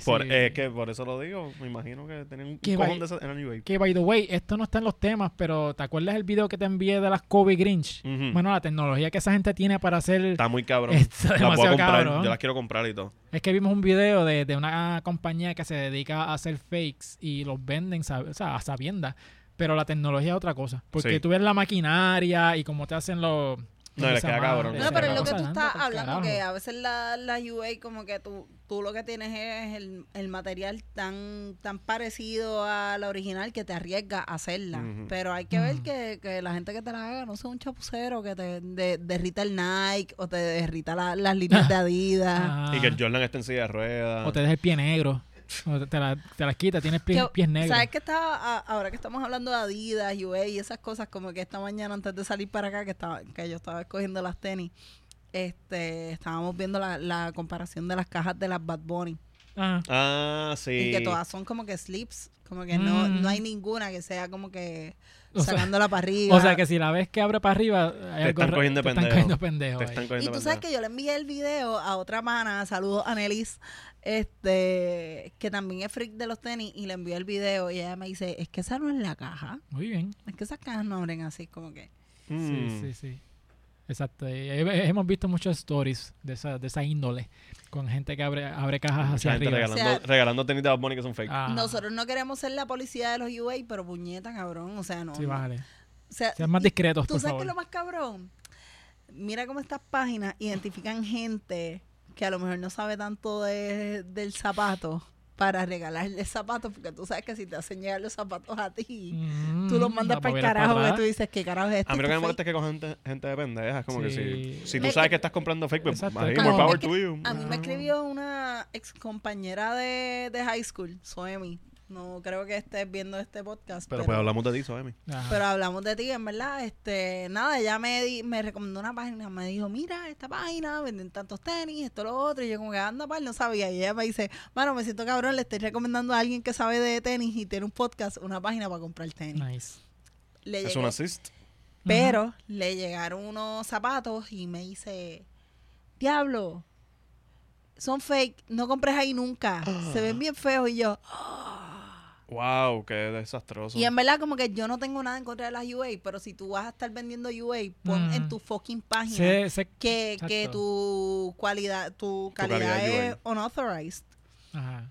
[SPEAKER 2] Por,
[SPEAKER 1] sí.
[SPEAKER 2] eh, que por eso lo digo. Me imagino que tenían un
[SPEAKER 1] Que
[SPEAKER 2] cojón
[SPEAKER 1] vaya-
[SPEAKER 2] de esas. Eran eBay.
[SPEAKER 1] Que, by the way, esto no está en los temas, pero ¿te acuerdas el video que te envié de las Kobe Grinch?
[SPEAKER 2] Ujú.
[SPEAKER 1] Bueno, la tecnología que esa gente tiene para hacer...
[SPEAKER 2] Mm. Está muy cabrón.
[SPEAKER 1] Está
[SPEAKER 2] Las voy a
[SPEAKER 1] demasiado
[SPEAKER 2] comprar.
[SPEAKER 1] cabrón.
[SPEAKER 2] Yo las quiero comprar y todo.
[SPEAKER 1] Es que vimos un video de, de una compañía que se dedica a hacer fakes y los venden sab- o sea, a sabiendas, pero la tecnología es otra cosa. Porque
[SPEAKER 2] Sí.
[SPEAKER 1] tú ves la maquinaria y cómo te hacen los...
[SPEAKER 2] No, les queda cabrón.
[SPEAKER 3] No, pero es lo que
[SPEAKER 1] Cosa,
[SPEAKER 3] tú
[SPEAKER 1] anda
[SPEAKER 3] estás
[SPEAKER 1] pa'l
[SPEAKER 3] hablando,
[SPEAKER 1] carajo.
[SPEAKER 3] que a veces la, la UA como que tú, tú lo que tienes es el, el material tan, tan parecido a la original que te arriesga a hacerla.
[SPEAKER 2] Ujú.
[SPEAKER 3] Pero hay que ver
[SPEAKER 1] Ujú.
[SPEAKER 3] que, que la gente que te la haga no sea un chapucero que te de- derrita el Nike o te derrita la- las líneas de Adidas.
[SPEAKER 1] Ah,
[SPEAKER 2] Y que el Jordan esté en silla de ruedas.
[SPEAKER 1] o te deja el pie negro. O te, te la, te las quita, tienes pie-
[SPEAKER 3] Que-
[SPEAKER 1] pies negros.
[SPEAKER 3] ¿Sabes que está, a- ahora que estamos hablando de Adidas, UA y esas cosas, como que esta mañana antes de salir para acá, que estaba que yo estaba escogiendo las tenis, este estábamos viendo la, la comparación de las cajas de las Bad Bunny.
[SPEAKER 1] Ajá.
[SPEAKER 2] Ah, sí.
[SPEAKER 3] Y que todas son como que slips, como que no,
[SPEAKER 1] Mm.
[SPEAKER 3] no hay ninguna que sea como que
[SPEAKER 1] O sea-
[SPEAKER 3] sacando la parrilla.
[SPEAKER 1] O sea que si la ves que abre para arriba, hay
[SPEAKER 2] Te
[SPEAKER 1] algo
[SPEAKER 2] están
[SPEAKER 1] ra-
[SPEAKER 2] cogiendo
[SPEAKER 1] te están
[SPEAKER 2] pendejo.
[SPEAKER 1] cogiendo pendejo
[SPEAKER 2] Te
[SPEAKER 1] ahí.
[SPEAKER 2] están
[SPEAKER 3] y
[SPEAKER 2] cogiendo
[SPEAKER 3] tú sabes
[SPEAKER 2] pendejo.
[SPEAKER 3] que yo le envié el video a otra mana, saludos a Nelis, este, que también es freak de los tenis, y le envié el video y ella me dice, es que esa no es la caja.
[SPEAKER 1] Muy bien.
[SPEAKER 3] Es que esas cajas no abren así, como que.
[SPEAKER 2] Mm.
[SPEAKER 1] Sí, sí, sí. Exacto. Y he- hemos visto muchas stories de esa, de esa índole con gente que abre, abre cajas
[SPEAKER 2] Mucha
[SPEAKER 1] hacia
[SPEAKER 2] gente
[SPEAKER 1] arriba.
[SPEAKER 2] regalando,
[SPEAKER 3] O sea-
[SPEAKER 2] regalando tenis de Bad Bunny que son fake.
[SPEAKER 1] Ah,
[SPEAKER 3] Nosotros no queremos ser la policía de los UA, pero puñeta, cabrón. O sea, no.
[SPEAKER 1] Sí,
[SPEAKER 3] no.
[SPEAKER 1] bájale.
[SPEAKER 3] O sea,
[SPEAKER 1] Sean más
[SPEAKER 3] y-
[SPEAKER 1] discretos,
[SPEAKER 3] ¿Tú
[SPEAKER 1] por
[SPEAKER 3] sabes que
[SPEAKER 1] favor.
[SPEAKER 3] lo más cabrón? Mira cómo estas páginas identifican gente que a lo mejor no sabe tanto de- del zapato para regalarle zapatos, porque tú sabes que si te hacen llegar los zapatos a ti,
[SPEAKER 1] Mm,
[SPEAKER 3] tú los mandas para el carajo, que tú dices, ¿qué carajo es este esto?
[SPEAKER 2] A mí lo
[SPEAKER 3] Esto
[SPEAKER 2] que me
[SPEAKER 3] es
[SPEAKER 2] molesta es que con gente, gente de pendeja. Es como que
[SPEAKER 1] este Sí.
[SPEAKER 2] si, si tú
[SPEAKER 3] Me-
[SPEAKER 2] sabes que estás comprando fake, pues
[SPEAKER 1] Exacto,
[SPEAKER 2] ahí,
[SPEAKER 1] es
[SPEAKER 2] more
[SPEAKER 1] como-
[SPEAKER 2] power
[SPEAKER 3] es que-
[SPEAKER 2] to you.
[SPEAKER 3] A mí
[SPEAKER 1] Ah.
[SPEAKER 3] me escribió una ex compañera de, de high school, Soemi. No creo que estés viendo este podcast.
[SPEAKER 2] Pero pues hablamos de eso, Emi.
[SPEAKER 1] Ajá.
[SPEAKER 3] pero hablamos de ti, en verdad. Este, nada, ella me, di- me recomendó una página. Me dijo, mira, esta página venden tantos tenis, esto, lo otro. Y yo, como que anda, pal, no sabía. Y ella me dice, mano, me siento cabrón, le estoy recomendando a alguien que sabe de tenis y tiene un podcast, una página para comprar tenis.
[SPEAKER 1] Nice.
[SPEAKER 3] Le
[SPEAKER 2] Es
[SPEAKER 3] llegué-
[SPEAKER 2] un assist.
[SPEAKER 3] pero le llegaron unos zapatos y me dice, diablo, son fake, no compres ahí nunca, se ven bien feos y yo.
[SPEAKER 2] Wow, qué desastroso.
[SPEAKER 3] Y en verdad como que yo no tengo nada en contra de las UA, pero si tú vas a estar vendiendo UA, pon
[SPEAKER 1] Ujú.
[SPEAKER 3] en tu fucking página
[SPEAKER 1] Sé- sé- Mm.
[SPEAKER 3] que,
[SPEAKER 1] exacto.
[SPEAKER 3] que tu cualidad, tu calidad,
[SPEAKER 2] calidad
[SPEAKER 3] es
[SPEAKER 2] UA.
[SPEAKER 3] unauthorized.
[SPEAKER 1] Ajá.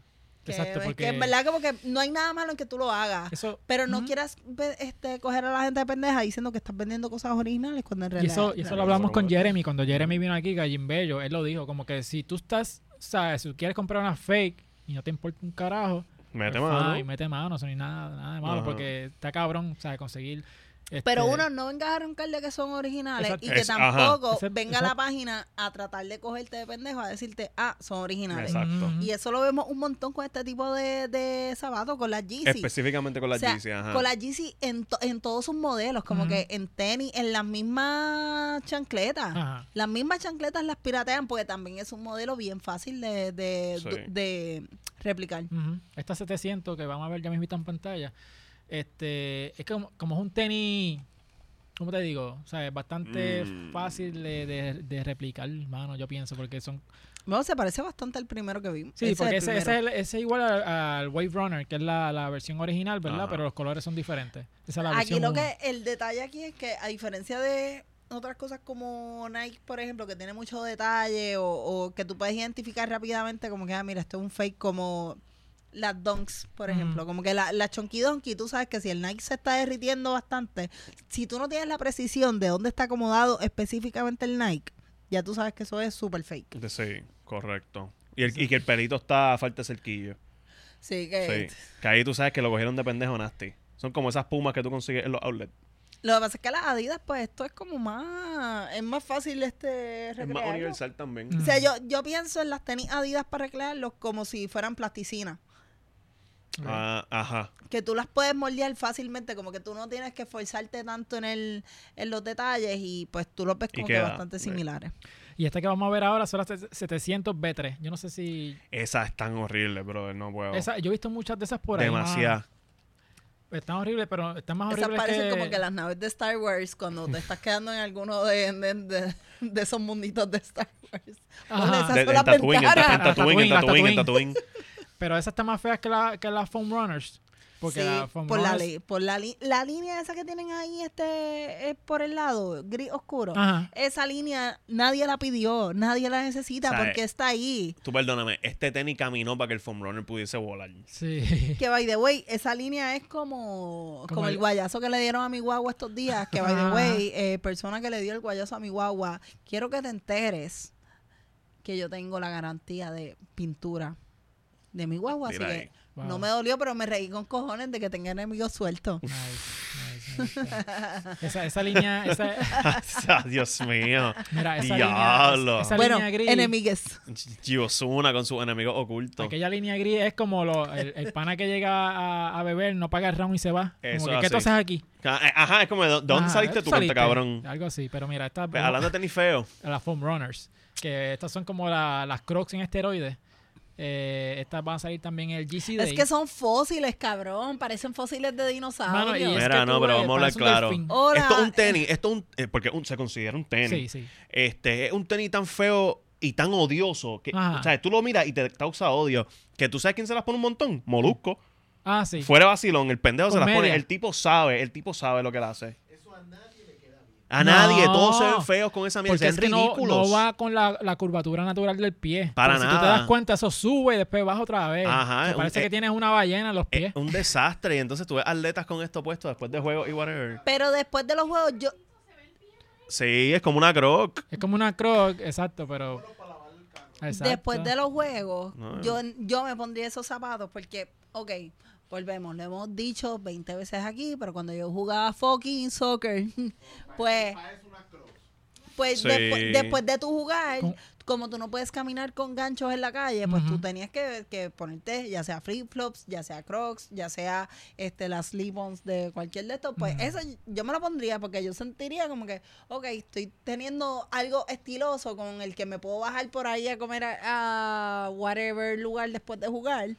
[SPEAKER 3] Que,
[SPEAKER 1] Exacto,
[SPEAKER 3] es
[SPEAKER 1] porque
[SPEAKER 3] que en verdad como que no hay nada malo en que tú lo hagas.
[SPEAKER 1] eso
[SPEAKER 3] Pero no
[SPEAKER 1] Ujú.
[SPEAKER 3] quieras ve- este, coger a la gente de pendeja diciendo que estás vendiendo cosas originales cuando en
[SPEAKER 1] Y
[SPEAKER 3] realidad...
[SPEAKER 1] eso, y eso
[SPEAKER 2] Claro,
[SPEAKER 1] lo hablamos
[SPEAKER 2] claro,
[SPEAKER 1] con
[SPEAKER 2] claro.
[SPEAKER 1] Jeremy. Cuando Jeremy vino aquí, Gallin Bello, él lo dijo, como que si tú estás, sabes, si tú quieres comprar una fake y no te importa un carajo,
[SPEAKER 2] Mete
[SPEAKER 1] pues
[SPEAKER 2] mano.
[SPEAKER 1] fine, mete mano, eso no hay nada, nada de malo,
[SPEAKER 2] Ajá.
[SPEAKER 1] porque está cabrón, sabes, conseguir...
[SPEAKER 3] Pero
[SPEAKER 1] este,
[SPEAKER 3] uno, no vengas a roncarle que son originales
[SPEAKER 1] Exacto.
[SPEAKER 3] y que
[SPEAKER 2] Es- ajá.
[SPEAKER 3] tampoco
[SPEAKER 1] Exacto,
[SPEAKER 3] venga a la
[SPEAKER 1] exacto.
[SPEAKER 3] página a tratar de cogerte de pendejo a decirte, ah, son originales.
[SPEAKER 2] Exacto.
[SPEAKER 1] ujú.
[SPEAKER 3] Mm, Y eso lo vemos un montón con este tipo de, de zapatos, con las Yeezy.
[SPEAKER 2] Específicamente con
[SPEAKER 3] O
[SPEAKER 2] las
[SPEAKER 3] sea,
[SPEAKER 2] Yeezy, ajá.
[SPEAKER 3] Con las Yeezy en, to- en todos sus modelos, como
[SPEAKER 1] Ujú.
[SPEAKER 3] que en tenis, en las mismas chancletas.
[SPEAKER 1] Ajá.
[SPEAKER 3] Las mismas chancletas las piratean porque también es un modelo bien fácil de, de-
[SPEAKER 2] Sí.
[SPEAKER 3] du- de replicar.
[SPEAKER 1] Ujú. Esta 700 que vamos a ver ya mismo en pantalla, este, es como, como es un tenis, ¿cómo te digo? O sea, es bastante
[SPEAKER 2] Mm.
[SPEAKER 1] fácil de, de- de replicar, hermano, yo pienso, porque son...
[SPEAKER 3] Bueno, se parece bastante al primero que vimos.
[SPEAKER 1] Sí,
[SPEAKER 3] Ese es
[SPEAKER 1] porque
[SPEAKER 3] el
[SPEAKER 1] ese,
[SPEAKER 3] primero.
[SPEAKER 1] ese es el- ese es igual al, al Wave Runner, que es la, la versión original, ¿verdad?
[SPEAKER 2] Ajá.
[SPEAKER 1] Pero los colores son diferentes. Esa es la
[SPEAKER 3] Aquí
[SPEAKER 1] versión
[SPEAKER 3] lo
[SPEAKER 1] uno.
[SPEAKER 3] que el detalle aquí es que a diferencia de otras cosas como Nike, por ejemplo, que tiene mucho detalle o, o que tú puedes identificar rápidamente como que, ah, mira, esto es un fake como las Dunks, por
[SPEAKER 1] Ujú.
[SPEAKER 3] ejemplo, como que la, la Chonky Donkey, tú sabes que si el Nike se está derritiendo bastante, si tú no tienes la precisión de dónde está acomodado específicamente el Nike, ya tú sabes que eso es súper fake.
[SPEAKER 2] De- Sí, correcto. Y, el, y que el pelito está a falta de cerquillo.
[SPEAKER 3] Sí,
[SPEAKER 2] Sí.
[SPEAKER 3] que
[SPEAKER 2] Que ahí tú sabes que lo cogieron de pendejo nasty. Son como esas pumas que tú consigues en los outlets.
[SPEAKER 3] lo que pasa es que las Adidas, pues esto es como más, es más fácil este
[SPEAKER 2] Es más
[SPEAKER 3] recrearlo.
[SPEAKER 2] universal también.
[SPEAKER 1] Mm.
[SPEAKER 3] O sea, yo, yo pienso en las tenis Adidas para recrearlos como si fueran plasticina.
[SPEAKER 1] Ok.
[SPEAKER 2] Ah, ajá.
[SPEAKER 3] Que tú las puedes moldear fácilmente, como que tú no tienes que esforzarte tanto en, el, en los detalles y pues tú los ves
[SPEAKER 2] Y
[SPEAKER 3] como que
[SPEAKER 2] queda,
[SPEAKER 3] bastante
[SPEAKER 2] sí.
[SPEAKER 3] similares.
[SPEAKER 1] Y esta que vamos a ver ahora son las 700 B3. Yo no sé si...
[SPEAKER 2] Esas están horribles, brother. No puedo.
[SPEAKER 1] esa- yo he visto muchas de esas por ahí. mano.
[SPEAKER 2] Demasiado.
[SPEAKER 1] Están horribles, pero están más
[SPEAKER 3] Esas
[SPEAKER 1] horribles
[SPEAKER 3] parecen
[SPEAKER 1] que...
[SPEAKER 3] como que las naves de Star Wars cuando te estás quedando en alguno de, de, de- de esos munditos de Star Wars.
[SPEAKER 1] Ajá.
[SPEAKER 3] Bueno, esas
[SPEAKER 2] De-
[SPEAKER 3] son
[SPEAKER 2] en
[SPEAKER 3] las
[SPEAKER 2] Tatooine, en,
[SPEAKER 3] ventanas.
[SPEAKER 2] en Tatooine, en
[SPEAKER 1] Las
[SPEAKER 2] Tatooine, en
[SPEAKER 1] Tatooine.
[SPEAKER 2] Tatooine.
[SPEAKER 1] Pero esas están más feas que, la, que las Foam Runners. Porque
[SPEAKER 3] Sí,
[SPEAKER 1] la
[SPEAKER 3] por
[SPEAKER 1] Fórmula
[SPEAKER 3] la,
[SPEAKER 1] uno es-
[SPEAKER 3] li- por la, li- la línea esa que tienen ahí este eh, por el lado gris oscuro
[SPEAKER 1] Ajá.
[SPEAKER 3] esa línea nadie la pidió nadie la necesita
[SPEAKER 2] O sea,
[SPEAKER 3] porque
[SPEAKER 2] eh,
[SPEAKER 3] está ahí
[SPEAKER 2] Tú perdóname, este tenis caminó para que el foam runner pudiese volar.
[SPEAKER 1] Sí.
[SPEAKER 3] que by the way esa línea es como como,
[SPEAKER 1] Como
[SPEAKER 3] el
[SPEAKER 1] el-
[SPEAKER 3] guayazo que le dieron a mi guagua estos días que by the
[SPEAKER 1] Ajá.
[SPEAKER 3] way eh, persona que le dio el guayazo a mi guagua quiero que te enteres que yo tengo la garantía de pintura de mi guagua
[SPEAKER 2] Mira
[SPEAKER 3] así
[SPEAKER 2] ahí.
[SPEAKER 3] que
[SPEAKER 1] Wow.
[SPEAKER 3] no me dolió pero me reí con cojones de que tenga enemigos sueltos
[SPEAKER 1] Nice, nice, nice, nice. Esa, esa línea, esa,
[SPEAKER 2] Ah, Dios mío.
[SPEAKER 1] mira, esa
[SPEAKER 2] Diablo.
[SPEAKER 1] línea, esa
[SPEAKER 3] bueno
[SPEAKER 1] línea gris,
[SPEAKER 3] enemigues
[SPEAKER 2] Giosuna con sus enemigos ocultos.
[SPEAKER 1] aquella línea gris es como lo- el, el pana que llega a, a beber, no paga el round y se va.
[SPEAKER 2] Eso
[SPEAKER 1] como que, ¿qué tú
[SPEAKER 2] así.
[SPEAKER 1] haces aquí?
[SPEAKER 2] Ah, eh, Ajá, es como, ¿de dónde
[SPEAKER 1] Ajá,
[SPEAKER 2] saliste
[SPEAKER 1] ¿tú
[SPEAKER 2] tú, cuenta,
[SPEAKER 1] Ah, saliste?
[SPEAKER 2] cabrón?
[SPEAKER 1] Algo así, pero mira, estas
[SPEAKER 2] Pues, hablando de tenis feo.
[SPEAKER 1] las foam runners, que estas son como la- las crocs en esteroides. Eh, estas van a salir también en el GC Day.
[SPEAKER 3] Es que son fósiles, cabrón. Parecen fósiles de
[SPEAKER 1] Mano, y
[SPEAKER 3] dinosaurios.
[SPEAKER 1] es
[SPEAKER 2] Mira,
[SPEAKER 1] que
[SPEAKER 2] no,
[SPEAKER 1] tú,
[SPEAKER 2] pero
[SPEAKER 1] eh,
[SPEAKER 2] vamos a hablar
[SPEAKER 1] parece un
[SPEAKER 2] claro.
[SPEAKER 1] delfín.
[SPEAKER 3] Ahora,
[SPEAKER 2] Esto es un tenis, esto es un, eh, porque un- se considera un tenis.
[SPEAKER 1] Sí, sí.
[SPEAKER 2] Este, es un tenis tan feo y tan odioso que,
[SPEAKER 1] Ajá.
[SPEAKER 2] o sea, tú lo miras y te causa odio. Que tú sabes quién se las pone un montón, Molusco.
[SPEAKER 1] Ah, sí.
[SPEAKER 2] Fuera vacilón, el pendejo se las
[SPEAKER 1] Comedia.
[SPEAKER 2] pone. El tipo sabe, el tipo sabe lo que le hace. a nadie
[SPEAKER 1] No.
[SPEAKER 2] todos se ven feos con esa mierda.
[SPEAKER 1] Porque
[SPEAKER 2] Se
[SPEAKER 1] es
[SPEAKER 2] ven
[SPEAKER 1] que no,
[SPEAKER 2] ridículos.
[SPEAKER 1] no va con la, la curvatura natural del pie.
[SPEAKER 2] Para
[SPEAKER 1] Porque Si tú te
[SPEAKER 2] nada.
[SPEAKER 1] das cuenta, eso sube y después baja otra vez.
[SPEAKER 2] Ajá,
[SPEAKER 1] O sea,
[SPEAKER 2] un- e
[SPEAKER 1] parece
[SPEAKER 2] eh,
[SPEAKER 1] que tienes una ballena en los
[SPEAKER 2] Es
[SPEAKER 1] pies.
[SPEAKER 2] un desastre. Y entonces tú ves atletas con esto puesto después de juegos y whatever.
[SPEAKER 3] Pero después de los juegos, yo.
[SPEAKER 2] Sí, es como una croc.
[SPEAKER 1] es como una croc, exacto, pero... Exacto.
[SPEAKER 3] Después de los juegos,
[SPEAKER 2] No.
[SPEAKER 3] yo, yo me pondría esos zapatos porque, ok, volvemos. Lo hemos dicho 20 veces aquí, pero cuando yo jugaba fucking soccer, pues. Pues
[SPEAKER 2] Sí.
[SPEAKER 3] después, después de tu jugar,
[SPEAKER 1] Con-
[SPEAKER 3] como tú no puedes caminar con ganchos en la calle, pues tú
[SPEAKER 1] Ujú.
[SPEAKER 3] tenías que, que ponerte ya sea flip flops, ya sea crocs, ya sea este las slip-ons de cualquier de estos, pues
[SPEAKER 1] Ujú.
[SPEAKER 3] eso yo me lo pondría porque yo sentiría como que, ok, estoy teniendo algo estiloso con el que me puedo bajar por ahí a comer a, a whatever lugar después de jugar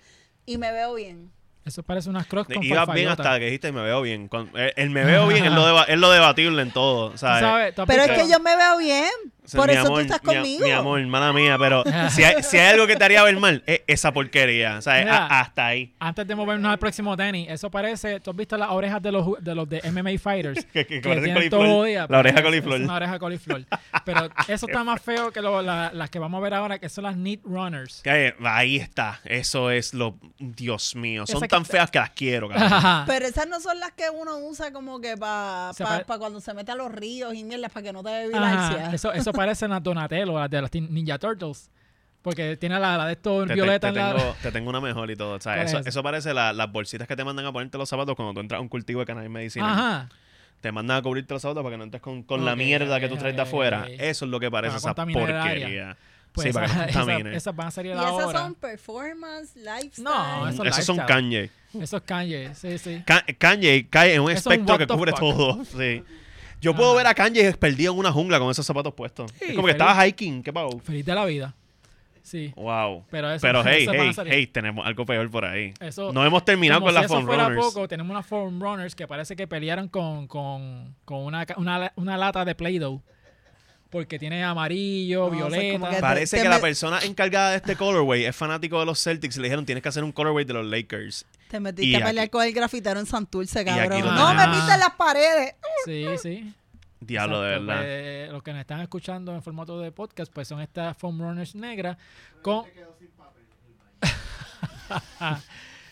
[SPEAKER 3] y me veo bien.
[SPEAKER 1] Eso parece unas crocs con
[SPEAKER 2] Ibas bien
[SPEAKER 1] farfallota.
[SPEAKER 2] hasta que dijiste me veo bien. Cuando- el, el me veo bien es lo, deba- es lo debatible en todo.
[SPEAKER 1] Tú
[SPEAKER 2] ¿sabes?
[SPEAKER 1] sabes, tú
[SPEAKER 3] Pero es
[SPEAKER 1] aplicas-
[SPEAKER 3] que yo me veo bien,
[SPEAKER 2] O sea,
[SPEAKER 3] por
[SPEAKER 2] mi
[SPEAKER 3] eso tú
[SPEAKER 2] amor,
[SPEAKER 3] estás
[SPEAKER 2] mi a-
[SPEAKER 3] conmigo.
[SPEAKER 2] Mi, amor, hermana mía, pero si hay, si hay algo que te haría ver mal, es esa porquería. O sea, es
[SPEAKER 1] Mira.
[SPEAKER 2] a- hasta ahí.
[SPEAKER 1] Antes de movernos al próximo tenis, eso parece... ¿Tú has visto las orejas de los, ju- de, los de MMA fighters?
[SPEAKER 2] Que-
[SPEAKER 1] que
[SPEAKER 2] que parece
[SPEAKER 1] tienen
[SPEAKER 2] coliflor.
[SPEAKER 1] todo día,
[SPEAKER 2] La oreja
[SPEAKER 1] parece-
[SPEAKER 2] coliflor.
[SPEAKER 1] Es una oreja coliflor. Pero eso está más feo que lo- la- las que vamos a ver ahora, que son las knit runners.
[SPEAKER 2] Que- Ahí está. Eso es lo. Dios mío. Son
[SPEAKER 1] Esa que-
[SPEAKER 2] tan feas que las quiero, cabrón.
[SPEAKER 3] Pero esas no son las que uno usa como que para
[SPEAKER 1] Ah. Se
[SPEAKER 3] pa,
[SPEAKER 1] pare-
[SPEAKER 3] pa cuando se mete a los ríos y mierdas para que no te dé
[SPEAKER 1] Ajá,
[SPEAKER 3] vigilancia.
[SPEAKER 1] eso, eso parece las Donatello, las de las Teen- Ninja Turtles. Porque tiene la, la de estos
[SPEAKER 2] Te, te-
[SPEAKER 1] violeta
[SPEAKER 2] te
[SPEAKER 1] en la.
[SPEAKER 2] tengo, te tengo una mejor y todo. O sea,
[SPEAKER 1] ¿Cuál es
[SPEAKER 2] eso,
[SPEAKER 1] esa?
[SPEAKER 2] eso parece la- las bolsitas que te mandan a ponerte los zapatos cuando tú entras a un cultivo de cannabis medicinal.
[SPEAKER 1] Ajá.
[SPEAKER 2] Te mandan a cubrirte los zapatos para que no entres con, con la
[SPEAKER 1] Ok,
[SPEAKER 2] mierda que
[SPEAKER 1] ok,
[SPEAKER 2] tú traes de
[SPEAKER 1] ok,
[SPEAKER 2] afuera.
[SPEAKER 1] ok.
[SPEAKER 2] Eso es lo que parece
[SPEAKER 1] Para
[SPEAKER 2] esa
[SPEAKER 1] contaminar el área.
[SPEAKER 2] porquería.
[SPEAKER 1] Pues
[SPEAKER 2] sí, para que
[SPEAKER 1] esa- esa-
[SPEAKER 2] contamine.
[SPEAKER 1] esas van a salir
[SPEAKER 3] Y
[SPEAKER 1] a la
[SPEAKER 3] esas
[SPEAKER 1] hora.
[SPEAKER 3] son performance, lifestyle.
[SPEAKER 1] No, eso-
[SPEAKER 2] Esos
[SPEAKER 1] son
[SPEAKER 2] son
[SPEAKER 1] lifestyle.
[SPEAKER 2] Kanye.
[SPEAKER 1] Esos Kanye, sí, sí.
[SPEAKER 2] Ka- Kanye cae en un
[SPEAKER 1] Es un
[SPEAKER 2] espectro
[SPEAKER 1] what
[SPEAKER 2] que
[SPEAKER 1] the
[SPEAKER 2] cubre
[SPEAKER 1] fuck.
[SPEAKER 2] todo. Sí. Yo puedo
[SPEAKER 1] Ajá.
[SPEAKER 2] ver a Kanye perdido en una jungla con esos zapatos puestos.
[SPEAKER 1] Sí,
[SPEAKER 2] es como que
[SPEAKER 1] feliz.
[SPEAKER 2] estaba hiking, qué pavo.
[SPEAKER 1] Feliz de la vida. Sí.
[SPEAKER 2] Wow.
[SPEAKER 1] Pero eso-
[SPEAKER 2] Pero hey,
[SPEAKER 1] eso van a
[SPEAKER 2] hey,
[SPEAKER 1] salir.
[SPEAKER 2] hey, tenemos algo peor por ahí.
[SPEAKER 1] Eso-
[SPEAKER 2] no hemos terminado
[SPEAKER 1] Como si
[SPEAKER 2] con las
[SPEAKER 1] eso
[SPEAKER 2] Form
[SPEAKER 1] fuera
[SPEAKER 2] Runners.
[SPEAKER 1] poco, tenemos unas Form Runners que parece que pelearon con, con, con una, ca- una, la- una lata de Play-Doh. Porque tiene amarillo,
[SPEAKER 3] No, eso es como que-
[SPEAKER 1] violeta.
[SPEAKER 2] Parece
[SPEAKER 3] Te
[SPEAKER 2] que
[SPEAKER 3] me-
[SPEAKER 2] la persona encargada de este colorway es fanático de los Celtics y le dijeron tienes que hacer un colorway de los Lakers.
[SPEAKER 3] Te
[SPEAKER 2] Y
[SPEAKER 3] metiste a
[SPEAKER 2] aquí-
[SPEAKER 3] pelear con el grafitero en Santurce,
[SPEAKER 2] aquí
[SPEAKER 3] cabrón.
[SPEAKER 2] lo
[SPEAKER 3] No me
[SPEAKER 1] tenemos.
[SPEAKER 3] viste en las paredes.
[SPEAKER 1] Sí, sí.
[SPEAKER 2] Diablo,
[SPEAKER 1] Exacto,
[SPEAKER 2] de verdad.
[SPEAKER 1] pues, los que nos están escuchando en formato de podcast, pues son estas foam runners negras con...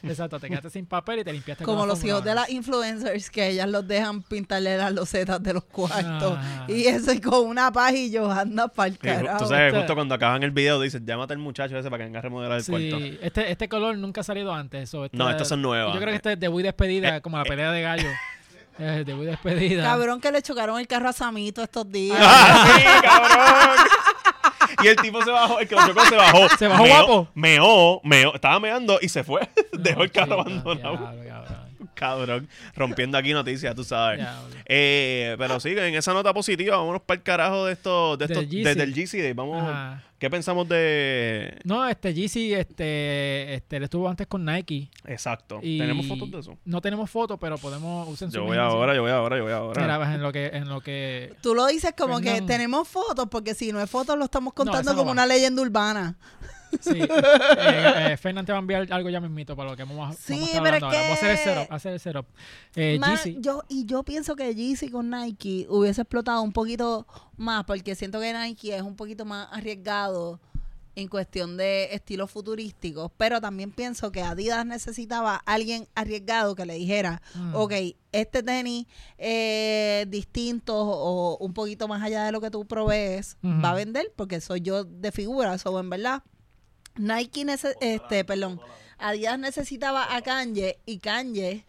[SPEAKER 1] Exacto, te quedaste sin papel y te limpiaste con
[SPEAKER 3] Como
[SPEAKER 1] la
[SPEAKER 3] los
[SPEAKER 1] foam
[SPEAKER 3] hijos de
[SPEAKER 1] runner.
[SPEAKER 3] las influencers que ellas los dejan pintarle las losetas de los cuartos.
[SPEAKER 1] Ah.
[SPEAKER 3] Y eso es con una paja y yo anda para el
[SPEAKER 2] Y ju- tú
[SPEAKER 3] carajo.
[SPEAKER 2] sabes,
[SPEAKER 1] este-
[SPEAKER 2] justo cuando acaban el video dicen, llámate al muchacho ese para que venga a remodelar el cuarto.
[SPEAKER 1] Sí, este, este color nunca ha salido antes. so, esta-
[SPEAKER 2] No, estas son nuevas. eh.
[SPEAKER 1] Yo creo que este es de Wii despedida, como la pelea de gallo. Eh, de Wii despedida.
[SPEAKER 3] Cabrón que le chocaron el carro a Samito estos días.
[SPEAKER 2] ¡Ah, sí, cabrón! Y el tipo se bajó, el que lo chocó se bajó.
[SPEAKER 1] Se bajó
[SPEAKER 2] Meó-
[SPEAKER 1] guapo.
[SPEAKER 2] Meó, meó, estaba meando y se fue.
[SPEAKER 1] No,
[SPEAKER 2] Dejó el carro
[SPEAKER 1] chico,
[SPEAKER 2] abandonado.
[SPEAKER 1] diablo, cabrón.
[SPEAKER 2] Cabrón, rompiendo aquí noticias, tú sabes.
[SPEAKER 1] Diablo.
[SPEAKER 2] Eh, pero sí, en esa nota positiva, vámonos para el carajo de estos, de
[SPEAKER 1] Del
[SPEAKER 2] estos,
[SPEAKER 1] GC.
[SPEAKER 2] desde el GC Day. Vamos,
[SPEAKER 1] Ajá.
[SPEAKER 2] ¿qué pensamos de...?
[SPEAKER 1] No, este Yeezy, este, este, él estuvo antes con Nike.
[SPEAKER 2] Exacto,
[SPEAKER 1] y-
[SPEAKER 2] Oh, tenemos fotos de eso.
[SPEAKER 1] No tenemos fotos, pero podemos usar
[SPEAKER 2] Yo voy ahora, yo voy ahora, yo voy ahora.
[SPEAKER 1] Mira, en lo que, en lo que
[SPEAKER 3] Tú lo dices como que
[SPEAKER 1] Fernando.
[SPEAKER 3] tenemos fotos, porque si no es fotos lo estamos contando
[SPEAKER 1] esa Pues no
[SPEAKER 3] como
[SPEAKER 1] va.
[SPEAKER 3] una leyenda urbana.
[SPEAKER 1] Sí. Eh, eh, Fernan te va a enviar algo ya mismito para lo que vamos a,
[SPEAKER 3] Sí,
[SPEAKER 1] vamos a estar
[SPEAKER 3] pero
[SPEAKER 1] hablando
[SPEAKER 3] es
[SPEAKER 1] ahora. Voy a hacer el
[SPEAKER 3] que-
[SPEAKER 1] setup, hacer el setup. Eh,
[SPEAKER 3] Man,
[SPEAKER 1] Yeezy,
[SPEAKER 3] yo, y yo pienso que Yeezy con Nike hubiese explotado un poquito más, porque siento que Nike es un poquito más arriesgado en cuestión de estilos futurísticos, pero también pienso que Adidas necesitaba a alguien arriesgado que le dijera,
[SPEAKER 1] Mm.
[SPEAKER 3] ok, este tenis eh, distinto o un poquito más allá de lo que tú provees
[SPEAKER 1] Ujú.
[SPEAKER 3] va a vender, porque soy yo de figura, eso en verdad. Nike, nece- este, perdón, Adidas necesitaba a Kanye y Kanye,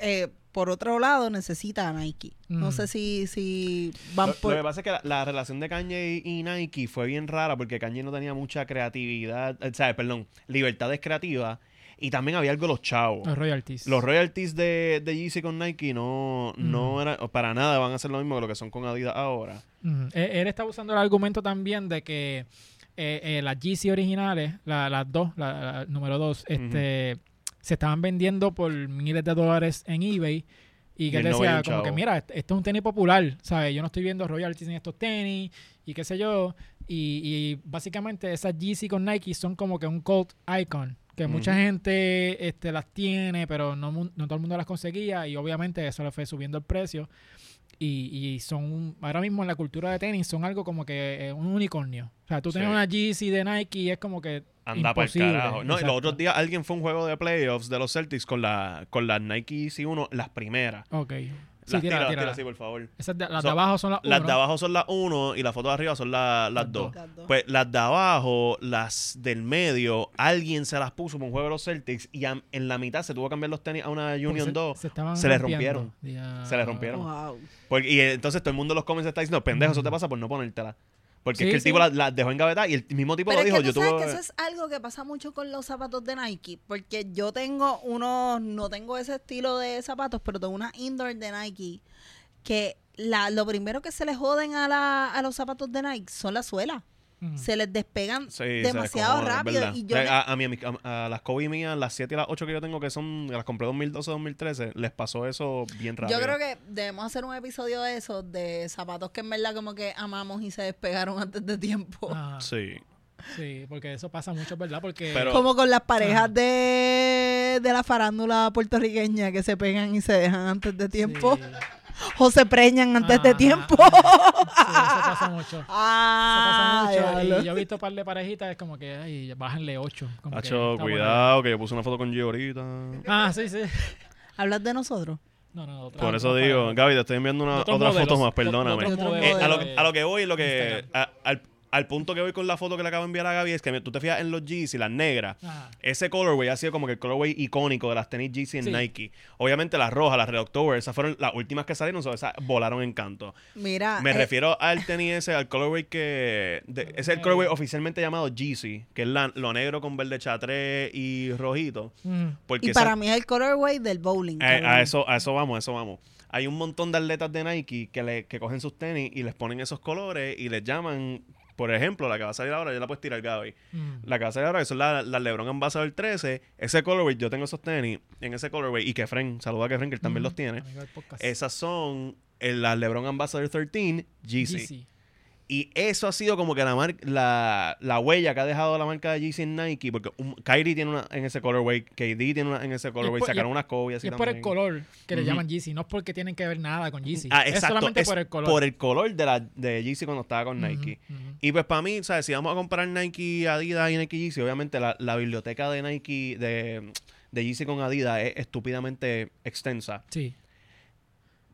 [SPEAKER 3] eh, por otro lado, necesita a Nike. No
[SPEAKER 1] Mm.
[SPEAKER 3] sé si, si
[SPEAKER 2] Lo,
[SPEAKER 3] van por...
[SPEAKER 2] lo que pasa es que la, la relación de Kanye y, y Nike fue bien rara porque Kanye no tenía mucha creatividad, eh, ¿sabes? Perdón, libertades creativas y también había algo de los chavos.
[SPEAKER 1] los royalties.
[SPEAKER 2] Los royalties de, de Yeezy con Nike no,
[SPEAKER 1] Mm.
[SPEAKER 2] no era, para nada van a ser lo mismo que lo que son con Adidas ahora.
[SPEAKER 1] Ujú. Él, él está usando el argumento también de que eh, eh, las GC originales, la- las dos, la, la número dos, este, se estaban vendiendo por miles de dólares en eBay. Y
[SPEAKER 2] Y
[SPEAKER 1] que él
[SPEAKER 2] él no veía
[SPEAKER 1] decía,
[SPEAKER 2] un
[SPEAKER 1] como que
[SPEAKER 2] chavo.
[SPEAKER 1] mira, este este es un tenis popular, ¿sabes? Yo no estoy viendo royalties en estos tenis y qué sé yo. Y, y básicamente esas GC con Nike son como que un cult icon. Que mucha
[SPEAKER 2] Ujú.
[SPEAKER 1] gente este, las tiene, pero no, mu- no todo el mundo las conseguía. Y obviamente eso le fue subiendo el precio. Y, y son, un- ahora mismo en la cultura de tenis, son algo como que eh, un unicornio. O sea, tú tienes
[SPEAKER 2] Sí.
[SPEAKER 1] una GC de Nike y es como que.
[SPEAKER 2] Anda para el
[SPEAKER 1] imposible,
[SPEAKER 2] carajo. No, y los
[SPEAKER 1] exacto.
[SPEAKER 2] otros días alguien fue a un juego de playoffs de los Celtics con la con las Nike Yeezy 1, las primeras.
[SPEAKER 1] Ok. Sí,
[SPEAKER 2] las
[SPEAKER 1] tírala, tírala.
[SPEAKER 2] tírala, tírala, sí, por favor.
[SPEAKER 1] Esas de- las
[SPEAKER 2] So,
[SPEAKER 1] de abajo son las
[SPEAKER 2] Las
[SPEAKER 1] uno.
[SPEAKER 2] de abajo son las 1 y las fotos de arriba son la- las
[SPEAKER 1] Las
[SPEAKER 2] 2.
[SPEAKER 3] Las dos.
[SPEAKER 2] Pues las de abajo, las del medio, alguien se las puso para un juego de los Celtics y am- en la mitad se tuvo que cambiar los tenis a una
[SPEAKER 1] Porque
[SPEAKER 2] Union
[SPEAKER 1] se-
[SPEAKER 2] 2.
[SPEAKER 1] Se, estaban
[SPEAKER 2] se les
[SPEAKER 1] rompiendo. Ya.
[SPEAKER 2] Se les rompieron.
[SPEAKER 3] Wow.
[SPEAKER 2] Porque- y eh, entonces todo el mundo en los comments está diciendo, pendejo, eso te pasa por no ponértela. Porque
[SPEAKER 1] Sí,
[SPEAKER 2] es que el
[SPEAKER 1] sí.
[SPEAKER 2] tipo las las dejó en gaveta y el mismo tipo lo
[SPEAKER 3] Pero es
[SPEAKER 2] dijo,
[SPEAKER 3] que
[SPEAKER 2] yo
[SPEAKER 3] tú sabes que eso
[SPEAKER 2] tuve...
[SPEAKER 3] es algo que pasa mucho con los zapatos de Nike, porque yo tengo unos, no tengo ese estilo de zapatos, pero tengo una indoor de Nike, que la, lo primero que se le joden a, la, a los zapatos de Nike son las suelas.
[SPEAKER 1] Mm.
[SPEAKER 3] Se les despegan
[SPEAKER 2] Sí,
[SPEAKER 3] demasiado
[SPEAKER 2] se descojonan, es
[SPEAKER 3] rápido.
[SPEAKER 2] verdad.
[SPEAKER 3] Y yo
[SPEAKER 2] Eh,
[SPEAKER 3] me-
[SPEAKER 2] a, a mí- a mi- a- a las Kobe mías, las 7 y las 8 que yo tengo, que son, las compré 2012-2013, les pasó eso bien rápido.
[SPEAKER 3] Yo creo que debemos hacer un episodio de eso, de zapatos que en verdad como que amamos y se despegaron antes de tiempo.
[SPEAKER 1] Ah, sí.
[SPEAKER 2] Sí.
[SPEAKER 1] porque eso pasa mucho, ¿verdad? Porque.
[SPEAKER 2] Pero-
[SPEAKER 3] Como con las
[SPEAKER 1] Ajá.
[SPEAKER 3] parejas de, de la farándula puertorriqueña que se pegan y se dejan antes de tiempo.
[SPEAKER 1] Sí.
[SPEAKER 3] O se preñan antes de
[SPEAKER 1] Ajá.
[SPEAKER 3] tiempo.
[SPEAKER 1] Sí, eso pasa mucho. Eso
[SPEAKER 3] ah,
[SPEAKER 1] pasa mucho.
[SPEAKER 3] diablo.
[SPEAKER 1] Y yo he visto un par de parejitas, es como que, ay, bájenle 8.
[SPEAKER 2] Hacho, cuidado, que yo puse una foto con Gio ahorita.
[SPEAKER 1] Ah, sí, sí.
[SPEAKER 3] ¿Hablas de nosotros?
[SPEAKER 1] No, no, otra-
[SPEAKER 2] Por eso
[SPEAKER 1] otra
[SPEAKER 2] digo,
[SPEAKER 1] palabra.
[SPEAKER 2] Gaby, te estoy enviando una,
[SPEAKER 1] Otros
[SPEAKER 2] otras
[SPEAKER 1] modelos,
[SPEAKER 2] fotos más,
[SPEAKER 1] otros
[SPEAKER 2] perdóname.
[SPEAKER 1] modelos
[SPEAKER 2] Eh, a, lo,
[SPEAKER 1] de-
[SPEAKER 2] a lo que voy, lo que.
[SPEAKER 1] Instagram.
[SPEAKER 2] a- al, al punto que voy con la foto que le acabo de enviar a Gaby es que me- tú te fijas en los Jeezy, las negras.
[SPEAKER 1] Ajá.
[SPEAKER 2] Ese colorway ha sido como que el colorway icónico de las tenis Jeezy en
[SPEAKER 1] Sí.
[SPEAKER 2] Nike. Obviamente las rojas, las Red October, esas fueron las últimas que salieron, so, esas volaron en canto.
[SPEAKER 3] Mira.
[SPEAKER 2] Me
[SPEAKER 3] eh,
[SPEAKER 2] refiero al tenis ese, al colorway que... de- ese es el colorway oficialmente llamado Jeezy, que es la- lo negro con verde chatre y rojito.
[SPEAKER 1] Mm.
[SPEAKER 2] Porque
[SPEAKER 3] Y
[SPEAKER 2] esa-
[SPEAKER 3] para mí es el colorway del bowling.
[SPEAKER 2] Eh, a,
[SPEAKER 3] cabrón.
[SPEAKER 2] a eso, a eso vamos, a eso vamos. Hay un montón de atletas de Nike que, le, que cogen sus tenis y les ponen esos colores y les llaman, por ejemplo, la que va a salir ahora, yo la puedo tirar, Gaby.
[SPEAKER 1] Mm.
[SPEAKER 2] La que va a salir ahora, que son las la LeBron Ambassador 13. Ese colorway, yo tengo esos tenis en ese colorway. Y Kefren, saluda a Kefren, que él también
[SPEAKER 1] Mm.
[SPEAKER 2] los tiene.
[SPEAKER 1] Amigo del podcast.
[SPEAKER 2] Esas son eh, las LeBron Ambassador 13 Yeezy.
[SPEAKER 1] GC.
[SPEAKER 2] Y eso ha sido como que la, mar- la, la huella que ha dejado la marca de Yeezy en Nike. Porque un, Kyrie tiene una en ese colorway, KD tiene una en ese colorway,
[SPEAKER 1] por-
[SPEAKER 2] sacaron
[SPEAKER 1] y-
[SPEAKER 2] unas Kobe así
[SPEAKER 1] Y es por el
[SPEAKER 2] también.
[SPEAKER 1] color que le
[SPEAKER 2] Ujú.
[SPEAKER 1] llaman GC, no es porque tienen que ver nada con GC.
[SPEAKER 2] Ah,
[SPEAKER 1] es
[SPEAKER 2] exacto.
[SPEAKER 1] solamente
[SPEAKER 2] es
[SPEAKER 1] por el color.
[SPEAKER 2] Por el color de, la, de Yeezy cuando estaba con
[SPEAKER 1] Ujú,
[SPEAKER 2] Nike.
[SPEAKER 1] ujú.
[SPEAKER 2] Y pues para mí, ¿sabes? Si vamos a comparar Nike, Adidas y Nike Yeezy, obviamente la, la biblioteca de Nike, de, de Yeezy con Adidas es estúpidamente extensa.
[SPEAKER 1] Sí.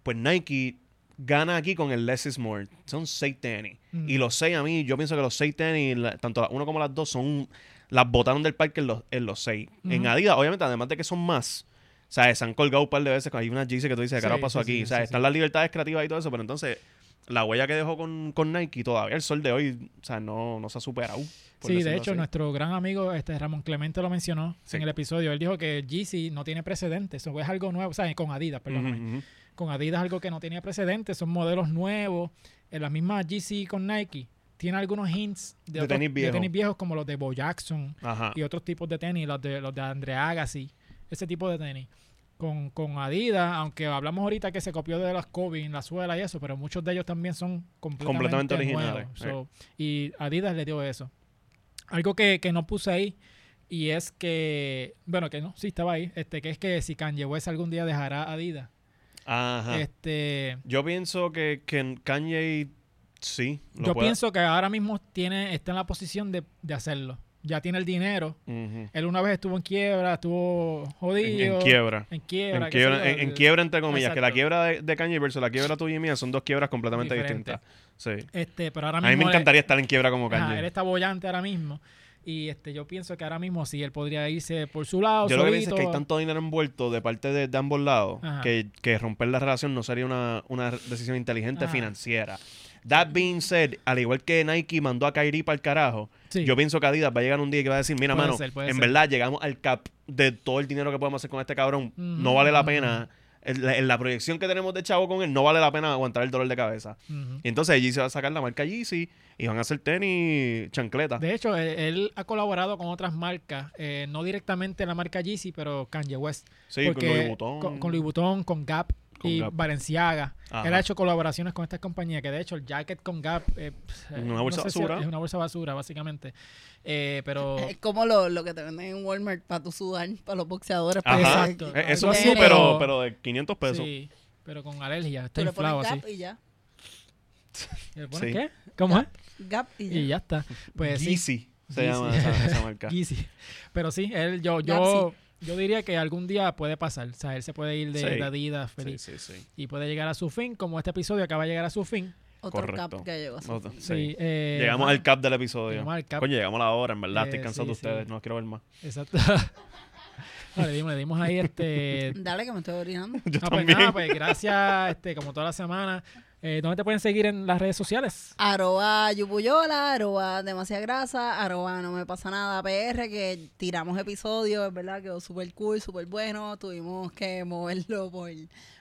[SPEAKER 2] Pues Nike gana aquí con el Less is More. Son seis tenis.
[SPEAKER 1] Mm.
[SPEAKER 2] Y los seis a mí, yo pienso que los seis tenis, la- tanto las uno como las dos, son... Las botaron del parque en los, en los seis. En
[SPEAKER 1] Ujú.
[SPEAKER 2] Adidas, obviamente, además de que son más... ¿Sabes? Se han colgado un par de veces. Hay unas Yeezy que tú dices,
[SPEAKER 1] Sí,
[SPEAKER 2] carajo pasó
[SPEAKER 1] sí, sí,
[SPEAKER 2] aquí?
[SPEAKER 1] sí,
[SPEAKER 2] o sea,
[SPEAKER 1] sí,
[SPEAKER 2] están
[SPEAKER 1] sí.
[SPEAKER 2] las libertades creativas y todo eso, pero entonces la huella que dejó con, con Nike todavía, el sol de hoy, o sea, no, no se ha superado.
[SPEAKER 1] Sí,
[SPEAKER 2] por
[SPEAKER 1] de
[SPEAKER 2] decirlo
[SPEAKER 1] hecho,
[SPEAKER 2] así.
[SPEAKER 1] nuestro gran amigo este Ramón Clemente lo mencionó
[SPEAKER 2] Sí.
[SPEAKER 1] en el episodio. Él dijo que GC no tiene precedentes, eso es algo nuevo, o sea, con Adidas, perdóname.
[SPEAKER 2] Ujú, ujú.
[SPEAKER 1] Con Adidas algo que no tenía precedentes, son modelos nuevos. En la misma GC con Nike tiene algunos hints de,
[SPEAKER 2] De
[SPEAKER 1] otros-
[SPEAKER 2] tenis Ah. viejo.
[SPEAKER 1] viejos como los de Bo Jackson
[SPEAKER 2] Ajá.
[SPEAKER 1] y otros tipos de tenis, los de, los de Andre Agassi, ese tipo de tenis. Con, con Adidas, aunque hablamos ahorita que se copió de las Kobe en la suela y eso, pero muchos de ellos también son completamente,
[SPEAKER 2] Completamente originales,
[SPEAKER 1] nuevos. So, Y Adidas le dio eso. Algo que, que no puse ahí y es que, bueno, que no, sí estaba ahí, este, que es que si Kanye West algún día dejará Adidas,
[SPEAKER 2] Ajá.
[SPEAKER 1] este,
[SPEAKER 2] Yo pienso que, que Kanye sí. lo
[SPEAKER 1] yo
[SPEAKER 2] puede-
[SPEAKER 1] pienso que ahora mismo tiene, está en la posición de, de hacerlo. Ya tiene el dinero.
[SPEAKER 2] Ujú.
[SPEAKER 1] Él una vez estuvo en quiebra, estuvo
[SPEAKER 2] En,
[SPEAKER 1] jodido.
[SPEAKER 2] en quiebra.
[SPEAKER 1] En
[SPEAKER 2] En
[SPEAKER 1] quiebra. qué sé
[SPEAKER 2] quiebra,
[SPEAKER 1] yo, eh,
[SPEAKER 2] en- en quiebra, entre comillas, que la
[SPEAKER 1] Exacto.
[SPEAKER 2] quiebra de, de Kanye versus la quiebra tuya y mía son dos quiebras completamente
[SPEAKER 1] Diferente.
[SPEAKER 2] distintas. Sí.
[SPEAKER 1] Este, pero ahora
[SPEAKER 2] A
[SPEAKER 1] mismo
[SPEAKER 2] mí me
[SPEAKER 1] él-
[SPEAKER 2] encantaría estar en quiebra como
[SPEAKER 1] ajá, él
[SPEAKER 2] Kanye.
[SPEAKER 1] está bollante ahora mismo. Y este, yo pienso que ahora mismo sí, él podría irse por su lado.
[SPEAKER 2] Yo lo que pienso es que hay
[SPEAKER 1] solito.
[SPEAKER 2] tanto dinero envuelto de parte de, de ambos lados
[SPEAKER 1] Ajá.
[SPEAKER 2] que, que romper la relación no sería una, una decisión inteligente
[SPEAKER 1] Ajá.
[SPEAKER 2] financiera. That being said, al igual que Nike mandó a Kyrie para el carajo,
[SPEAKER 1] Sí.
[SPEAKER 2] Yo pienso que Adidas va a llegar un día que va a decir, mira,
[SPEAKER 1] Puede
[SPEAKER 2] mano,
[SPEAKER 1] ser, puede
[SPEAKER 2] en
[SPEAKER 1] ser.
[SPEAKER 2] verdad llegamos al cap de todo el dinero que podemos hacer con este cabrón.
[SPEAKER 1] Ujú,
[SPEAKER 2] No vale la
[SPEAKER 1] ujú.
[SPEAKER 2] pena. En la, en la proyección que tenemos de chavo con él, no vale la pena aguantar el dolor de cabeza.
[SPEAKER 1] Ujú.
[SPEAKER 2] Y entonces allí se va a sacar la marca Yeezy y van a hacer tenis chancleta.
[SPEAKER 1] De hecho, eh, él, ha colaborado con otras marcas, eh, no directamente la marca Yeezy, pero Kanye West.
[SPEAKER 2] sí, con
[SPEAKER 1] porque-
[SPEAKER 2] Louis Vuitton.
[SPEAKER 1] Con, con Louis Vuitton, con Gap
[SPEAKER 2] Con
[SPEAKER 1] y
[SPEAKER 2] Gap.
[SPEAKER 1] Balenciaga.
[SPEAKER 2] Ajá.
[SPEAKER 1] Él ha hecho colaboraciones con estas compañías, que de hecho el jacket con Gap eh, pf, eh,
[SPEAKER 2] Una bolsa
[SPEAKER 1] no sé si-
[SPEAKER 2] basura.
[SPEAKER 1] es una bolsa basura, básicamente. Eh, pero...
[SPEAKER 3] Es como lo, lo que te venden en Walmart para tu sudar, para los boxeadores. pues. para
[SPEAKER 2] Ajá.
[SPEAKER 3] que-
[SPEAKER 1] Exacto.
[SPEAKER 2] Eh, Eso
[SPEAKER 3] Algo
[SPEAKER 2] sí,
[SPEAKER 3] así,
[SPEAKER 2] pero,
[SPEAKER 1] pero-
[SPEAKER 2] pero de 500 pesos.
[SPEAKER 1] Sí, pero con alergia, está
[SPEAKER 3] Tú le
[SPEAKER 1] inflado
[SPEAKER 3] pones
[SPEAKER 1] así.
[SPEAKER 3] gap y ya.
[SPEAKER 1] ¿Y le pones
[SPEAKER 2] Sí.
[SPEAKER 1] qué? ¿Cómo es?
[SPEAKER 3] Gap y ya.
[SPEAKER 1] Y ya está. Pues sí,
[SPEAKER 2] Yeezy se
[SPEAKER 1] Yeezy.
[SPEAKER 2] llama esa, esa marca.
[SPEAKER 1] Yeezy. Pero sí, él, yo, yo, yo diría que algún día puede pasar. O sea, él se puede ir de,
[SPEAKER 2] Sí.
[SPEAKER 1] de Adidas
[SPEAKER 2] Sí,
[SPEAKER 1] feliz
[SPEAKER 2] sí, sí.
[SPEAKER 1] y puede llegar a su fin, como este episodio acaba de llegar a su fin.
[SPEAKER 3] Otro
[SPEAKER 2] Correcto.
[SPEAKER 3] cap que llegó. a su
[SPEAKER 2] Otro.
[SPEAKER 3] fin.
[SPEAKER 2] Sí.
[SPEAKER 1] Sí, eh,
[SPEAKER 2] Llegamos
[SPEAKER 1] ajá,
[SPEAKER 2] al cap del episodio.
[SPEAKER 1] llegamos al cap.
[SPEAKER 2] Coño, llegamos a la hora, en verdad. Estoy
[SPEAKER 1] Eh,
[SPEAKER 2] cansado de
[SPEAKER 1] sí, sí.
[SPEAKER 2] ustedes. No quiero ver más.
[SPEAKER 1] Exacto. Vale, dimos- le dimos ahí este.
[SPEAKER 3] Dale que me estoy orinando.
[SPEAKER 2] Yo
[SPEAKER 1] Ah, pues
[SPEAKER 2] también.
[SPEAKER 1] nada, pues gracias, este, como toda la semana. Eh, ¿Dónde te pueden seguir en las redes sociales?
[SPEAKER 3] Arroba Yubuyola, arroba demasiada grasa, arroba no me pasa nada, PR, que tiramos episodios, es verdad, quedó súper cool, súper bueno, tuvimos que moverlo por,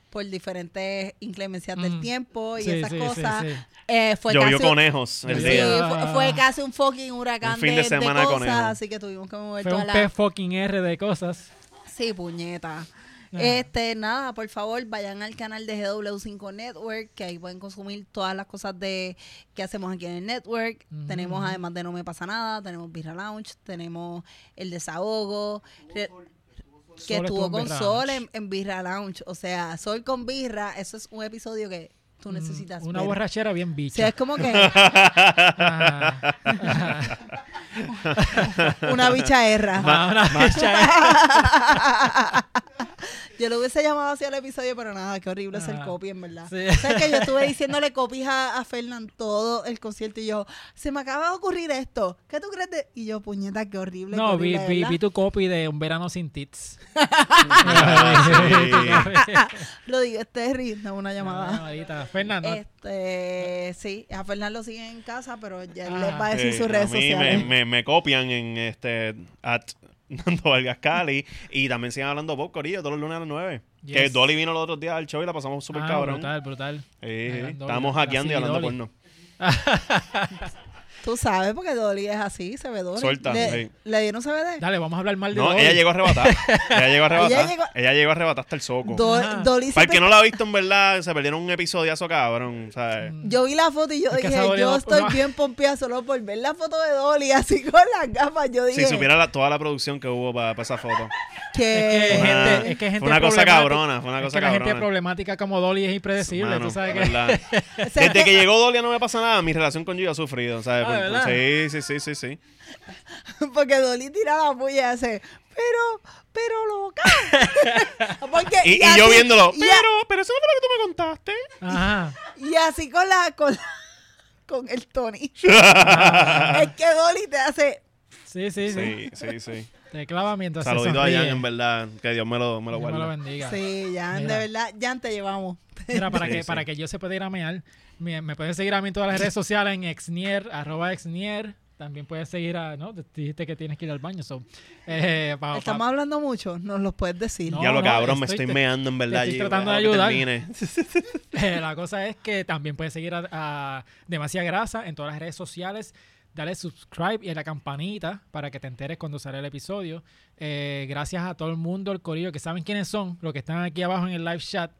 [SPEAKER 3] por diferentes inclemencias del
[SPEAKER 1] Mm.
[SPEAKER 3] tiempo y
[SPEAKER 1] Sí,
[SPEAKER 3] esas
[SPEAKER 1] sí, sí,
[SPEAKER 3] cosas.
[SPEAKER 1] sí.
[SPEAKER 3] Eh, fue
[SPEAKER 2] Llovió
[SPEAKER 3] casi un-
[SPEAKER 2] conejos el
[SPEAKER 1] Sí.
[SPEAKER 2] día.
[SPEAKER 1] día.
[SPEAKER 3] fue, fue casi un fucking huracán
[SPEAKER 2] Un fin de
[SPEAKER 3] de, de
[SPEAKER 2] semana de
[SPEAKER 3] cosas,
[SPEAKER 2] conejo.
[SPEAKER 3] así que tuvimos que mover
[SPEAKER 1] Fue
[SPEAKER 3] toda
[SPEAKER 1] un
[SPEAKER 3] la...
[SPEAKER 1] P fucking R de cosas.
[SPEAKER 3] Sí, puñeta.
[SPEAKER 1] Ah.
[SPEAKER 3] Este, nada, por favor, vayan al canal de GW5 Network, que ahí pueden consumir todas las cosas de que hacemos aquí en el network.
[SPEAKER 1] Ujú,
[SPEAKER 3] Tenemos,
[SPEAKER 1] ujú.
[SPEAKER 3] además de No Me Pasa Nada, tenemos Birra Lounge, tenemos El Desahogo, re- que
[SPEAKER 1] Sol estuvo
[SPEAKER 3] estuvo
[SPEAKER 1] en
[SPEAKER 3] con
[SPEAKER 1] Birra
[SPEAKER 3] Sol
[SPEAKER 1] Lounge.
[SPEAKER 3] en, en Birra Lounge. O sea, Sol con Birra, eso es un episodio que tú
[SPEAKER 1] Mm,
[SPEAKER 3] necesitas
[SPEAKER 1] Una
[SPEAKER 3] ver.
[SPEAKER 1] borrachera bien
[SPEAKER 3] O sea,
[SPEAKER 1] bicha.
[SPEAKER 3] es como que
[SPEAKER 1] Ah.
[SPEAKER 3] una bicha erra.
[SPEAKER 1] Ah, una bicha.
[SPEAKER 3] Yo lo hubiese llamado así al episodio, pero nada, qué horrible hacer
[SPEAKER 1] Ah,
[SPEAKER 3] copy, en verdad.
[SPEAKER 1] sí.
[SPEAKER 3] O sea, que yo estuve diciéndole copies a, a Fernán todo el concierto y yo, se me acaba de ocurrir esto. ¿Qué tú crees de...? Y yo, puñeta, qué horrible.
[SPEAKER 1] No,
[SPEAKER 3] qué
[SPEAKER 1] vi,
[SPEAKER 3] horrible,
[SPEAKER 1] vi,
[SPEAKER 3] ¿verdad?".
[SPEAKER 1] vi tu copy de Un verano sin tits.
[SPEAKER 2] Ah, sí.
[SPEAKER 3] Lo digo, es Terry, no una llamada.
[SPEAKER 1] Llamadita. Fernando,
[SPEAKER 3] Este, sí, a Fernán lo siguen en casa, pero ya él
[SPEAKER 1] Ah.
[SPEAKER 3] les va a decir
[SPEAKER 2] Sí,
[SPEAKER 3] sus
[SPEAKER 2] Eh, a
[SPEAKER 3] redes
[SPEAKER 2] mí me-
[SPEAKER 3] sociales.
[SPEAKER 2] Me, me copian en este at Nando Vargas Cali y también siguen hablando Bob Corillo todos los lunes a las 9.
[SPEAKER 1] Yes.
[SPEAKER 2] Que Dolly vino los otros días al show y la pasamos súper
[SPEAKER 1] Ah,
[SPEAKER 2] cabrón.
[SPEAKER 1] brutal, brutal.
[SPEAKER 2] Sí, sí.
[SPEAKER 1] Hablando
[SPEAKER 2] Estábamos
[SPEAKER 1] Dolly,
[SPEAKER 2] hackeando y
[SPEAKER 1] así,
[SPEAKER 2] hablando
[SPEAKER 1] Dolly.
[SPEAKER 2] porno.
[SPEAKER 3] Tú sabes porque Dolly es así, se ve Dolly.
[SPEAKER 2] Suelta,
[SPEAKER 3] le,
[SPEAKER 2] sí.
[SPEAKER 3] le dieron CBD.
[SPEAKER 1] Dale, vamos a hablar mal de
[SPEAKER 2] No,
[SPEAKER 1] Dolly.
[SPEAKER 2] ella llegó a arrebatar. ella llegó a
[SPEAKER 3] Ella
[SPEAKER 2] arrebatar.
[SPEAKER 3] llegó-
[SPEAKER 2] Ella llegó a arrebatar hasta el soco.
[SPEAKER 3] Do-
[SPEAKER 1] Ajá.
[SPEAKER 3] Dolly
[SPEAKER 2] Para el
[SPEAKER 3] siempre-
[SPEAKER 2] que no la ha visto, en verdad, se perdieron un episodiazo cabrón. ¿sabes?
[SPEAKER 1] Mm.
[SPEAKER 3] Yo vi la foto y yo
[SPEAKER 1] Es que
[SPEAKER 3] dije,
[SPEAKER 1] esa Dolly
[SPEAKER 3] yo
[SPEAKER 1] no-
[SPEAKER 3] estoy
[SPEAKER 1] no-
[SPEAKER 3] bien pompeada solo por ver la foto de Dolly, así con las gafas. Yo dije,
[SPEAKER 2] Si supiera la- toda la producción que hubo para esa foto.
[SPEAKER 1] Es que
[SPEAKER 3] que...
[SPEAKER 2] Una-
[SPEAKER 1] gente- eh, es que gente
[SPEAKER 2] fue una cosa
[SPEAKER 1] problemática.
[SPEAKER 2] cabrona, fue una
[SPEAKER 1] Es
[SPEAKER 2] cosa
[SPEAKER 1] que la gente
[SPEAKER 2] cabrona.
[SPEAKER 1] problemática como Dolly es impredecible.
[SPEAKER 2] Mano,
[SPEAKER 1] Tú sabes que...
[SPEAKER 2] verdad.
[SPEAKER 3] o sea, eh,
[SPEAKER 2] Desde que llegó Dolia no me pasa nada. Mi relación con Gio ha sufrido, ¿sabes?
[SPEAKER 1] Ah,
[SPEAKER 2] Por-
[SPEAKER 1] ¿verdad?
[SPEAKER 2] sí, sí, sí, sí, sí.
[SPEAKER 3] Porque Dolly tira la puya y hace, pero, pero loca. Porque,
[SPEAKER 2] Y, y
[SPEAKER 3] así-
[SPEAKER 2] yo viéndolo.
[SPEAKER 3] Y,
[SPEAKER 2] Pero,
[SPEAKER 3] a-
[SPEAKER 2] pero eso no fue lo que tú me contaste.
[SPEAKER 1] Ajá.
[SPEAKER 3] y así con la, con, la- con el Tony. es que Dolly te hace,
[SPEAKER 1] Sí, sí, sí.
[SPEAKER 2] Sí, sí, sí.
[SPEAKER 1] Te clava mientras se
[SPEAKER 2] Saludito a
[SPEAKER 1] sonríe.
[SPEAKER 2] Jan, en verdad. Que Dios me lo, me lo
[SPEAKER 1] Dios me lo
[SPEAKER 2] guarde.
[SPEAKER 1] bendiga.
[SPEAKER 3] sí, ya, de
[SPEAKER 1] Mira.
[SPEAKER 3] verdad, ya te llevamos.
[SPEAKER 1] Mira, para,
[SPEAKER 2] Sí,
[SPEAKER 1] que,
[SPEAKER 2] sí.
[SPEAKER 1] para que yo se pueda ir a mear, me, me pueden seguir a mí en todas las redes sociales en exnier, arroba exnier. También puedes seguir a, ¿no? Te- Dijiste que tienes que ir al baño, so. Eh, pa- pa-
[SPEAKER 3] Estamos hablando mucho, nos lo puedes decir.
[SPEAKER 1] No,
[SPEAKER 2] ya lo
[SPEAKER 1] no,
[SPEAKER 2] cabrón, me
[SPEAKER 1] estoy-
[SPEAKER 2] estoy
[SPEAKER 1] te-
[SPEAKER 2] meando en verdad.
[SPEAKER 1] estoy
[SPEAKER 2] Gio,
[SPEAKER 1] tratando de
[SPEAKER 2] déjalo que
[SPEAKER 1] ayudar.
[SPEAKER 2] termine.
[SPEAKER 1] Eh, la cosa es que también puedes seguir a, a Demasiada Grasa en todas las redes sociales. Dale subscribe y a la campanita para que te enteres cuando sale el episodio. Eh, gracias a todo el mundo, el corillo, que saben quiénes son, los que están aquí abajo en el live chat.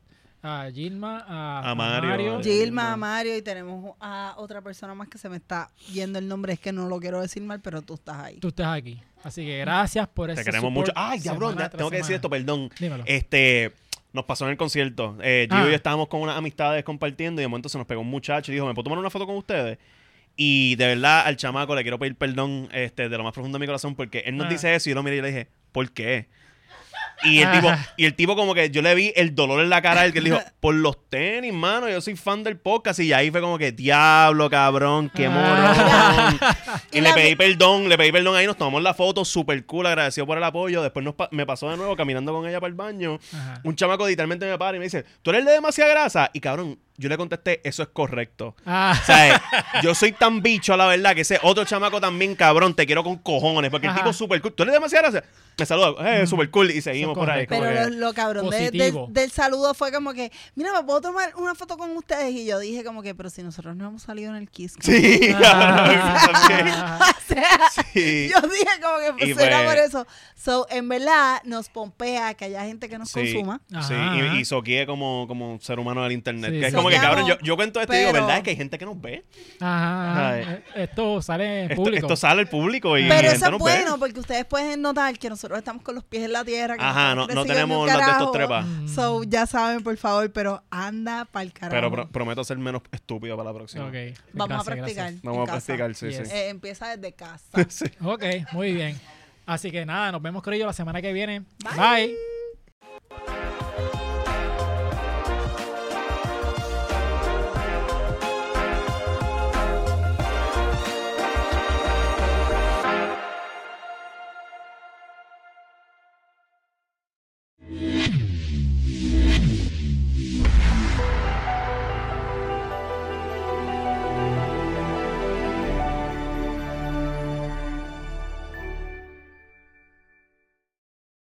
[SPEAKER 1] a Gilma, a,
[SPEAKER 2] A Mario.
[SPEAKER 3] Gilma,
[SPEAKER 2] Gilman.
[SPEAKER 3] Mario y tenemos a otra persona más que se me está yendo el nombre. Es que no lo quiero decir mal, pero tú estás ahí.
[SPEAKER 1] Tú estás aquí. Así que gracias por
[SPEAKER 2] Te
[SPEAKER 1] ese
[SPEAKER 2] queremos
[SPEAKER 1] support
[SPEAKER 2] mucho. Ay, cabrón,
[SPEAKER 1] semana
[SPEAKER 2] tengo
[SPEAKER 1] tras
[SPEAKER 2] que
[SPEAKER 1] semana.
[SPEAKER 2] decir esto, perdón.
[SPEAKER 1] Dímelo.
[SPEAKER 2] Este, nos pasó en el concierto. Eh, Gio
[SPEAKER 1] Ah.
[SPEAKER 2] y yo estábamos con unas amistades compartiendo y de momento se nos pegó un muchacho y dijo, ¿me puedo tomar una foto con ustedes? Y de verdad, al chamaco le quiero pedir perdón este, de lo más profundo de mi corazón porque él nos
[SPEAKER 1] Ah.
[SPEAKER 2] dice eso y yo lo miré y le dije, ¿por qué? Y el,
[SPEAKER 1] Ajá.
[SPEAKER 2] tipo, y el tipo como que yo le vi el dolor en la cara del que él dijo, por los tenis, mano, yo soy fan del podcast. Y ahí fue como que, diablo, cabrón, qué
[SPEAKER 1] Ah.
[SPEAKER 2] morón. Y
[SPEAKER 3] Y
[SPEAKER 2] le
[SPEAKER 3] la-
[SPEAKER 2] pedí perdón, le pedí perdón ahí, nos tomamos la foto, super cool, agradecido por el apoyo. Después nos pa- me pasó de nuevo caminando con ella para el baño.
[SPEAKER 1] Ajá.
[SPEAKER 2] Un chamaco literalmente me para y me dice, ¿tú eres el de demasiada grasa? Y cabrón, yo le contesté, eso es correcto.
[SPEAKER 1] Ah,
[SPEAKER 2] O sea, eh, yo soy tan bicho, la verdad, que ese otro chamaco también, cabrón, te quiero con cojones. Porque el
[SPEAKER 1] Ajá. Mm.
[SPEAKER 2] tipo es super cool. ¿Tú eres demasiada grasa? Me saluda, eh, super cool. Y seguimos
[SPEAKER 1] es
[SPEAKER 2] por ahí.
[SPEAKER 1] correcto.
[SPEAKER 2] como
[SPEAKER 3] Pero
[SPEAKER 2] que-
[SPEAKER 3] lo, lo cabrón de- del-
[SPEAKER 1] positivo.
[SPEAKER 3] del saludo fue como que, mira, ¿me puedo tomar una foto con ustedes? Y yo dije como que, pero si nosotros no hemos salido en el Kiss.
[SPEAKER 2] Sí,
[SPEAKER 1] Ah.
[SPEAKER 2] cabrón, también,
[SPEAKER 3] O sea,
[SPEAKER 2] sí.
[SPEAKER 3] yo dije como que
[SPEAKER 2] Y
[SPEAKER 3] pues, era
[SPEAKER 2] fue-
[SPEAKER 3] por eso. So, en verdad, nos pompea que haya gente que nos
[SPEAKER 2] Sí,
[SPEAKER 3] consuma.
[SPEAKER 2] sí,
[SPEAKER 1] Ajá.
[SPEAKER 2] y, y soqueé como, como ser humano del internet.
[SPEAKER 1] Sí,
[SPEAKER 2] que es
[SPEAKER 1] sí.
[SPEAKER 2] como que,
[SPEAKER 3] Soqueamos,
[SPEAKER 2] cabrón, yo, yo cuento esto y digo,
[SPEAKER 3] pero-
[SPEAKER 2] ¿verdad? Es que hay gente que nos ve.
[SPEAKER 1] Ajá, ajá.
[SPEAKER 2] Ay.
[SPEAKER 1] Eh, Esto sale en
[SPEAKER 2] Esto,
[SPEAKER 1] público.
[SPEAKER 2] esto sale al público y
[SPEAKER 3] Pero
[SPEAKER 2] gente
[SPEAKER 3] eso es
[SPEAKER 2] nos ve.
[SPEAKER 3] bueno porque ustedes pueden notar que nosotros estamos con los pies en la tierra. que
[SPEAKER 2] Ajá, no,
[SPEAKER 3] nosotros
[SPEAKER 2] no
[SPEAKER 3] recibimos
[SPEAKER 2] tenemos
[SPEAKER 3] un
[SPEAKER 2] las de estos
[SPEAKER 3] carajo.
[SPEAKER 2] trepas.
[SPEAKER 1] Mm.
[SPEAKER 3] So, ya saben, por favor, pero anda para el carajo.
[SPEAKER 2] Pero pro- prometo ser menos estúpido para la próxima.
[SPEAKER 1] Ok,
[SPEAKER 3] Vamos
[SPEAKER 1] gracias,
[SPEAKER 3] a practicar.
[SPEAKER 1] gracias.
[SPEAKER 2] Vamos
[SPEAKER 3] en
[SPEAKER 2] a
[SPEAKER 3] casa.
[SPEAKER 2] practicar, sí,
[SPEAKER 1] Yes.
[SPEAKER 2] sí.
[SPEAKER 3] Eh, empieza desde casa.
[SPEAKER 2] Sí.
[SPEAKER 1] Ok, muy bien. Así que nada, nos vemos con ellos la semana que viene.
[SPEAKER 3] Bye.
[SPEAKER 1] Bye.